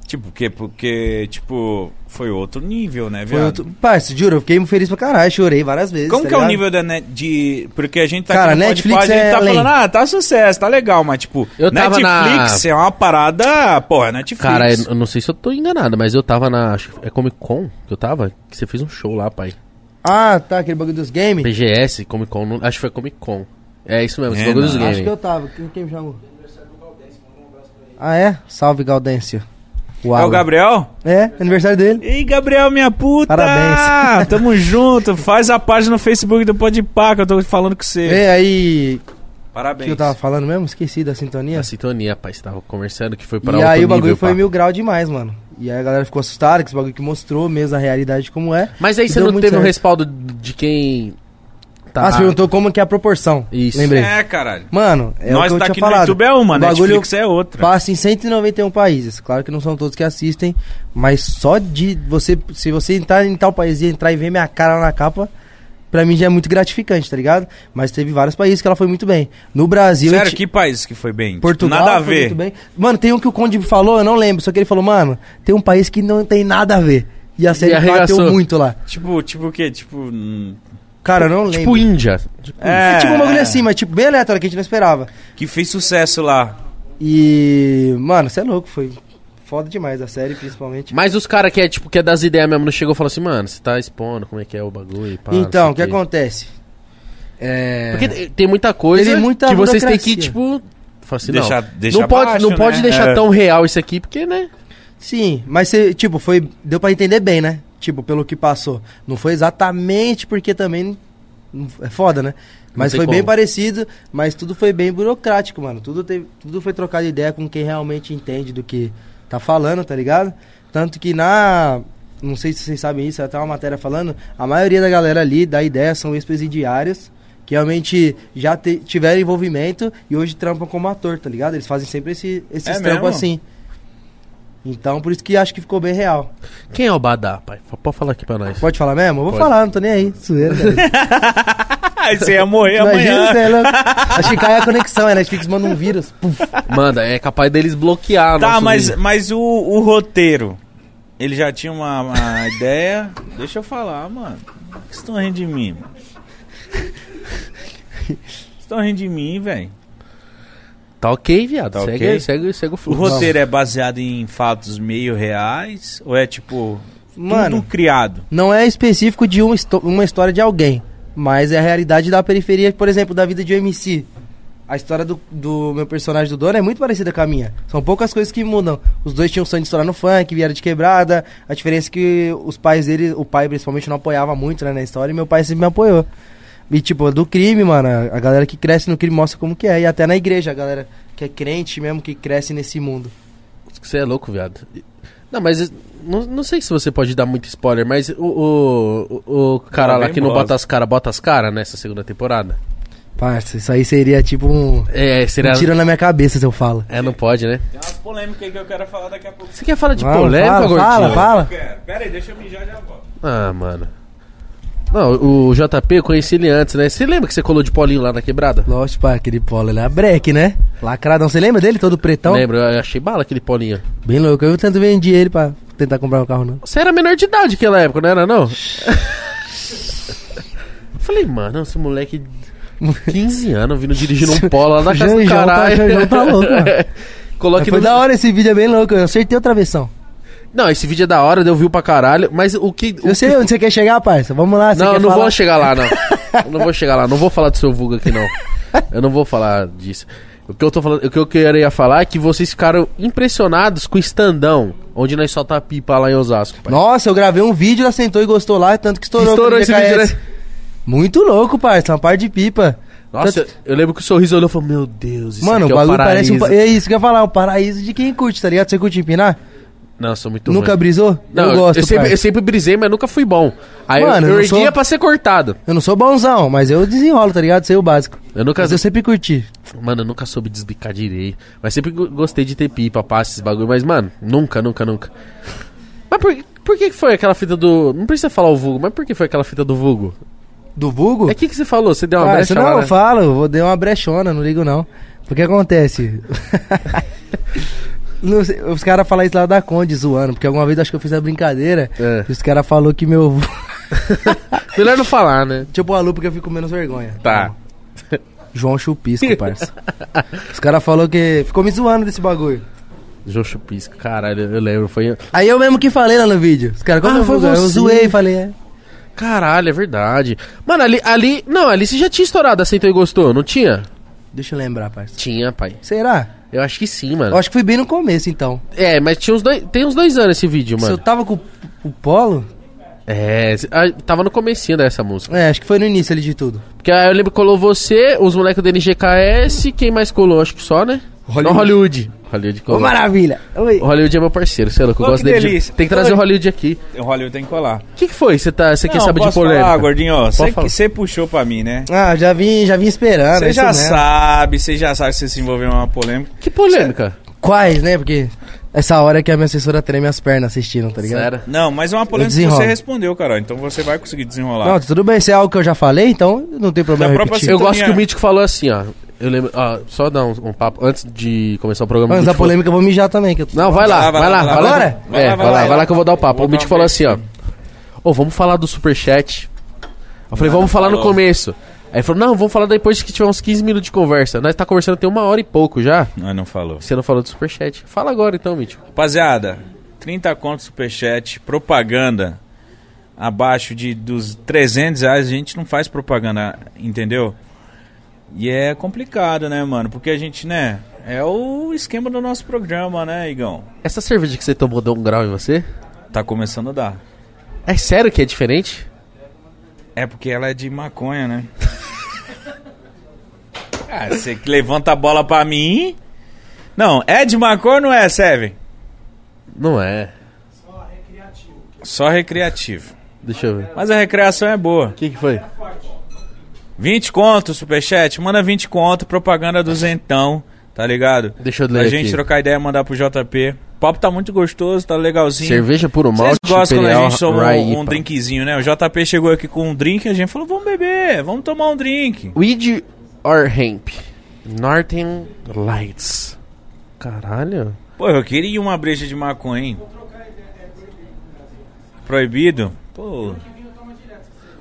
Tipo, porque, porque, tipo, foi outro nível, né,
Foi
viado?
outro... Parça, juro, eu fiquei feliz pra caralho, chorei várias vezes.
Como
tá
que é o
ligado?
nível da net, de. Porque a gente tá
Cara,
aqui no
Netflix
Podpah, a gente
é
tá
além.
falando, ah, tá sucesso, tá legal, mas tipo,
Eu tava
Netflix é uma parada. Porra, Netflix.
Cara, é, eu não sei se eu tô enganado, mas eu tava na. Acho que é Comic Con que eu tava? Que você fez um show lá, pai.
Ah, tá, aquele bagulho dos games?
BGS, Comic Con. não- Acho que foi Comic Con. É isso mesmo, esse
É,
bagulho dos
não,
games.
Acho que eu tava. Quem, quem me chamou? Ah, é? Salve, Gaudêncio.
é o Gabriel?
É, aniversário dele.
Ei, Gabriel, minha puta!
Parabéns.
Tamo junto, faz a página no Facebook do Podpah que eu tô falando com você.
Vê aí o
Parabéns.
que eu tava falando mesmo? Esqueci da sintonia.
A sintonia, pai, você tava conversando que foi pra
e
outro
aí o bagulho
nível,
foi
pá.
mil grau demais, mano. E aí a galera ficou assustada que esse bagulho que mostrou mesmo a realidade como é.
Mas aí você
Deu
não
muito
teve o
certo.
respaldo de quem. tá
Ah, você perguntou como que é a proporção.
Isso.
Lembrei.
É, caralho.
Mano, é
Nós
o que eu
daqui
tinha falado.
no YouTube é uma,
o bagulho
Netflix é outra.
passa em 191 países. Claro que não são todos que assistem, mas só de você... Se você entrar em tal país e entrar e ver minha cara na capa... Pra mim já é muito gratificante, tá ligado? Mas teve vários países que ela foi muito bem. No Brasil... eu
Sério,
ti-
que país que foi bem? Tipo,
Portugal
Nada a
foi
ver.
muito bem. Mano, tem um que o Conde falou, eu não lembro, só que ele falou, mano, tem um país que não tem nada a ver. E a série
arregaçou.
bateu muito lá.
Tipo, tipo o quê? Tipo. hum,
Cara, eu não lembro.
Tipo Índia.
É, tipo um bagulho assim, mas tipo, bem aleatório, que a gente não esperava.
Que fez sucesso lá.
E, mano, você é louco, foi foda demais a série, principalmente.
Mas os caras que é, tipo, que é das ideias mesmo, não chegou e falou assim, mano, você tá expondo, como é que é o bagulho e pá, não sei
então, o que
quê."
acontece? É...
Porque te- tem muita coisa
Teve muita
que vocês têm que,
burocracia.
tipo. falar Assim,
Deixar-
não,
deixar
não pode,
baixo,
não
né?
pode deixar
É.
tão real isso aqui, porque, né?
Sim, mas cê, tipo, foi. Deu pra entender bem, né? Tipo, pelo que passou. Não foi exatamente porque também. não- É foda, né? Mas
tem
foi bem
como.
parecido, mas tudo foi bem burocrático, mano. Tudo, teve, tudo foi trocado ideia com quem realmente entende do que tá falando, tá ligado? Tanto que na. Não sei se vocês sabem isso, é até uma matéria falando, a maioria da galera ali da ideia são ex-presidiários que realmente já te- tiveram envolvimento e hoje trampam como ator, tá ligado? Eles fazem sempre esse, esses
É
trampos
mesmo?
assim. Então, por isso que acho que ficou bem real.
Quem é o Badá, pai? F- Pode falar aqui pra nós.
Pode falar mesmo? Eu vou
Pode.
falar, não tô nem aí. Zoeira, cara.
Você ia morrer
Imagina,
amanhã.
você é louco. Acho que cai a conexão, a Netflix manda um vírus. Puf.
Manda, é capaz deles bloquear
Tá,
nosso
mas,
vídeo.
mas o, o roteiro. Ele já tinha uma, uma ideia. Deixa eu falar, mano. Por que vocês estão rindo de mim? mano? Vocês estão rindo de mim, velho.
Tá ok, viado.
Tá
segue,
ok?
aí, segue, segue o
O
fluxo.
roteiro é baseado em fatos meio reais? Ou é tipo.
Mano.
Tudo criado?
Não é específico de uma, histó- uma história de alguém, mas é a realidade da periferia, por exemplo, da vida de um MC. A história do, do meu personagem do dono é muito parecida com a minha. São poucas coisas que mudam. Os dois tinham sonho de estourar no funk, vieram de quebrada. A diferença é que os pais dele, o pai principalmente, não apoiava muito né, na história e meu pai sempre me apoiou. E tipo, do crime, mano, a galera que cresce no crime mostra como que é. E até na igreja, a galera que é crente mesmo, que cresce nesse mundo.
Você é louco, viado. Não, mas não, não sei se você pode dar muito spoiler, mas o, o, o- o cara
Tá
lá
bem
que não
bosta.
bota as caras, bota as caras nessa segunda temporada.
Parça, isso aí seria tipo um...
É, seria.
um tiro na minha cabeça se eu falo.
É, não pode, né?
Tem umas polêmicas aí que eu quero falar daqui a pouco.
Você quer falar de
Vamos,
polêmica,
fala,
gordinho?
fala, fala.
Quero. Pera aí, deixa eu mijar já volto.
Ah, mano. Não, o JP, eu conheci ele antes, né? Você lembra que você colou de Paulinho lá na quebrada?
Lost Park, aquele polo, ele é break, né? Lacradão. Você lembra dele, todo pretão?
Lembro, eu achei bala aquele Paulinho.
Bem louco. Eu tanto vendi ele pra tentar comprar um carro, não.
Você era menor de idade naquela época, não era não? Eu Falei, mano, esse moleque... 15 anos vindo dirigindo um polo lá na casa do
Janjão tá-
caralho.
Janjão tá louco, mano.
Coloque
Foi
no...
da hora esse vídeo, é bem louco. Eu acertei o travessão.
Não, esse vídeo é da hora, deu view pra caralho, mas o que... o
Eu sei onde você quer chegar, parça. Vamos lá, você
não,
quer
eu não
falar?
vou chegar lá, não. Eu não vou chegar lá, não vou falar do seu vulgo aqui, não. Eu não vou falar disso. O que eu tô falando, o que eu queria falar é que vocês ficaram impressionados com o estandão, onde nós solta a pipa lá em Osasco, pai.
Nossa, eu gravei um vídeo, ela sentou e gostou lá, tanto que estourou.
Estourou
com o
esse vídeo,
DKS.
né?
Muito louco, parça. é Uma parte de pipa.
Nossa,
Tanto-
eu lembro que o sorriso olhou e falou, meu Deus, isso
Mano,
aqui
o
é um
bagulho parece
paraíso.
um. pa- É isso que eu ia falar, um paraíso de quem curte, tá ligado? Você curte empinar?
Não, eu sou muito
Nunca
ruim.
brisou?
Não, é
eu gosto,
eu sempre,
parça.
eu sempre brisei, mas nunca fui bom. Aí eu,
Mano, eu
eu
não
erguia
sou-
pra ser cortado.
Eu não sou bonzão, mas eu desenrolo, tá ligado? Sei o básico.
Eu nunca...
Mas eu sempre curti.
Mano, eu nunca soube desbicar direito. Mas sempre go- gostei de ter pipa, passe, esses bagulho. Mas, mano, nunca, nunca, nunca. Mas por, por que que foi aquela fita do. Não precisa falar o vulgo, mas por que foi aquela fita do vulgo?
Do vulgo?
É o que, que você falou? Você deu uma
Ah,
brecha
não,
lá,
eu
né?
falo, eu vou dar uma brechona, não ligo não. Porque acontece. Não sei, os caras falam isso lá da Conde zoando, porque alguma vez acho que eu fiz a brincadeira.
É.
E os caras falaram que meu. Deixa
Melhor não falar, né?
eu pôr a lupa que eu fico menos vergonha.
Tá.
João Chupisco, parça. os caras falaram que. Ficou me zoando desse bagulho.
João Chupisco, caralho, eu lembro. Foi.
Aí eu mesmo que falei lá no vídeo. Os caras, como
Ah,
eu
foi
vou- Eu
você.
zoei e falei, é.
Caralho, é verdade. Mano, ali. ali não, ali você já tinha estourado, aceitou e gostou, não tinha?
Deixa eu lembrar, parça.
Tinha, pai.
Será?
Eu acho que sim, mano.
Eu acho que foi bem no começo, então.
É, mas tinha uns dois, tem uns dois anos esse vídeo,
Se eu
mano.
tava com o- o Polo.
É, se- ah, tava no comecinho dessa música.
É, acho que foi no início ali de tudo.
Porque aí eu lembro que colou você, os moleques do NGKS, quem mais colou? Acho que só, né? Hollywood. Não, Hollywood. Hollywood
Ô,
colou.
maravilha! Oi!
O Hollywood é meu parceiro, sei lá, que eu
Ô,
gosto
que
dele. de-
delícia.
Tem que trazer
Ô,
o Hollywood aqui.
O Hollywood tem que colar.
O que, que foi? Você tá, você quer
Não,
saber de
posso falar,
polêmica?
gordinho, ó, você
falar.
que- você puxou pra mim, né?
Ah, já vim, já vim esperando. é
Você
isso
já
mesmo.
sabe, você já sabe que você se envolveu em uma polêmica.
Que polêmica?
Quais, né? Porque essa hora que a minha assessora treme as pernas assistindo, tá ligado?
Sério.
Não, mas é uma polêmica que
desenrolo.
você respondeu, cara. Então você vai conseguir desenrolar.
Não, tudo bem, se é algo que eu já falei, então não tem problema
Da própria
repetir.
Eu
Sintonia.
gosto que o Mítico falou assim, ó. Eu lembro. Ó, só dar um, um papo antes de começar o programa. o
Antes da
Mítico falou-
polêmica, eu vou mijar também. Que eu...
Não, vai
Vai lá,
lá, vai lá,
vai lá,
vai lá.
vai lá.
É, vai
Agora? Vai
lá,
lá, vai
vai lá
lá.
que eu vou dar o papo.
Vou
o
dar
Mitch
um
falou assim,
beijo.
ó. Ô, vamos falar do superchat. Eu falei, vamos falar no
falou.
começo. Aí ele falou, não, vamos falar depois que tiver uns 15 minutos de conversa. Nós tá conversando tem uma hora e pouco já.
Não, não falou.
Você não falou do superchat. Fala agora então, Mitch.
Rapaziada, 30 conto superchat, propaganda abaixo de dos 300 reais, a gente não faz propaganda, entendeu? E é complicado, né, mano? Porque a gente, né, é o esquema do nosso programa, né, Igão?
Essa cerveja que você tomou deu um grau em você?
Tá começando a dar.
É sério que é diferente?
É porque ela é de maconha, né? ah, você que levanta a bola pra mim. Não, é de maconha ou não é, Seven?
Não é.
Só recreativo.
Deixa eu ver.
Mas a recreação é boa.
O que, que foi?
20 conto, superchat. Manda 20 conto, propaganda do Zentão, tá ligado?
Deixa eu ler
Pra gente
aqui.
trocar ideia e mandar pro JP. O papo tá muito gostoso, tá legalzinho.
Cerveja puro
Vocês
malte,
gostam quando a
Imperial,
gente toma
Rye
um, um
IPA.
drinkzinho, né? O JP chegou aqui com um drink e a gente falou, vamos beber, vamos tomar um drink.
Weed or Hemp? Northern Lights. Caralho.
Pô, eu queria uma breja de maconha, hein? Proibido? Pô,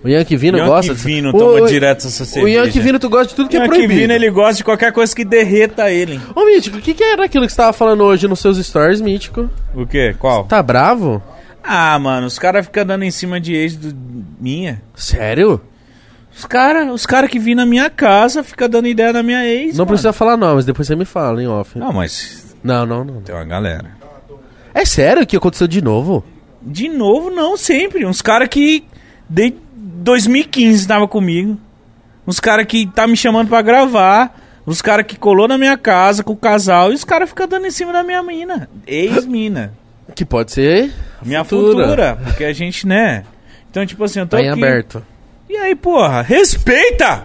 O Yankee Vino
Yankee
gosta...
Vino
Ô,
toma
ô,
direto essa
O
cerveja.
Yankee Vino, tu gosta de tudo que é
Yankee
proibido.
Vino, ele gosta de qualquer coisa que derreta ele, hein?
Ô, Mítico, o que, que era aquilo que você tava falando hoje nos seus stories, Mítico?
O quê? Qual?
Tá bravo?
Ah, mano, os caras ficam dando em cima de ex do... minha.
Sério?
Os caras os cara que vêm na minha casa ficam dando ideia da minha ex.
Não
mano.
precisa falar não, mas depois você me fala, hein, off.
Não, mas
Não, não, não.
tem uma galera.
É sério que aconteceu de novo?
De novo, não, sempre. Uns caras que desde 2015 tava comigo. Uns caras que tá me chamando pra gravar. Os caras que colou na minha casa com o casal. E os caras ficam dando em cima da minha mina. Ex-mina.
Que pode ser...
minha
Futura.
futura. Porque a gente, né? Então, tipo assim, eu tô
Tá em
aqui-
aberto.
E aí, porra, respeita!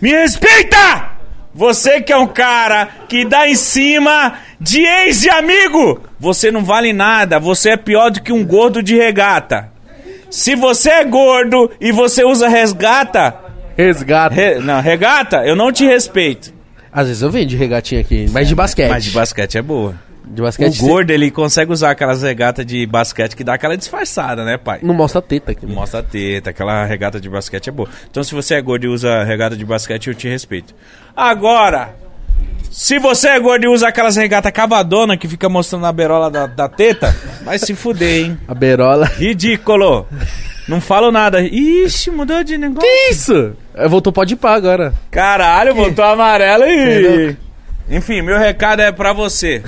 Me respeita! Você que é um cara que dá em cima de ex de amigo! Você não vale nada, você é pior do que um gordo de regata. Se você é gordo e você usa resgata,
Resgata.
re- não, regata, eu não te respeito.
Às vezes eu venho de regatinha aqui, mas de basquete.
Mas de basquete é boa.
De basquete
o
você
gordo, ele consegue usar aquelas regatas de basquete que dá aquela disfarçada, né, pai?
não mostra a teta aqui. né?
Mostra a teta, aquela regata de basquete é boa. Então, se você é gordo e usa regata de basquete, eu te respeito. Agora, se você é gordo e usa aquelas regata cavadona que fica mostrando a berola da, da teta, vai se fuder, hein?
A berola.
Ridículo! Não falo nada. Ixi, mudou de negócio.
Isso! É, Voltou pode pá agora.
Caralho, botou amarelo e. Enfim, meu recado é pra você.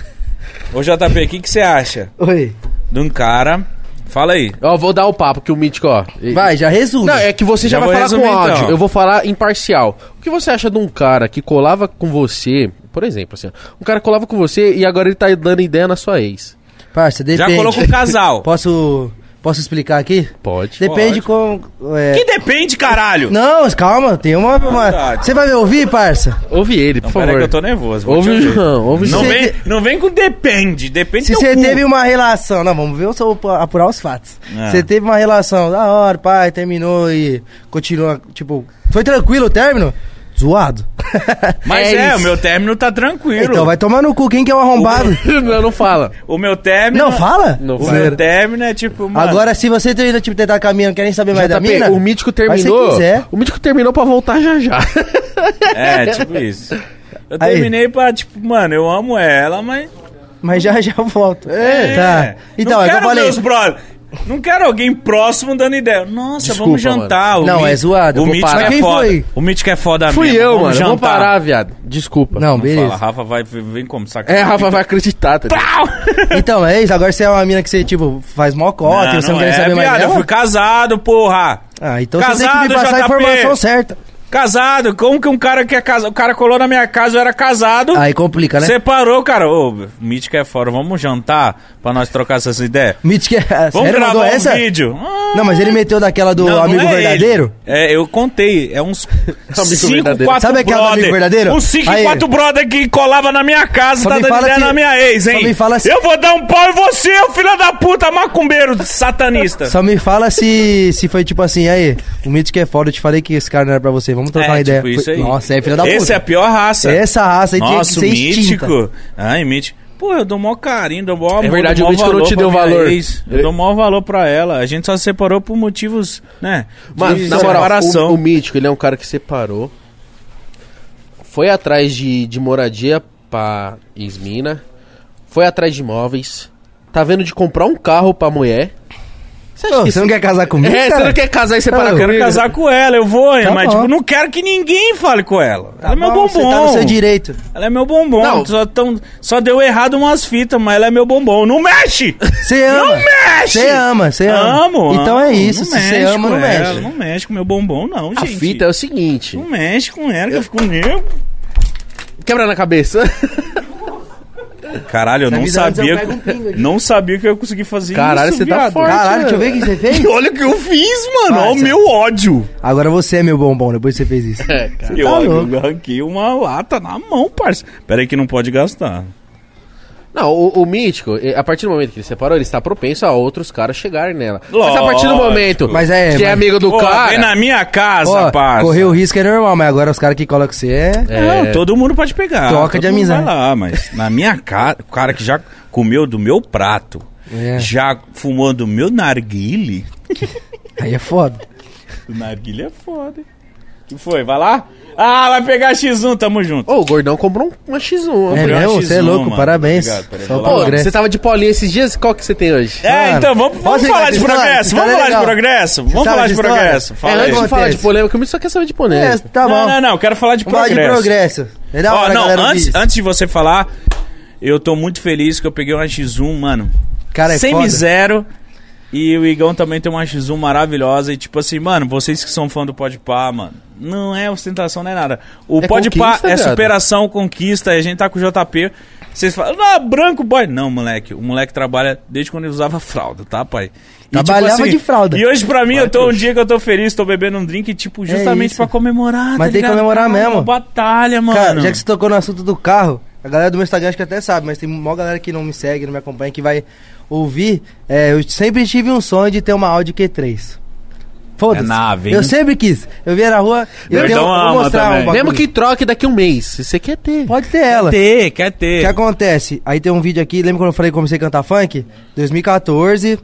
Ô JP, o que que você acha
Oi.
de um cara. Fala aí.
Ó, vou dar o papo que o Mítico, ó. e-
Vai, já resume.
Não, é que você já,
Já
vai
vou
falar com
resumir,
áudio.
então.
Eu vou falar imparcial. O que você acha de um cara que colava com você, por exemplo, assim, ó, um cara colava com você e agora ele tá dando ideia na sua ex?
Parça,
Já
depende.
colocou o casal.
Posso, posso explicar aqui?
um Pode.
Depende com... é-
Que depende, caralho!
Não, calma, tem uma... uma-
Verdade.
Você vai me ouvir, parça?
Ouve ele, por
Não, pera
favor.
aí que eu tô nervoso. vou te
Ouve o
ouvir.
João, ouve o
Não
João.
Você
vem,
te-
não vem com depende, depende
Se
do
você
cu.
teve um uma relação, não, vamos ver se eu vou apurar os fatos.
Ah.
Você teve uma relação da hora, pai, terminou e continua, tipo, foi tranquilo o término? Zoado.
Mas é,
isso.
o meu término tá tranquilo.
Então vai tomar no cu, quem que é o arrombado?
não, não fala.
O meu término...
Não, fala?
Não
O
fala.
meu término é tipo, mano...
Agora, se você termina, tipo, tentar caminhar, não quer nem saber mais É
tá
da
JP,
mina?
Tá o Mítico
faz se
terminou.
quiser.
O Mítico terminou pra voltar já já.
É, tipo isso. Eu
Aí.
terminei pra, tipo, mano, eu amo ela, mas...
Mas já já eu volto.
É,
Tá. Então,
não
é que eu
quero
falei.
meus brother. Não quero alguém próximo dando ideia. Nossa,
Desculpa,
vamos jantar. O
Não,
Mi-
é zoado, eu
O
vou
Mítico
parar.
é
Mas quem
foda.
foi?
O Mítico é foda
Fui
mesmo.
eu,
vamos
mano.
Jantar.
Vamos parar, viado. Desculpa.
Não,
Não
beleza.
fala, Rafa vai... Vem como, saca?
É, Rafa vai acreditar, tá ligado?
Então, é isso. Agora você é uma mina que você, tipo, faz mó cota, e você não quer nem
é,
saber mais
viado, eu
dela?
fui casado, porra.
Ah, então você tem
Casado,
que me passar
JP.
a informação certa.
Casado, como que um cara que é casado, o cara colou na minha casa, eu era casado,
Aí complica, né?
separou, cara, ô, Mítico é fora, vamos jantar pra nós trocar essas ideias?
Mitch, que é...
Vamos
Sério, mandou
gravar um
essa?
vídeo? Ah,
Não, mas ele meteu daquela do
não, não
amigo
é ele.
verdadeiro?
É, eu contei, é uns 5,
verdadeiro.
4
Sabe aquela do amigo verdadeiro?
Uns 5,
Aí.
4 brother que colava na minha casa,
Só
tá
me
dando
fala
ideia
se-
na minha ex,
só
hein?
me fala se-
Eu vou dar um pau em você, ô filho da puta, macumbeiro, satanista.
Só me fala se, se foi tipo assim, aí, o Mitch que é foda, eu te falei que esse cara não era pra você, vamos trocar
É,
uma ideia.
tipo isso
Foi-
aí.
Nossa, é filha da puta.
Essa é a pior raça.
Essa raça aí tinha que
Nossa,
ser
o
extinta.
mítico. Ai, mítico. Pô, eu dou mó carinho, dou mó amor.
É verdade,
dou mó
o mítico não
valor
te
pra
deu
minha
valor.
ex. Eu
Ele-
dou mó valor pra ela. A gente só se separou por motivos, né?
Mano,
de
na moral,
separação.
o, o Mítico, ele é um cara que separou. Foi atrás de, de moradia pra ex-mina. Foi atrás de imóveis. Tá vendo de comprar um carro pra mulher. Você acha
Ô,
que
Você
isso...
não quer casar comigo,
É,
cara?
você não quer casar e
Ah,
separar
eu
Eu quero
comigo?
casar com ela, eu vou, hein?
Tá
mas
bom.
tipo, não quero que ninguém fale com ela.
Tá
ela é meu
bom, Você
bombom.
tá no seu direito.
Ela é meu bombom.
Não.
Só, tão, só deu errado umas fitas, mas ela é meu bombom. Não mexe!
Você ama.
Não mexe!
Você ama, você ama.
Amo,
Então é
amo.
isso,
Não
se você
mexe
ama,
com
não
ela,
mexe.
Não mexe com meu bombom, não,
A
gente. Hum.
fita é o seguinte.
Não mexe com ela, que eu fico nervo.
Quebra na cabeça.
Caralho, eu não
vida antes eu
sabia.
pego um pingo
que,
aqui.
não sabia que eu ia conseguir fazer
Caralho,
isso.
você tá
viado.
forte.
Caralho, deixa eu ver o que você fez.
E olha o que eu fiz, mano.
Vai,
Olha o
você- tá
meu ódio.
Agora você é meu bombom, depois que você fez isso.
É, cara.
eu,
tá
eu
louco.
arranquei uma lata na mão, parça. Pera aí que não pode gastar.
Não, o, o Mítico, eh, a partir do momento que ele separou, ele está propenso a outros caras chegarem nela. Mas a
Lógico.
partir do momento
Mas é,
que é
mas-
amigo do
Pô, Vem
cara...
na minha casa,
Ó,
parça.
correr o risco é normal, mas agora os caras que colocam você é.
Não, todo mundo pode pegar.
Troca
todo
de
mundo
amizade.
Vai lá, mas na minha cara, o cara que já comeu do meu prato,
É.
já fumou do meu narguile.
Aí é foda.
O narguile é foda, hein? que foi? Vai lá? Ah, vai pegar X1, tamo junto.
Ô, o Gordão comprou um- uma X1. ó.
É
Comprei uma
mesmo? Você é
X1,
louco,
mano.
parabéns.
Obrigado, peraí,
Só
vou lá.
pra
tá
Pô,
progresso.
você tava de Paulinha esses dias, qual que você tem hoje?
É,
Mano,
então vamos, vamos
posso
falar
ligar
de
essa história?
progresso, vamos
Tá
falar de
legal.
progresso, vamos
Sabe tá?
falar de
essa história?
progresso. Fala
é, antes
aí.
de falar de
acontece.
polêmica, eu só quer saber de polêmica.
É, tá bom.
Não, não, não, eu quero falar de
Vamos falar de
progresso.
progresso. É da
Ó,
hora,
não,
galera. ouvir
antes,
isso.
antes de você falar, eu tô muito feliz que eu peguei uma X1, mano.
Cara, é
sem
foda.
zero. E o Igão também tem uma X1 maravilhosa. E tipo assim, mano, vocês que são fã do Podpah, mano, não é ostentação, não é nada. O
É
Podpah
conquista,
é
viado.
superação, conquista, e a gente tá com o JP. Vocês falam, ah, branco, boy. Não, moleque. O moleque trabalha desde quando ele usava fralda, tá, pai? E, assim,
Trabalhava de fralda.
E hoje, pra mim, eu tô um dia que eu tô feliz, tô bebendo um drink, tipo, justamente
É isso.
pra comemorar.
Mas tem que
ligado?
comemorar
Ah,
mesmo.
uma Batalha, mano.
Cara, já que você tocou no assunto do carro, a galera do meu Instagram acho que até sabe, mas tem maior galera que não me segue, não me acompanha, que vai ouvir. É, eu sempre tive um sonho de ter uma Audi Q3. Foda-se.
É nave, hein?
eu sempre quis. Eu via na rua, eu
Gordão
tenho, vou
ama
mostrar
também.
um bagulho.
Mesmo que troque daqui um mês, se você quer ter.
Pode ter ela.
Quer ter, quer ter.
O que acontece? Aí tem um vídeo aqui, lembra quando eu falei que comecei a cantar funk? 2014.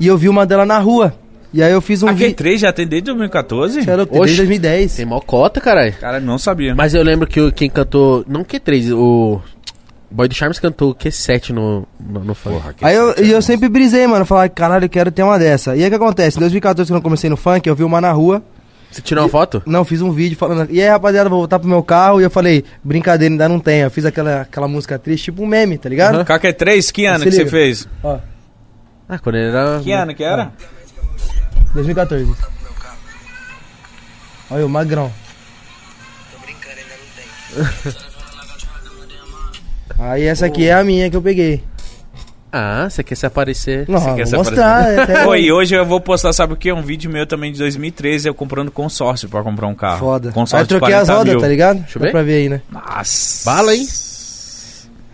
E eu vi uma dela na rua. E aí eu fiz um
A
vídeo.
Q3 já tem desde 2014?
Desde
Oxe.
2010.
Tem mó cota, caralho.
Cara, não sabia.
Mas eu lembro que o- quem cantou, não Q3, o Boy do Charms cantou Q7 no, no, no funk.
Porra, que
Aí eu,
sete
e eu
anos.
sempre brisei, mano. Falar, caralho, eu quero ter uma dessa. E aí o que acontece? Em 2014, quando eu comecei no funk, eu vi uma na rua.
Você tirou uma foto?
Não, fiz um vídeo falando. E aí, rapaziada, vou voltar pro meu carro. E eu falei, brincadeira, ainda não tem. Eu fiz aquela, aquela música triste, tipo um meme, tá ligado?
KQ3, que ano
Se
que você
liga.
fez?
Ó,
Ah, quando ele era...
Que ano que era?
2014. Olha o magrão. Aí essa aqui é a minha que eu peguei.
Ah, você quer se aparecer.
Não,
quer
Ah, vou
se
mostrar. é até-
Oi, hoje eu vou postar, sabe o que? Um vídeo meu também de 2013, eu comprando consórcio pra comprar um carro.
Foda. Aí
Consórcio
eu troquei as rodas, tá ligado? Deixa
eu ver.
Pra ver aí, né?
Nossa.
Bala, hein?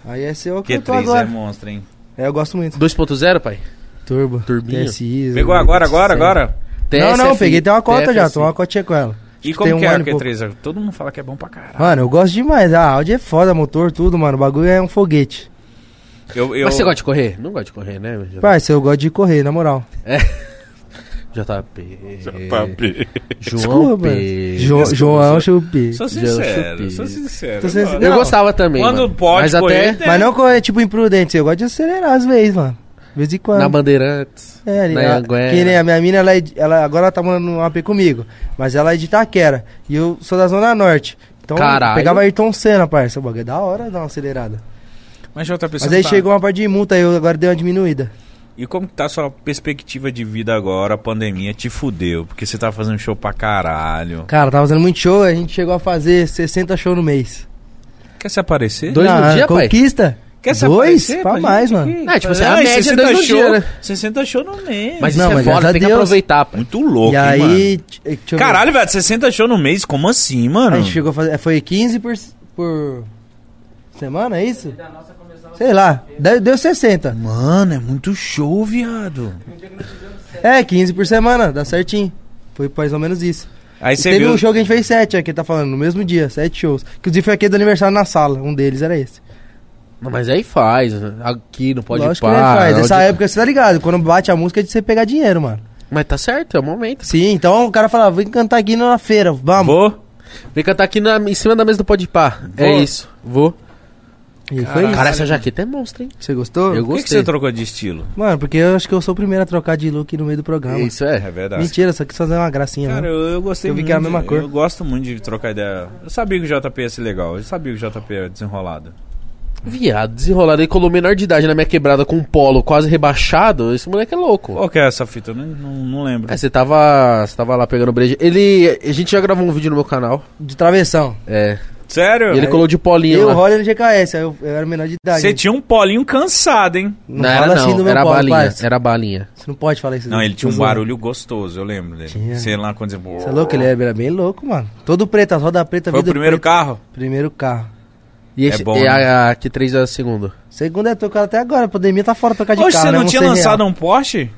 Aí esse é o que eu tô
Q3 é
agora.
monstro, hein?
É, eu gosto muito.
2.0, pai?
Turbo.
Turbinho.
TSI.
Pegou agora, agora, agora?
Não, não,
TSF,
peguei até uma cota já,
TFC.
tô uma cotinha com ela.
E
Acho
como
tem
que
um
é a
ano e pouco.
Q3? Todo mundo fala que é bom pra caralho.
Mano, eu gosto demais. A Audi é foda, motor, tudo, mano. O bagulho é um foguete.
Eu, eu...
Mas você gosta de correr? Não gosta de correr, né?
Pai, se eu gosto de correr, na moral.
JP.
Papi.
João
Desculpa,
P.
Jo João Chupi.
Sou
Eu
sincero,
chupi.
sou sincero.
Tô sendo-
mano.
Eu
Não.
gostava também.
Quando
mano.
pode
Mas
correr,
até
tem.
Mas não correr, tipo, imprudente. Eu gosto de acelerar às vezes, mano. De vez em quando.
na Bandeirantes.
É, ali,
na
ela-
Anguera.
que nem a minha mina, ela, é de- ela agora ela tá morando no AP comigo. Mas ela é de Itaquera. E eu sou da Zona Norte. Então
Caralho.
eu pegava Ayrton Senna, parça. O bagulho é da hora dar uma acelerada.
Mas outra pessoa.
Mas aí
tá-
chegou uma parte de multa aí eu agora dei uma diminuída.
E como que tá a sua perspectiva de vida agora? A pandemia te fudeu, porque você tá fazendo show pra caralho.
Cara, tava fazendo muito show, a gente chegou a fazer 60 shows no mês.
Quer se aparecer?
Dois no
Ah,
dia, pai?
Conquista?
Quer se
Dois?
aparecer
Pra
gente
mais,
aqui?
mano.
É, tipo assim, a
e
média é
60
dois no
show,
dia, né?
60 show no mês.
Mas
Não,
isso é
mas graças
foda,
a
tem que
Deus.
aproveitar, pai.
Muito louco,
e
hein,
aí.
mano?
t- eh, deixa eu ver.
Caralho, velho, 60 show no mês? Como assim, mano?
A gente chegou a fazer. eh, Foi 15 por, s- por semana, é isso? Sei lá, deu deu 60.
Mano, é muito show, viado.
É, 15 por semana, dá certinho. Foi mais ou menos isso.
Aí
E
você
teve
viu...
um show que a gente fez sete, é que ele tá falando, no mesmo dia, sete shows. Inclusive foi aquele do aniversário na sala, um deles era esse.
Não, mas aí faz. Aqui não pode
Lógico que ele
parar.
faz.
onde-
Nessa época, você tá ligado, quando bate a música é de você pegar dinheiro, mano.
Mas tá certo, é o momento.
Sim, então o cara fala, vem cantar aqui na feira, vamos.
Vou.
Vem cantar aqui na, em cima da mesa do pode pá. É
Vou.
isso. Vou.
E foi
Caralho,
isso.
essa jaqueta é monstro, hein?
Você gostou?
Por
Eu
que,
gostei.
que você trocou de estilo?
Mano, porque eu acho que eu sou o primeiro a trocar de look no meio do programa.
Isso é.
verdade.
Mentira, só quis fazer uma gracinha.
Cara,
né?
eu, eu gostei
Eu vi
muito.
que era a mesma
de-
cor.
Eu gosto muito de trocar ideia. Eu sabia que o JP ia ser legal. Eu sabia que o JP era desenrolado.
Viado, desenrolado. Ele colou menor de idade na minha quebrada com um polo quase rebaixado. Esse moleque é louco.
Qual que é essa fita? Eu não, não, não lembro.
É, você tava, você tava lá pegando breja. Ele. A gente já gravou um vídeo no meu canal.
De travessão.
É.
Sério?
E ele colou de polinho
Eu
lá.
rolê no GKS, aí eu, eu era menor de idade.
Você tinha um polinho cansado, hein?
Não, era
assim
não, era
pau,
balinha.
parça.
Era balinha.
Você não pode falar isso.
Não, ele tinha um
Tô zoando.
barulho gostoso, eu lembro dele.
Tinha.
Sei lá quando ele...
é Você é louco? Ele era bem louco, mano. Todo preto, as rodas pretas.
Foi o
vidro
primeiro
preto.
carro?
Primeiro carro.
E, esse-
É bom,
e
né?
a, a que 3 é a segunda?
Segunda é tocar até agora, a pandemia tá fora tocar de
Hoje você
carro. né?
não
Vamos
tinha
ser
lançado um Porsche?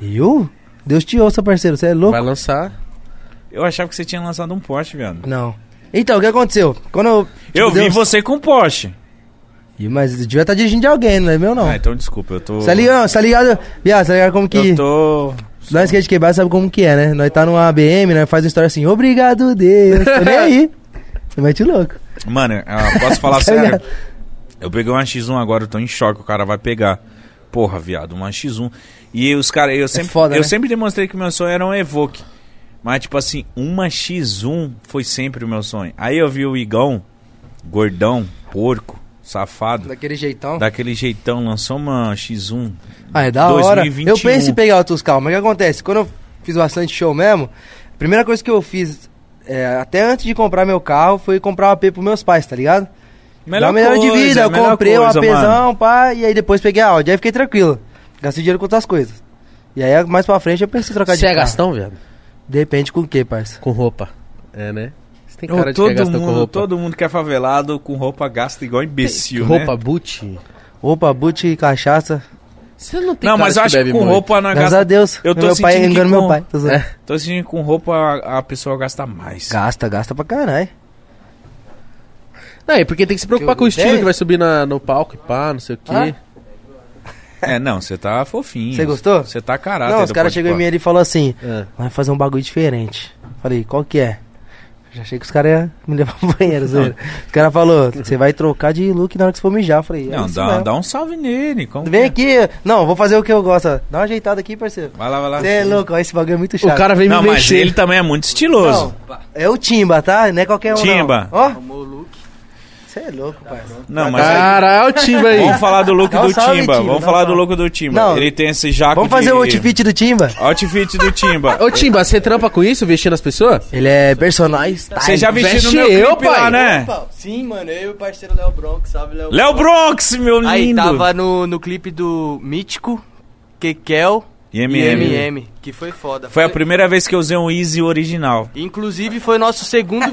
real. Eu? Deus te ouça, parceiro, você é louco?
Vai lançar.
Eu achava que você tinha lançado um Porsche, viado.
Não. Então, o que aconteceu? Quando eu.
Eu
tipo,
vi
Deus-
você com Porsche.
Ih, Mas devia estar dirigindo de alguém, não é meu não.
Ah, então desculpa, eu tô.
Você tá ligado? Você tá ligado? Viado, você tá ligado como que.
Eu tô.
Nós que é de quebrado sabe como que é, né? Nós tá numa ABM, nós faz uma história assim, obrigado Deus. Tô nem aí. Você mete o louco.
Mano, eu posso falar
Tá
sério?
ligado?
Eu peguei uma X1 agora, eu tô em choque, o cara vai pegar. Porra, viado, uma X1. E os caras, eu sempre.
foda,
eu
né?
sempre demonstrei que meu sonho era um Evoque. Mas, tipo assim, uma X1 foi sempre o meu sonho. Aí eu vi o Igão, gordão, porco, safado.
Daquele jeitão.
Daquele jeitão, lançou uma X1.
Ah, é da hora.
2021.
Eu penso em pegar outros carros, mas o que acontece? Quando eu fiz bastante show mesmo, a primeira coisa que eu fiz, é, até antes de comprar meu carro, foi comprar um AP pros meus pais, tá ligado? Melhor melhor de vida, eu
melhor
comprei
coisa,
um APzão, pá, e aí depois peguei a Audi, aí fiquei tranquilo. Gastei dinheiro com outras coisas. E aí, mais pra frente, eu pensei em trocar de
Você é
carro.
gastão, viado?
Depende com o que, parça.
Com roupa. É, né? Você tem
Ô,
cara de que é
todo,
gastão com
mundo,
roupa.
todo mundo que é favelado com roupa gasta igual imbecil, né?
roupa boot.
Opa, boot, cachaça.
Você não tem
Não,
cara
mas
que
eu acho que
bebe
com
muito.
roupa na
Graças
gasta.
a Deus.
Eu tô
meu pai
sentindo que com-
engana
É.
meu pai. Tô zoando.
Tô sentindo que Então, com roupa a, a pessoa gasta mais.
Gasta, gasta pra caralho.
Não, é porque tem que se preocupar
Que
com o estilo
ideia.
que vai subir na, no palco e pá, não
Ah.
sei o quê.
É, não, você tá fofinho.
Você gostou?
Você tá caráter.
Não, os
do
caras
Pode
chegou em
Pá.
mim ali e falou assim,
Ah.
vai fazer um bagulho diferente. Falei, qual que é? Já achei que os caras iam me levar pro banheiro, zoeira. Os caras falaram, você vai trocar de look na hora que você for mijar. Eu Falei, é
Não,
isso
dá,
mesmo.
dá um salve nele. Como
Vem
que
aqui. Não, vou fazer o que eu gosto. ó. Dá uma ajeitada aqui, parceiro.
é? Vai lá, vai lá.
Você é louco, ó, esse bagulho é muito chato.
O cara vem
Não,
me
mas
mexer.
ele também é muito
Não,
estiloso.
é o Timba, tá? Não é qualquer um,
Timba.
não. Ó. Você é louco, parceiro.
Não, mas. aí-
Caralho, o time aí.
Vamos falar do look
Dá um
do
salve,
Timba.
Timba,
Vamos
dá um
falar do
salve.
look do Timba.
Não.
Ele tem esse jaco
Vamos fazer
de-
o outfit do Timba?
Outfit do Timba.
Ô, Timba, você trampa com isso, vestindo as pessoas?
Ele é personagem.
Você já vestiu no
veste
meu
eu,
clipe lá,
pai.
né?
Sim, mano, eu e o parceiro Léo Bronx, salve Léo
Léo Bronx, meu lindo.
Aí tava no, no clipe do Mítico, Kekel
E
e
MM.
MM, que foi foda.
Foi a primeira vez que eu usei um Easy original.
Inclusive foi nosso segundo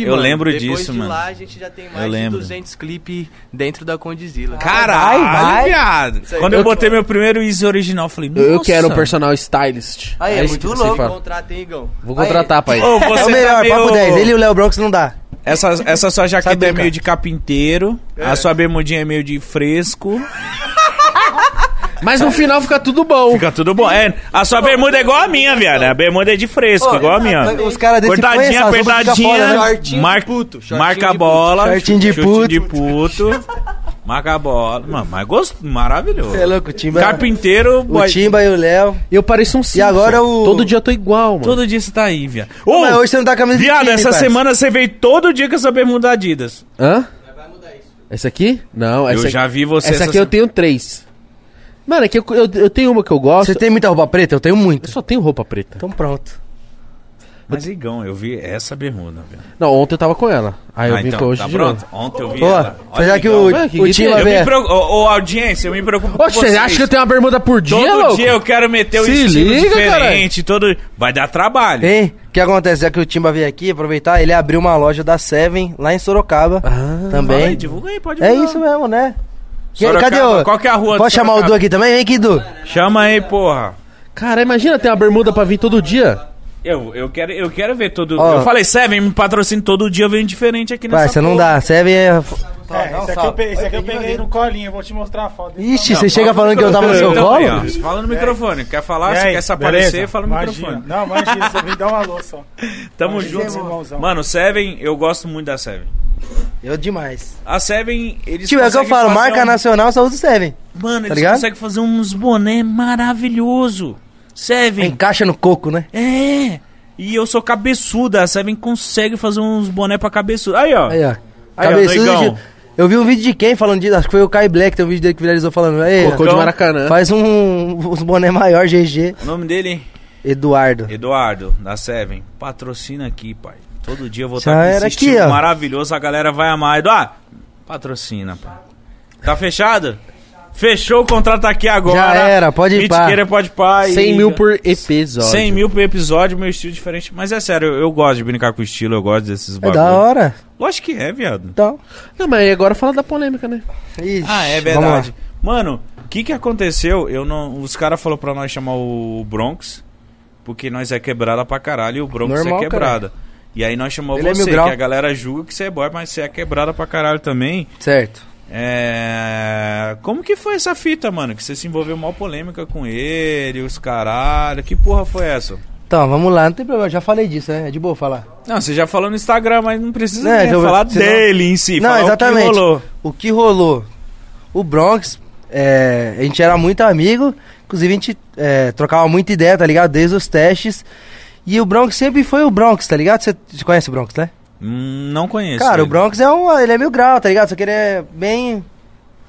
Eu
mano.
lembro
Depois
disso,
de
mano.
lá a gente já tem
Eu
mais de
lembro.
200 clipes dentro da Condizila.
Caralho,
Vai, vai.
viado.
aí
Quando
foi
eu botei meu primeiro Easy original, eu falei, nossa.
Eu quero um personal stylist.
Aí, é,
isso
muito
que você
louco.
fala.
Contrata, hein, Igão?
Vou contratar, pai.
Ô,
É
você
o melhor,
tá meio...
papo 10. Ele e o Léo Bronx não dá.
Essa, essa sua jaqueta
Sabe,
é meio
cara.
de capinteiro, a sua bermudinha é meio de fresco.
Mas no final fica tudo bom.
Fica tudo bom. É, a sua bermuda é igual a minha, viado. A bermuda é de fresco, igual a minha.
tá, Os caras desse põe
Cortadinha,
essas roupas, fica foda, né?
apertadinha,
Shortinho
mar-
de puto, shortinho
marca a
de
bola,
puto. Shortinho de
chute
puto.
de puto, marca a bola. Mano, mas gosto, maravilhoso.
Você é louco, o Timba.
Carpinteiro,
O
boy.
Timba e o Léo.
Eu pareço um Simpson.
agora o-
Todo dia eu tô igual, mano.
Todo dia você tá aí, viado. é
Não,
Ô,
mas hoje você não tá com a camisa do
viado,
time,
essa
parça.
semana você veio todo dia com essa bermuda Adidas.
Hã? Essa aqui? Não, essa
eu já vi você.
Essa aqui eu tenho três. Mano, é que eu, eu, eu tenho uma que eu gosto.
Você tem muita roupa preta? Eu tenho
Eu
muito.
só tenho roupa preta.
Então pronto.
Mas igão, eu vi essa bermuda, velho.
Não, ontem eu tava com ela. Aí eu vim com hoje
tá
de
pronto?
novo.
Ontem eu vi
Pô,
ela. Olha
será que
igão.
o, é-
Ué, que
o
que
Timba
tem?
Eu me
vê?
preocupo, ô, ô, audiência, eu me preocupo
Oxe,
com
você
vocês.
acha que eu tenho uma bermuda por dia,
Todo
louco?
dia eu quero meter o
Se
estilo
liga,
diferente, todo... Vai dar trabalho.
Hein? O que acontece? Já que o Timba veio aqui, aproveitar, ele abriu uma loja da Seven lá em Sorocaba.
Ah,
Fala aí,
também.
divulga aí, pode
É
divulgar.
isso mesmo, né? Que-
Sorocaba,
cadê o...
qual que é a rua de
Pode chamar o
Sorocaba?
Du aqui também? Vem aqui, Du.
Chama aí, porra.
Cara, imagina ter uma bermuda pra vir todo dia.
Eu, eu, quero, eu quero ver todo...
Ó.
Eu falei, Seven, me patrocina todo dia, eu venho diferente aqui nessa
Vai, você não
porra.
dá. Seven é...
É, esse aqui eu pe- esse aqui eu peguei no colinho, eu vou te mostrar a foto.
Ixi,
Não,
você
fala
chega falando que eu tava no seu
microfone
colo?
também, Então, ó. Você Fala no microfone. Quer falar,
É. E
se
aí,
quer se
beleza?
aparecer, fala no
Imagina.
microfone.
Não, imagina, você
um
vem dar uma louça.
Tamo
Imagina,
junto.
irmãozão.
Mano, Seven, eu gosto muito da Seven.
Eu demais.
A Seven, eles
Tio, é o que eu
conseguem
falo.
fazer
Marca
um-
nacional só usa o Seven.
Mano, eles
ligado?
conseguem fazer uns boné maravilhoso. Seven.
Encaixa no coco, né?
É. E eu sou cabeçuda. A Seven consegue fazer uns boné pra cabeçuda. Aí, ó.
Aí, ó.
Aí, ó,
Cabeçudo
doigão.
de... Eu vi um vídeo de quem falando disso, acho que foi o Kai Black, tem um vídeo dele que viralizou falando, Ei,
Cocô de
Então,
Maracanã.
faz um, uns boné maior, GG.
O nome dele?
Eduardo.
Eduardo, da Seven. Patrocina aqui, pai. Todo dia eu vou
Já
estar com
era
esse
aqui,
estilo
ó.
ah, maravilhoso. A galera vai amar. Eduardo, patrocina, pai. Tá fechado? Fechou o contrato aqui agora.
Já era, pode ir pá.
Mitiqueira, pode pá. e-
100 mil por episódio.
100 mil por episódio, meu estilo diferente. Mas é sério, eu, eu gosto de brincar com o estilo, eu gosto desses
É
bagulhos.
da hora.
Lógico que é, viado.
Então.
Não, mas agora fala da polêmica, né?
Ixi,
Ah, é
vamos
verdade.
lá.
Mano, o que que aconteceu? Eu não, os caras falaram pra nós chamar o Bronx, porque nós é quebrada pra caralho e o Bronx
Normal,
é quebrada. E aí nós chamamos
Ele é
você,
mil
que
grau.
a galera julga que você é boy, mas você é quebrada pra caralho também.
Certo.
É... Como que foi essa fita, mano? Que você se envolveu maior polêmica com ele, os caralho. Que porra foi essa?
Então, vamos lá.
Não tem problema, já falei disso, né? É de boa falar.
Não, você já falou no Instagram, mas não precisa
É,
nem
eu-
falar
senão-
dele em si.
Não,
falar
exatamente.
O que rolou.
O que rolou? O Bronx, é, a gente era muito amigo, inclusive a gente é, trocava muita ideia, tá ligado? Desde os testes. E o Bronx sempre foi o Bronx, tá ligado? Você você conhece o Bronx, né?
Hum, não conheço.
Cara, o
ele.
Bronx é um. Ele é mil grau, tá ligado? Só que ele é bem.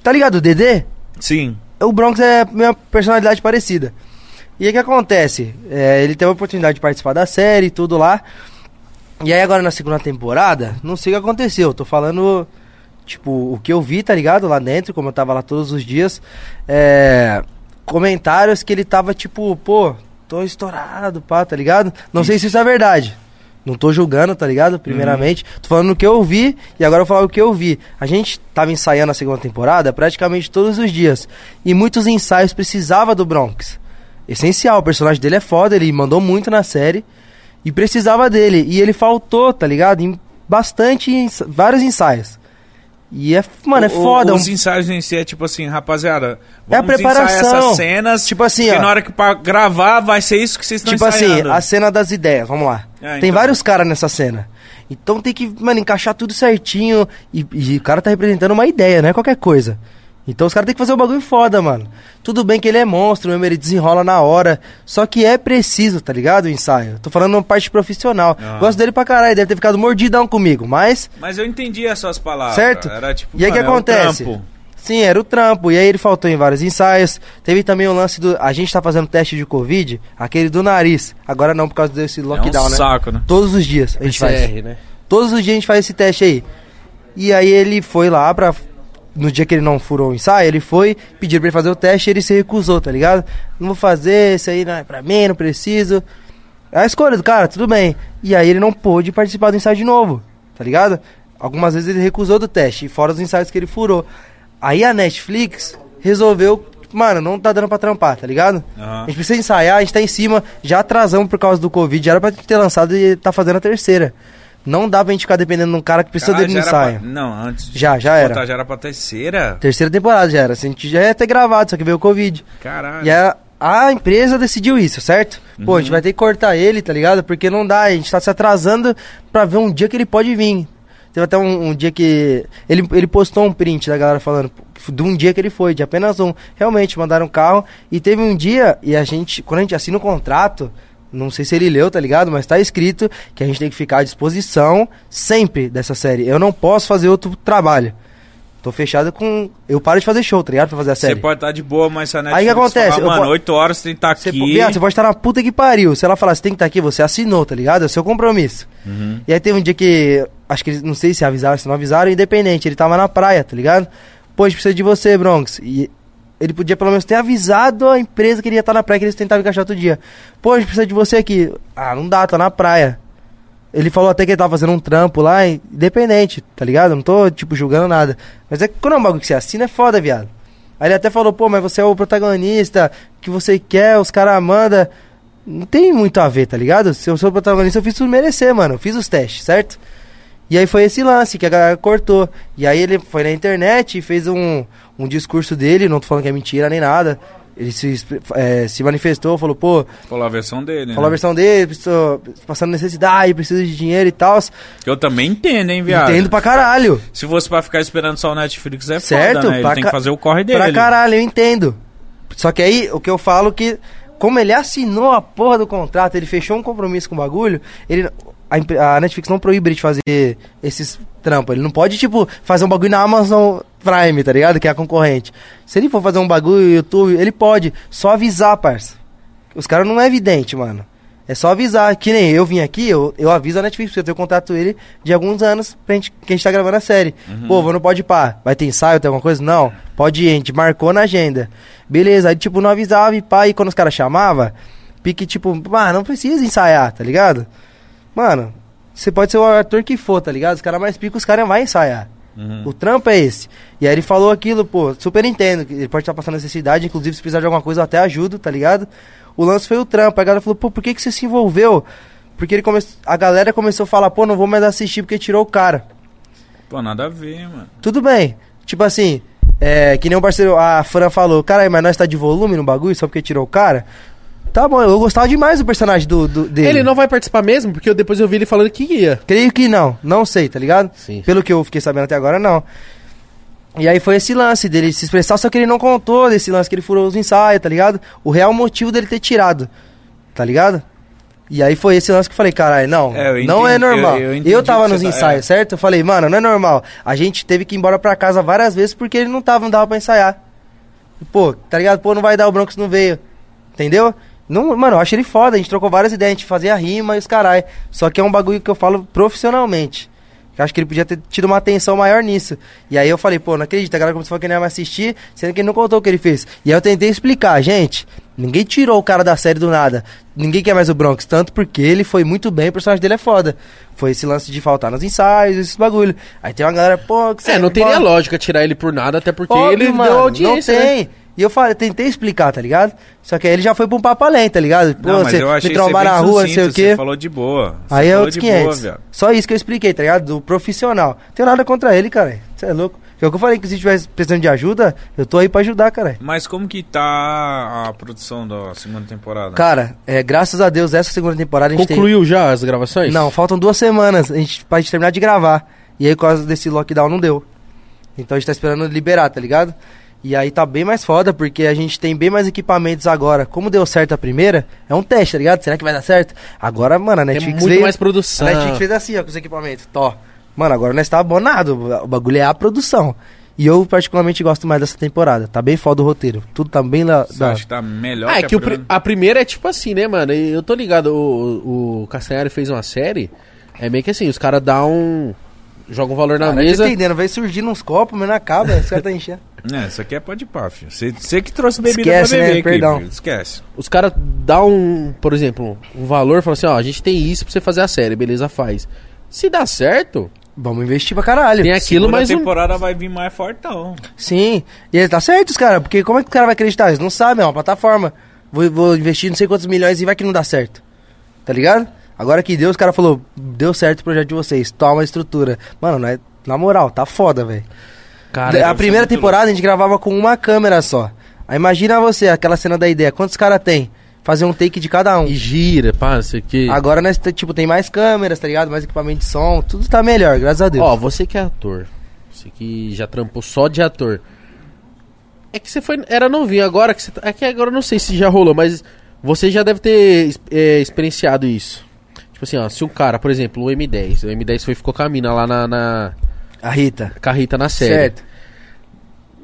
Tá ligado? O Dedê?
Sim.
o Bronx é minha personalidade parecida. E aí o que acontece? É, ele teve a oportunidade de participar da série e tudo lá. E aí agora na segunda temporada, não sei o que aconteceu. Tô falando, tipo, o que eu vi, tá ligado? Lá dentro, como eu tava lá todos os dias. É, comentários que ele tava, tipo, pô, tô estourado, pá, tá ligado? Não sei se isso é verdade. Não tô julgando, tá ligado? Primeiramente.
Uhum.
Tô falando o que eu vi e agora eu vou falar o que eu vi. A gente tava ensaiando a segunda temporada praticamente todos os dias. E muitos ensaios precisava do Bronx. Essencial, o personagem dele é foda, ele mandou muito na série. E precisava dele. E ele faltou, tá ligado? Em bastante, ens- vários ensaios. E é, mano, é
O-
foda.
Os
um-
ensaios em si é tipo assim, rapaziada,
É a
vamos ensaiar
preparação.
essas cenas.
Tipo assim,
porque
ó.
na hora que pra gravar vai ser isso que vocês estão
Tipo assim,
ensaiando.
a cena das ideias, vamos lá.
Ah,
Tem
então.
vários caras nessa cena. Então tem que, mano, encaixar tudo certinho. E, e o cara tá representando uma ideia, não é qualquer coisa. Então os caras têm que fazer um bagulho foda, mano. Tudo bem que ele é monstro mesmo, ele desenrola na hora. Só que é preciso, tá ligado? O ensaio. Tô falando uma parte profissional.
Ah.
Gosto dele pra caralho, deve ter ficado mordidão comigo, mas
Mas eu entendi as suas palavras.
Certo?
Era tipo,
E aí
mano,
que
é um
acontece?
trampo.
Sim, era o trampo. E aí ele faltou em vários ensaios. Teve também o lance do. A gente tá fazendo teste de Covid, aquele do nariz. Agora não, por causa desse
é
lockdown,
um
né?
saco, né?
Todos os dias a gente faz.
né?
Todos os dias a gente faz esse teste aí. E aí ele foi lá pra. No dia que ele não furou o ensaio, ele foi, pediram pra ele fazer o teste e ele se recusou, tá ligado? Não vou fazer, isso aí não é pra mim, não preciso. É a escolha do cara, tudo bem. E aí ele não pôde participar do ensaio de novo, tá ligado? Algumas vezes ele recusou do teste, e fora os ensaios que ele furou. Aí a Netflix resolveu, mano, não tá dando pra trampar, tá ligado?
Aham.
A gente precisa ensaiar, a gente tá em cima, já atrasamos por causa do Covid, já era pra ter lançado e tá fazendo a terceira. Não dá pra gente ficar dependendo de um cara que precisa
Caralho,
dele no
Ah, já era
ensaio.
pra- Não, antes. de
Já, já
botar,
era.
Já era pra terceira.
Terceira temporada já era, assim, a gente já ia ter gravado, só que veio o Covid.
Caralho.
E é a, a empresa decidiu isso, certo? Pô, a gente vai ter que cortar ele, tá ligado? Porque não dá, a gente tá se atrasando pra ver um dia que ele pode vir. Teve até um, um dia que. Ele, ele postou um print da galera falando de um dia que ele foi, de apenas um. Realmente, mandaram um carro. E teve um dia, e a gente, quando a gente assina o contrato, não sei se ele leu, tá ligado? Mas tá escrito que a gente tem que ficar à disposição sempre dessa série. Eu não posso fazer outro trabalho. Tô fechado com. Eu paro de fazer show, tá ligado? Pra fazer a
Você
série.
pode estar de boa, mas se a Netflix
Aí que acontece?
falar,
Eu
mano,
po-
8 horas você tem que estar
Você,
tá aqui.
po- viado, você pode estar na puta que pariu. Se ela falar, você tem que estar aqui, você assinou, tá ligado? É o seu compromisso. E aí teve um dia que. Acho que eles. Não sei se avisaram, se não avisaram, independente. Ele tava na praia, tá ligado? Pô, a gente precisa de você, Bronx. E ele podia pelo menos ter avisado a empresa que ele ia estar na praia, que eles tentavam encaixar outro dia. Pô, a gente precisa de você aqui. Ah, não dá, tá na praia. Ele falou até que ele tava fazendo um trampo lá, e- independente, tá ligado? Não tô, tipo, julgando nada. Mas é que quando é um bagulho que você assina, é foda, viado. Aí ele até falou, pô, mas você é o protagonista, o que você quer, os caras mandam. Não tem muito a ver, tá ligado? Se eu sou o protagonista, eu fiz tudo merecer, mano. Eu fiz os testes, certo? E aí foi esse lance que a galera cortou. E aí ele foi na internet e fez um, um discurso dele, não tô falando que é mentira nem nada. Ele se, expre- eh, se manifestou, falou, pô,
Falou a versão dele,
falou
né?
a versão dele, preciso- passando necessidade, preciso de dinheiro e tal.
Que eu também entendo, hein, viado?
Entendo pra caralho.
Se fosse pra ficar esperando só o Netflix é
certo?
foda, né? Ele
Pra
tem
ca-
que fazer o corre dele.
Pra caralho, eu entendo. Só que aí, o que eu falo que, como ele assinou a porra do contrato, ele fechou um compromisso com o bagulho, ele, a, impre- a Netflix não proíbe ele de fazer esses trampos. Ele não pode, tipo, fazer um bagulho na Amazon Prime, tá ligado? Que é a concorrente. Se ele for fazer um bagulho no YouTube, ele pode. Só avisar, parça. Os caras não é evidente, mano. É só avisar. Que nem eu vim aqui, eu, eu aviso a Netflix, porque eu tenho contato com ele de alguns anos pra gente, que a gente tá gravando a série. Pô, vou no Pode Pá. Vai ter ensaio, tem alguma coisa? Não. Pode ir, a gente marcou na agenda. Beleza, aí tipo, não avisava e pá, e quando os caras chamavam, pique tipo, ah, não precisa ensaiar, tá ligado? Mano, você pode ser o ator que for, tá ligado? Os caras mais pica, os caras vão ensaiar. O trampo é esse. E aí ele falou aquilo, pô, super entendo. que Ele pode estar passando necessidade, inclusive se precisar de alguma coisa eu até ajudo, tá ligado? O lance foi o trampo. A galera falou, pô, por que, que você se envolveu? Porque ele come... a galera começou a falar, pô, não vou mais assistir porque tirou o cara.
Pô, nada a ver, mano.
Tudo bem. Tipo assim, é, que nem o parceiro, a Fran falou, caralho, mas nós tá de volume no bagulho só porque tirou o cara? Tá bom, eu gostava demais do personagem do, do- dele.
Ele não vai participar mesmo, porque eu- depois eu vi ele falando que ia.
Creio que não, não sei, tá ligado?
Sim.
Pelo que eu fiquei sabendo até agora, não. E aí foi esse lance dele se expressar, só que ele não contou desse lance que ele furou os ensaios, tá ligado? O real motivo dele ter tirado, tá ligado? E aí foi esse lance que eu falei, caralho, não,
É, eu
não é
entendi-
normal.
eu- eu
Eu,
entendi o
tava
que
nos
você tá-
ensaios,
é.
certo? Eu falei, mano, não é normal. A gente teve que ir embora pra casa várias vezes porque ele não tava, não dava pra ensaiar. Pô, tá ligado? Pô, não vai dar, o Broncos não veio. Entendeu? Não, mano, eu acho ele foda, a gente trocou várias ideias, a gente fazia rima e os caralho. Só que é um bagulho que eu falo profissionalmente. Eu acho que ele podia ter tido uma atenção maior nisso. E aí eu falei, pô, não acredito, a galera começou a falar que não ia mais assistir, sendo que ele não contou o que ele fez. E aí eu tentei explicar, gente, ninguém tirou o cara da série do nada. Ninguém quer mais o Bronx, tanto porque ele foi muito bem, o personagem dele é foda. Foi esse lance de faltar nos ensaios, esses bagulho. Aí tem uma galera, pô, que
É, não teria
lógica.
lógica tirar ele por nada, até porque
Óbvio,
ele
mano,
deu audiência.
Não
né?
tem. E eu falei, tentei explicar, tá ligado? Só que aí ele já foi pra um papo além, tá ligado? Pô,
não, mas
você
eu achei
me
que você
trombar
bem
na rua, não
sucinto,
sei o
Você
quê.
falou de boa. Você
Aí é
falou
outros 500.
viado.
Só isso que eu expliquei, tá ligado? Do profissional. Não tenho nada contra ele, cara. Você é louco. É o que eu falei, que se tivesse precisando de ajuda, eu tô aí pra ajudar, cara.
Mas como que tá a produção da segunda temporada?
Cara, é, graças a Deus, essa segunda temporada a gente tem...
Concluiu já as gravações?
Não, faltam duas semanas a gente, pra gente terminar de gravar. E aí, por causa desse lockdown, não deu. Então a gente tá esperando liberar, tá ligado? E aí tá bem mais foda, porque a gente tem bem mais equipamentos agora. Como deu certo a primeira, é um teste, tá ligado? Será que vai dar certo? Agora, mano, a
Tem
Netflix
É muito
veio...
mais
a
produção.
Netflix fez assim, ó, com os equipamentos. Tó. Mano, agora nós tá abonado. O bagulho é a produção. E eu, particularmente, gosto mais dessa temporada. Tá bem foda o roteiro. Tudo tá bem... La...
Você
da-
acha que tá melhor
Ah, é que o
a
pri-
primeira?
a primeira é tipo assim, né, mano? E Eu tô ligado, o, o Castanhari fez uma série, é meio que assim, os caras dão um... Jogam um valor na
Cara, eu tô
mesa...
Tá entendendo. Vai surgindo uns copos, mas não acaba. Os caras tá enchendo.
É, isso aqui é pode pá, filho. Você você que trouxe bebida
Esquece,
pra beber
né?
aqui,
Perdão.
filho. Esquece.
Os caras dão, um, por exemplo, um valor, falam assim, ó, a gente tem isso pra você fazer a série, beleza, faz. Se dá certo,
Vamos investir pra caralho.
tem aquilo,
Segunda
mas um...
temporada vai vir mais fortão.
Sim, e ele tá certo, os cara, porque como é que o cara vai acreditar? Eles não sabem, é uma plataforma. Vou, vou investir não sei quantos milhões e vai que não dá certo. Tá ligado? Agora que deu, os cara falou, deu certo o projeto de vocês, toma a estrutura. Mano, não é- na moral, tá foda, velho.
Cara,
A primeira temporada a gente gravava com uma câmera só. Aí imagina você, aquela cena da ideia, quantos caras tem? Fazer um take de cada um.
e gira, pá, não sei o quê.
Agora nós, te- tipo, tem mais câmeras, tá ligado? Mais equipamento de som, tudo tá melhor, graças a Deus.
Ó, você que é ator, você que já trampou só de ator. É que você foi, era novinho agora, que você, tá- é que agora eu não sei se já rolou, mas você já deve ter es- é, experienciado isso. Tipo assim, ó, se um cara, por exemplo, o M10, o M10 foi ficou com a mina lá na, na
A Rita.
carrita na série.
Certo.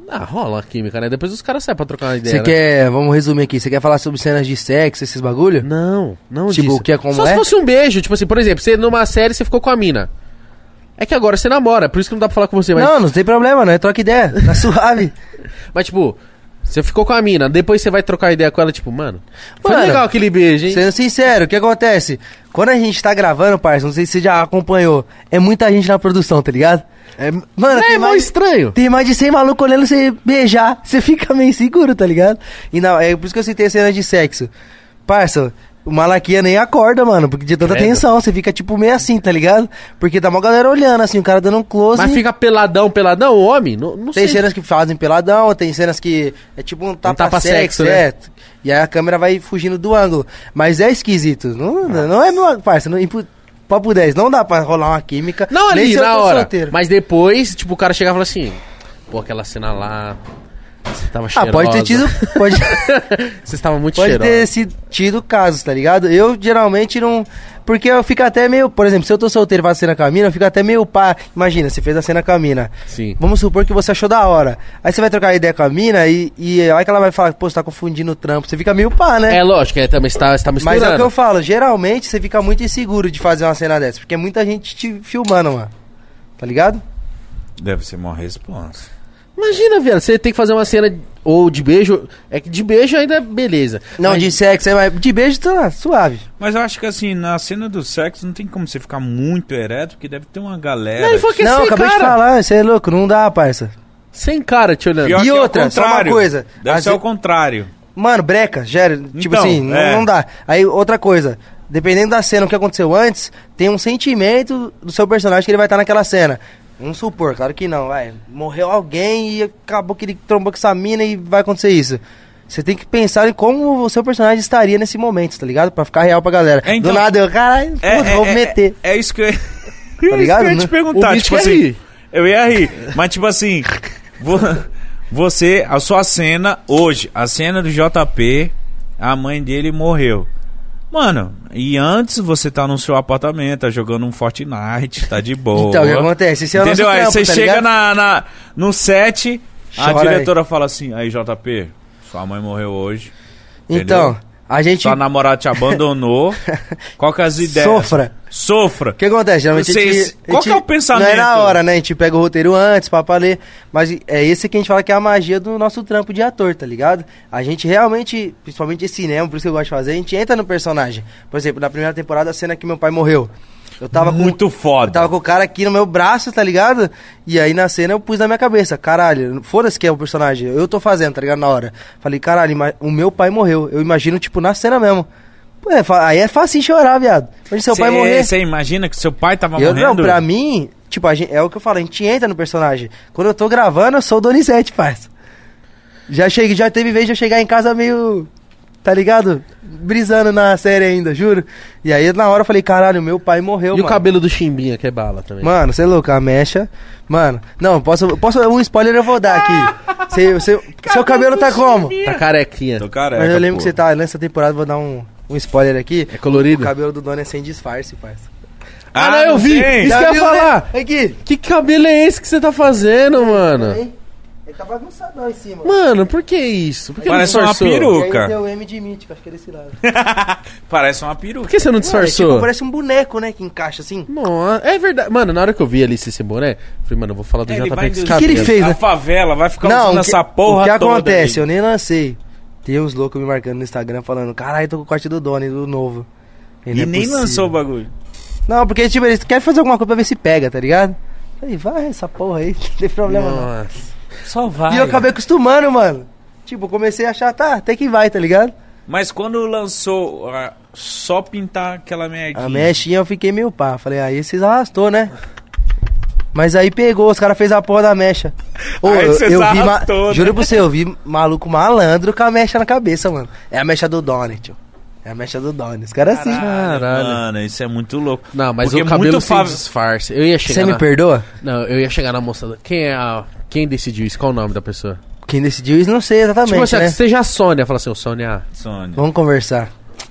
Ah, rola a química, né? Depois os caras saem pra trocar uma ideia.
Você
né?
quer, vamos resumir aqui, você quer falar sobre cenas de sexo, esses bagulho?
Não, não
Tipo, o que é como
Só
é?
se fosse um beijo, tipo assim, por exemplo, você numa série você ficou com a mina. É que agora você namora, por isso que não dá pra falar com você, mas
Não, não tem problema, não é troca ideia, tá suave.
Mas, tipo, você ficou com a mina, depois você vai trocar ideia com ela, tipo, mano. Foi
Mano,
legal aquele beijo, hein?
Sendo sincero, o que acontece? Quando a gente tá gravando, parça, não sei se você já acompanhou, é muita gente na produção, tá ligado? É, mano,
É,
tem
é mó
mais-
estranho.
Tem mais de 100 malucos olhando você beijar. Você fica meio inseguro, tá ligado? E não, é por isso que eu citei a cena de sexo. Parça, o Malaquia nem acorda, mano, porque de tanta
Credo.
tensão, você fica tipo meio assim, tá ligado? Porque tá uma galera olhando, assim, o cara dando um close.
Mas fica peladão, peladão, o homem? Não, não
Tem
sei.
cenas que fazem peladão, tem cenas que é tipo um tapa,
tapa sexo,
sexo,
né?
é. E aí a câmera vai fugindo do ângulo. Mas é esquisito. Não, não é meu, parça. Não, impu- papo 10, não dá pra rolar uma química.
Não
nem
ali,
se eu
na
tô
hora.
solteiro.
Mas depois, tipo, o cara chegava e falava assim: pô, aquela cena lá. Você tava
Ah,
cheirosa.
pode ter tido. Pode,
Vocês estavam muito
pode
cheirosa.
ter sido, tido casos, tá ligado? Eu geralmente não. Porque eu fico até meio. Por exemplo, se eu tô solteiro e faço cena com a mina, eu fico até meio pá. Imagina, você fez a cena com a mina.
Sim.
Vamos supor que você achou da hora. Aí você vai trocar ideia com a mina e, e a hora que ela vai falar, pô, você tá confundindo o trampo. Você fica meio pá, né?
É lógico, é, também você tá, você tá
Mas
misturando.
é o que eu falo, geralmente você fica muito inseguro de fazer uma cena dessa, porque é muita gente te filmando, mano. Tá ligado?
Deve ser maior responsa.
Imagina, velho, você tem que fazer uma cena ou de beijo. É que de beijo ainda é beleza.
Não,
Mas-
de sexo, é, mas de beijo tá suave.
Mas eu acho que assim, na cena do sexo não tem como você ficar muito ereto, porque deve ter uma galera.
Não, ele falou que é
não,
sem
acabei
cara.
de falar, você é louco, não dá, parça.
Sem cara te olhando.
Pior
E
que é o
outra, só uma
contrário.
coisa.
Deve
Às
ser ao
ve-
contrário.
Mano, breca, gera, tipo
Então,
assim, não-
é.
não, dá. Aí outra coisa, dependendo da cena, o que aconteceu antes, tem um sentimento do seu personagem que ele vai estar naquela cena. Vamos supor, claro que não, vai. Morreu alguém e acabou que ele trombou com essa mina e vai acontecer isso. Você tem que pensar em como o seu personagem estaria nesse momento, tá ligado? Pra ficar real pra galera.
É, então-
do nada eu, caralho,
É,
puta,
é,
vou
é,
meter. Tá
É, é isso que eu, é isso
ligado,
que eu ia
né?
te perguntar.
O
tipo
Mitch quer
assim,
rir.
Eu ia rir. Mas, tipo assim, vo- você, a sua cena hoje, a cena do JP, a mãe dele morreu. Mano, e antes você tá no seu apartamento, tá jogando um Fortnite, tá de boa.
Então, o que acontece? Esse é o
Entendeu?
nosso
Aí
trampo,
você
tá
chega
ligado?
na, na- no set, a
Chora aí.
diretora fala assim: aí, JP, sua mãe morreu hoje.
Então,
entendeu? Tá
a gente
Sua namorada te abandonou. Qual que é as ideias?
sofra.
Sofra.
O que acontece? Geralmente a
Vocês-
gente, a
qual que
gente-
é o pensamento?
Não é na hora, né? A gente pega o roteiro antes pra, pra ler. Mas é esse que a gente fala que é a magia do nosso trampo de ator, tá ligado? A gente realmente, principalmente esse cinema, por isso que eu gosto de fazer, a gente entra no personagem. Por exemplo, na primeira temporada, a cena que meu pai morreu. Eu tava com-
Muito foda.
eu tava com o cara aqui no meu braço, tá ligado? E aí na cena eu pus na minha cabeça, caralho, foda-se que é o personagem, eu tô fazendo, tá ligado? Na hora. Falei, caralho, ima- o meu pai morreu. Eu imagino, tipo, na cena mesmo. Pô, é fa- aí é fácil chorar, viado. Mas seu pai morrer.
Você imagina que seu pai
Tá
tava
Eu
morrendo?
não, pra mim, tipo, a gente, é o que eu falo, a gente entra no personagem. Quando eu tô gravando, eu sou o Donizete, parça. Já cheguei, já teve vez de eu chegar em casa meio. Tá ligado? Brisando na série ainda, juro. E aí na hora eu falei, caralho, meu pai morreu,
E o
mano.
cabelo do Chimbinha, que é bala também.
Mano, você é louco, a mecha. Mano, não, posso, posso. Um spoiler eu vou dar aqui. Cê- cê- seu cabelo tá como?
Tá carequinha.
Tô careca,
Mas eu lembro
pô.
que você tá nessa temporada, vou dar um, um spoiler aqui.
É
O
colorido?
cabelo do dono é sem disfarce, parça.
Ah, não, eu vi!
tem.
Isso
Já
que eu ia
viu, né?
falar!
Aqui!
Que cabelo é esse que você tá fazendo,
É.
mano?
Hein? Ele tá bagunçadão em cima.
Mano, por que isso? Por que não
Parece uma
disfarçou?
peruca.
E aí
Luca.
deu o M de mítico, acho que é desse lado.
Parece uma
Por
peruca.
que você não
Mano, é tipo,
disfarçou?
parece um boneco, né, que encaixa assim.
Não, é verdade. Mano, na hora que eu vi ali esse boné, eu falei, mano, eu vou falar do
É, ele
JP
vai
com esse
do-
O que
cabelo.
ele fez,
A
né?
favela vai ficar usando
o que-
essa porra
O que
toda
acontece?
aí.
Eu nem lancei. Tem uns loucos me marcando no Instagram falando, caralho, tô com o corte do Doni, do novo.
E
é
nem lançou o bagulho.
Não, porque, tipo, eles querem fazer alguma coisa pra ver se pega, tá ligado? Falei, vai essa porra aí, não tem problema não.
Nossa.
Só vai.
E eu acabei acostumando, mano. Tipo, comecei a achar, tá, até que vai, tá ligado?
Mas quando lançou, ah, só pintar aquela merdinha.
A mechinha eu fiquei meio pá. Falei, "Ah, aí vocês arrastou, né? Mas aí pegou, os caras fez a porra da mecha. Ô,
Aí
eu,
vocês
eu vi ma-
arrastou, né?
Juro pra você, eu vi maluco malandro com a mecha na cabeça, mano. É a mecha do Donnie, tio. É a mecha do Donnie. Os caras assim.
Caralho.
Mano, isso é muito louco.
Não, mas
Porque
o cabelo
muito
sem
fa-
disfarce. Eu ia chegar
Você me
na...
perdoa?
Não, eu ia chegar na moça... Quem é a... Quem decidiu isso? Qual o nome da pessoa?
Quem decidiu isso, não sei exatamente,
Tipo assim,
né?
que seja a Sônia. Fala assim, ô Sônia,
Sônia.
Vamos conversar.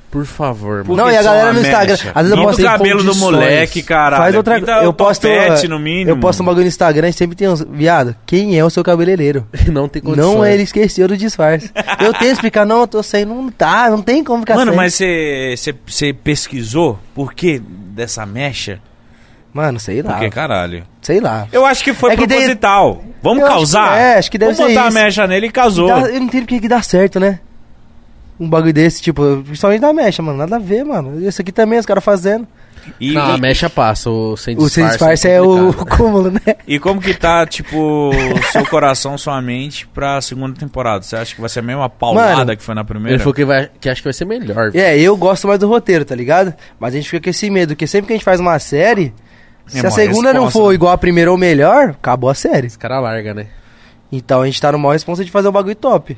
por favor,
Por
mano.
Não,
que
e a
só
galera
uma
no Instagram,
mecha?
às vezes eu
Não do
posto em
cabelo do
condições.
moleque, caralho.
Faz outra
Pinta
Eu
o
posto.
topete,
ah,
no mínimo.
Eu posto um bagulho no Instagram e sempre tem uns. Viado, quem é o seu cabeleireiro?
não tem condições.
Não, é ele esqueceu do disfarce. Eu tenho que explicar, não, eu tô sem, não tá, não tem como ficar
Mano,
sem.
mas você pesquisou por que dessa mecha?
Mano, sei
Ah.
lá.
Porque caralho.
Sei lá.
Eu acho que foi
É que tem-
proposital. Vamos
Eu acho
causar?
que- é, acho que deve
Vamos
ser
botar
isso.
a mecha nele e casou.
Dá- eu não entendo porque que dá certo, né? Um bagulho desse, tipo, principalmente da mecha, mano. Nada a ver, mano. Isso aqui também, os caras fazendo.
E,
Não, a mecha passa. O sem
O
disfarce,
sem disfarce é o
complicado.
cúmulo, né?
e como que tá, tipo, seu coração, sua mente pra segunda temporada? Você acha que vai ser a mesma paulada
Mano,
que foi na primeira?
Ele falou que, vai, que acha que vai ser melhor.
É, eu gosto mais do roteiro, tá ligado? Mas a gente fica com esse medo, porque sempre que a gente faz uma série,
É
se
uma
a segunda não
resposta,
for
né?
igual a primeira ou melhor, acabou a série.
Esse cara larga, né?
Então a gente tá numa responsa de fazer um bagulho top.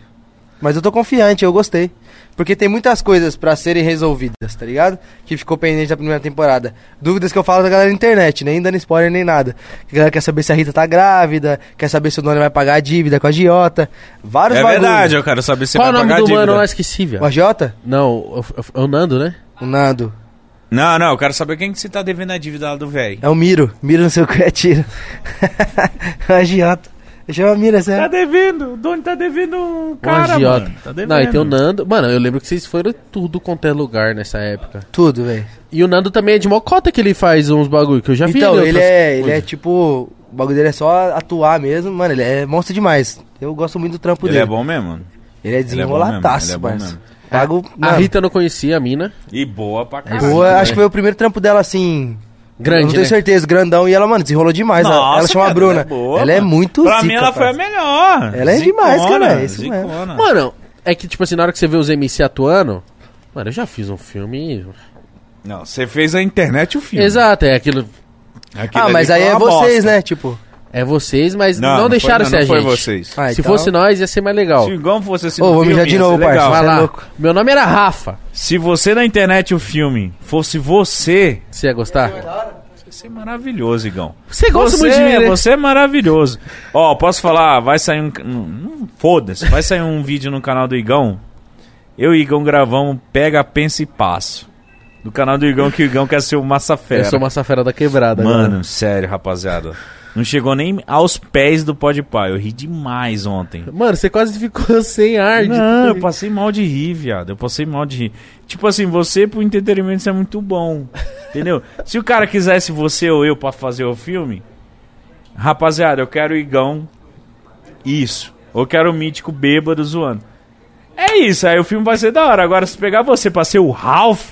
Mas eu tô confiante, eu gostei. Porque tem muitas coisas pra serem resolvidas, tá ligado? Que ficou pendente da primeira temporada. Dúvidas que eu falo da galera na internet, nem dando spoiler nem nada. Que a galera quer saber se a Rita tá grávida, quer saber se o Doni vai pagar a dívida com a Giota. Vários
É
bagulho.
verdade, eu quero saber se
Qual é
vai
o nome
pagar a
do
dívida.
mano? Eu esqueci,
O
viado.
Agiota?
Não, é o Nando, né?
O Nando.
Não, não, eu quero saber quem que você tá devendo a dívida lá do velho.
É o Miro. Miro no seu cu é tiro. o Agiota. Chama Miro, é
Tá
sério.
devendo, o Doni tá devendo um
Um
cara,
agiota.
mano. Tá devendo.
Não, e tem o Nando. Mano, eu lembro que vocês foram tudo quanto é lugar nessa época.
Tudo, velho.
E o Nando também é de mocota que ele faz uns bagulho, que eu já vi
Então, ele
outras
é, ele é
coisas.
tipo. O bagulho dele é só atuar mesmo. Mano, ele é monstro demais. Eu gosto muito do trampo
Ele
dele.
é bom mesmo, mano.
Ele é
Ele é bom mesmo,
desenrolataço,
ele é bom
parça.
mesmo.
Pago.
A
mano,
Rita eu não conhecia, a mina.
E boa pra caralho.
É. boa,
né?
acho que foi o primeiro trampo dela assim. eu não
Grande,
tenho
né?
certeza, grandão. E ela, mano, desenrolou demais. ela- ela
Nossa,
chama a
cara,
Bruna.
ela é boa,
ela é
mano.
muito
Pra
zica,
mim ela foi a
parça.
melhor.
Ela é demais, cara, é isso mesmo.
zicona.
Mano, é que, tipo assim, na hora que você vê os MC atuando... Mano, eu já fiz um filme...
Não, você fez a internet e o filme.
Exato, é aquilo...
Aquilo
Ah,
ali
mas
foi
aí é
uma
vocês,
bosta.
né? Tipo.
É vocês, mas
Não,
não,
não foi-
deixaram
não,
ser
não
a
foi
gente.
vocês.
Ah,
Se
então-
fosse nós, ia ser mais legal.
Se igual fosse assim
Ô,
no
vou mijar
filme,
de
ia
novo,
ser legal.
parça.
Vai
Você é
lá.
louco.
Meu nome era Rafa.
Se você na internet e o filme fosse você,
Você ia gostar?
ia ser maravilhoso, Igão.
Você gosta muito de mim, né?
Você é maravilhoso. Ó, posso falar, vai sair um... hum, hum, Foda-se, vai sair um vídeo no canal do Igão. Eu e Igão gravamos Pega, Pensa e Passo. Do canal do Igão, que o Igão quer ser o Massa Fera.
Eu sou massa fera da quebrada.
Mano,
agora.
sério, rapaziada. Não chegou nem aos pés do Podpah. Eu ri demais ontem.
Mano, você quase ficou sem ar. de-
Não, eu passei mal de rir, viado. Eu passei mal de rir. Tipo assim, você pro entretenimento você é muito bom. Entendeu? Se o cara quisesse você ou eu pra fazer o filme, rapaziada, eu quero o Igão. Isso. Ou quero o mítico bêbado zoando. É isso, aí o filme vai ser da hora. Agora, se pegar você pra ser o Ralph.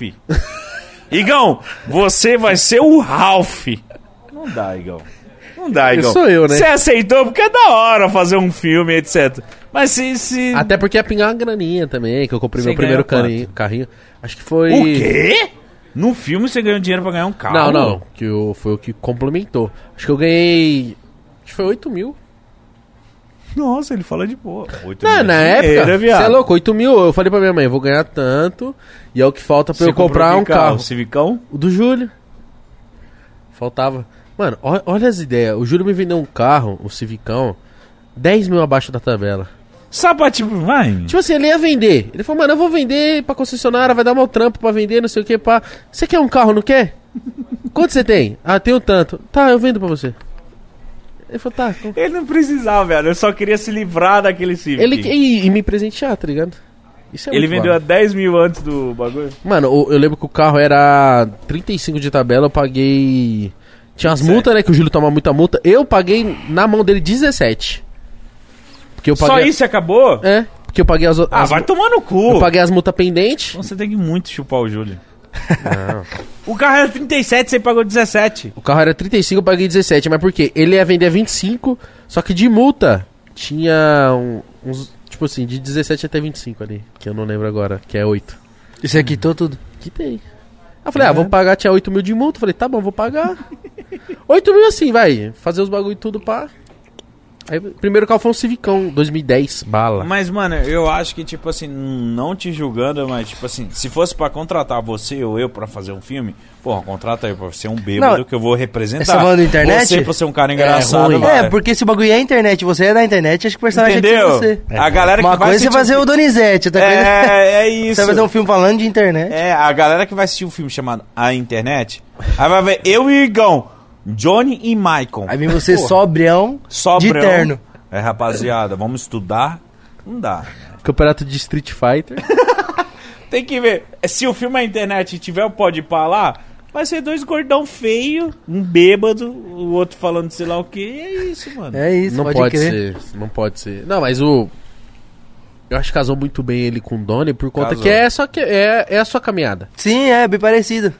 Igão, você vai ser o Ralph. Não dá, Igão. Não dá, Igão.
sou eu, né?
Você aceitou porque é da hora fazer um filme, etc. Mas se. se...
Até porque ia pingar uma graninha também, que eu comprei
Você
meu primeiro
ganhou
carinho, carrinho. Acho que foi.
O quê? No filme você ganhou dinheiro pra ganhar um carro?
Não, não. Que eu, foi o que complementou. Acho que eu ganhei. Acho que foi 8 mil.
Nossa, ele fala de boa. Oito
Não,
mil
na
é
época.
dinheiro,
Você
viado.
é louco, 8 mil. Eu falei pra minha mãe, eu vou ganhar tanto. E é o que falta pra
Você
eu comprar
comprou
um carro.
Civicão?
O do Júlio. Faltava. Mano, ó- olha as ideias. O Júlio me vendeu um carro, o Civicão, 10 mil abaixo da tabela.
Sabe, pra, tipo, vai.
Tipo assim, ele ia vender. Ele falou, mano, eu vou vender pra concessionária, vai dar mau trampo pra vender, não sei o que. Pra... Você quer um carro, não quer? Quanto você tem? Ah, tenho tanto. Tá, eu vendo pra você. Ele falou, tá. com-
Ele não precisava, velho. Eu só queria se livrar daquele Civic.
Ele que- e, e me presentear, tá ligado? Isso é
Ele
muito
vendeu a
bala.
10 mil antes do bagulho.
Mano, o- eu lembro que o carro era 35 de tabela, eu paguei. Tinha as multas, né? Que o Júlio toma muita multa. Eu paguei na mão dele 17. Porque eu
Só
paguei.
isso e acabou?
É, porque eu paguei as. o-
Ah,
as
vai
mu-
tomar no
Eu
cu.
paguei as multas pendentes.
Então você tem que muito chupar o Júlio. o carro era 37, você pagou 17.
O carro era 35, eu paguei 17. Mas por quê? Ele ia vender a 25, só que de multa tinha um- uns. Tipo assim, de 17 até 25 ali. Que eu não lembro agora, que é 8.
Isso aqui, tô tudo.
Que tem. Aí eu falei, ah, vou pagar, tinha 8 mil de multa. Eu falei, tá bom, vou pagar. 8 mil assim, vai. Fazer os bagulho e tudo pá. Aí, primeiro carro foi um Civicão, 2010, bala.
Mas, mano, eu acho que, tipo assim, não te julgando, mas, tipo assim, se fosse pra contratar você ou eu pra fazer um filme, porra, contrata eu pra ser um bêbado
Não,
que eu vou representar.
você tá falando da internet?
Você pra ser um cara engraçado. Então,
ruim.
vai.
É, porque esse bagulho é internet. Você é da internet, acho que o personagem é
Entendeu?
de você.
A galera que
Uma
vai
coisa é
assistir um
fazer o Donizete, outra coisa
É, é isso.
Você vai fazer um filme falando de internet.
É, a galera que vai assistir um filme chamado A Internet, aí vai ver eu e o Igão, Johnny e Michael.
Aí vem você sobrião,
Sobrão.
de terno.
É, rapaziada, vamos estudar? Não dá.
Campeonato de Street Fighter.
Tem que ver. É, Se o filme A Internet tiver o pode pá lá, vai ser dois gordão feio, um bêbado, o outro falando sei lá o que. É isso, mano.
É isso,
não
pode,
pode,
crer.
ser, não pode ser. Não, mas o. Eu acho que casou muito bem ele com o Donnie por conta
Casou.
que é, só que é, é a sua caminhada.
Sim, é, bem parecido.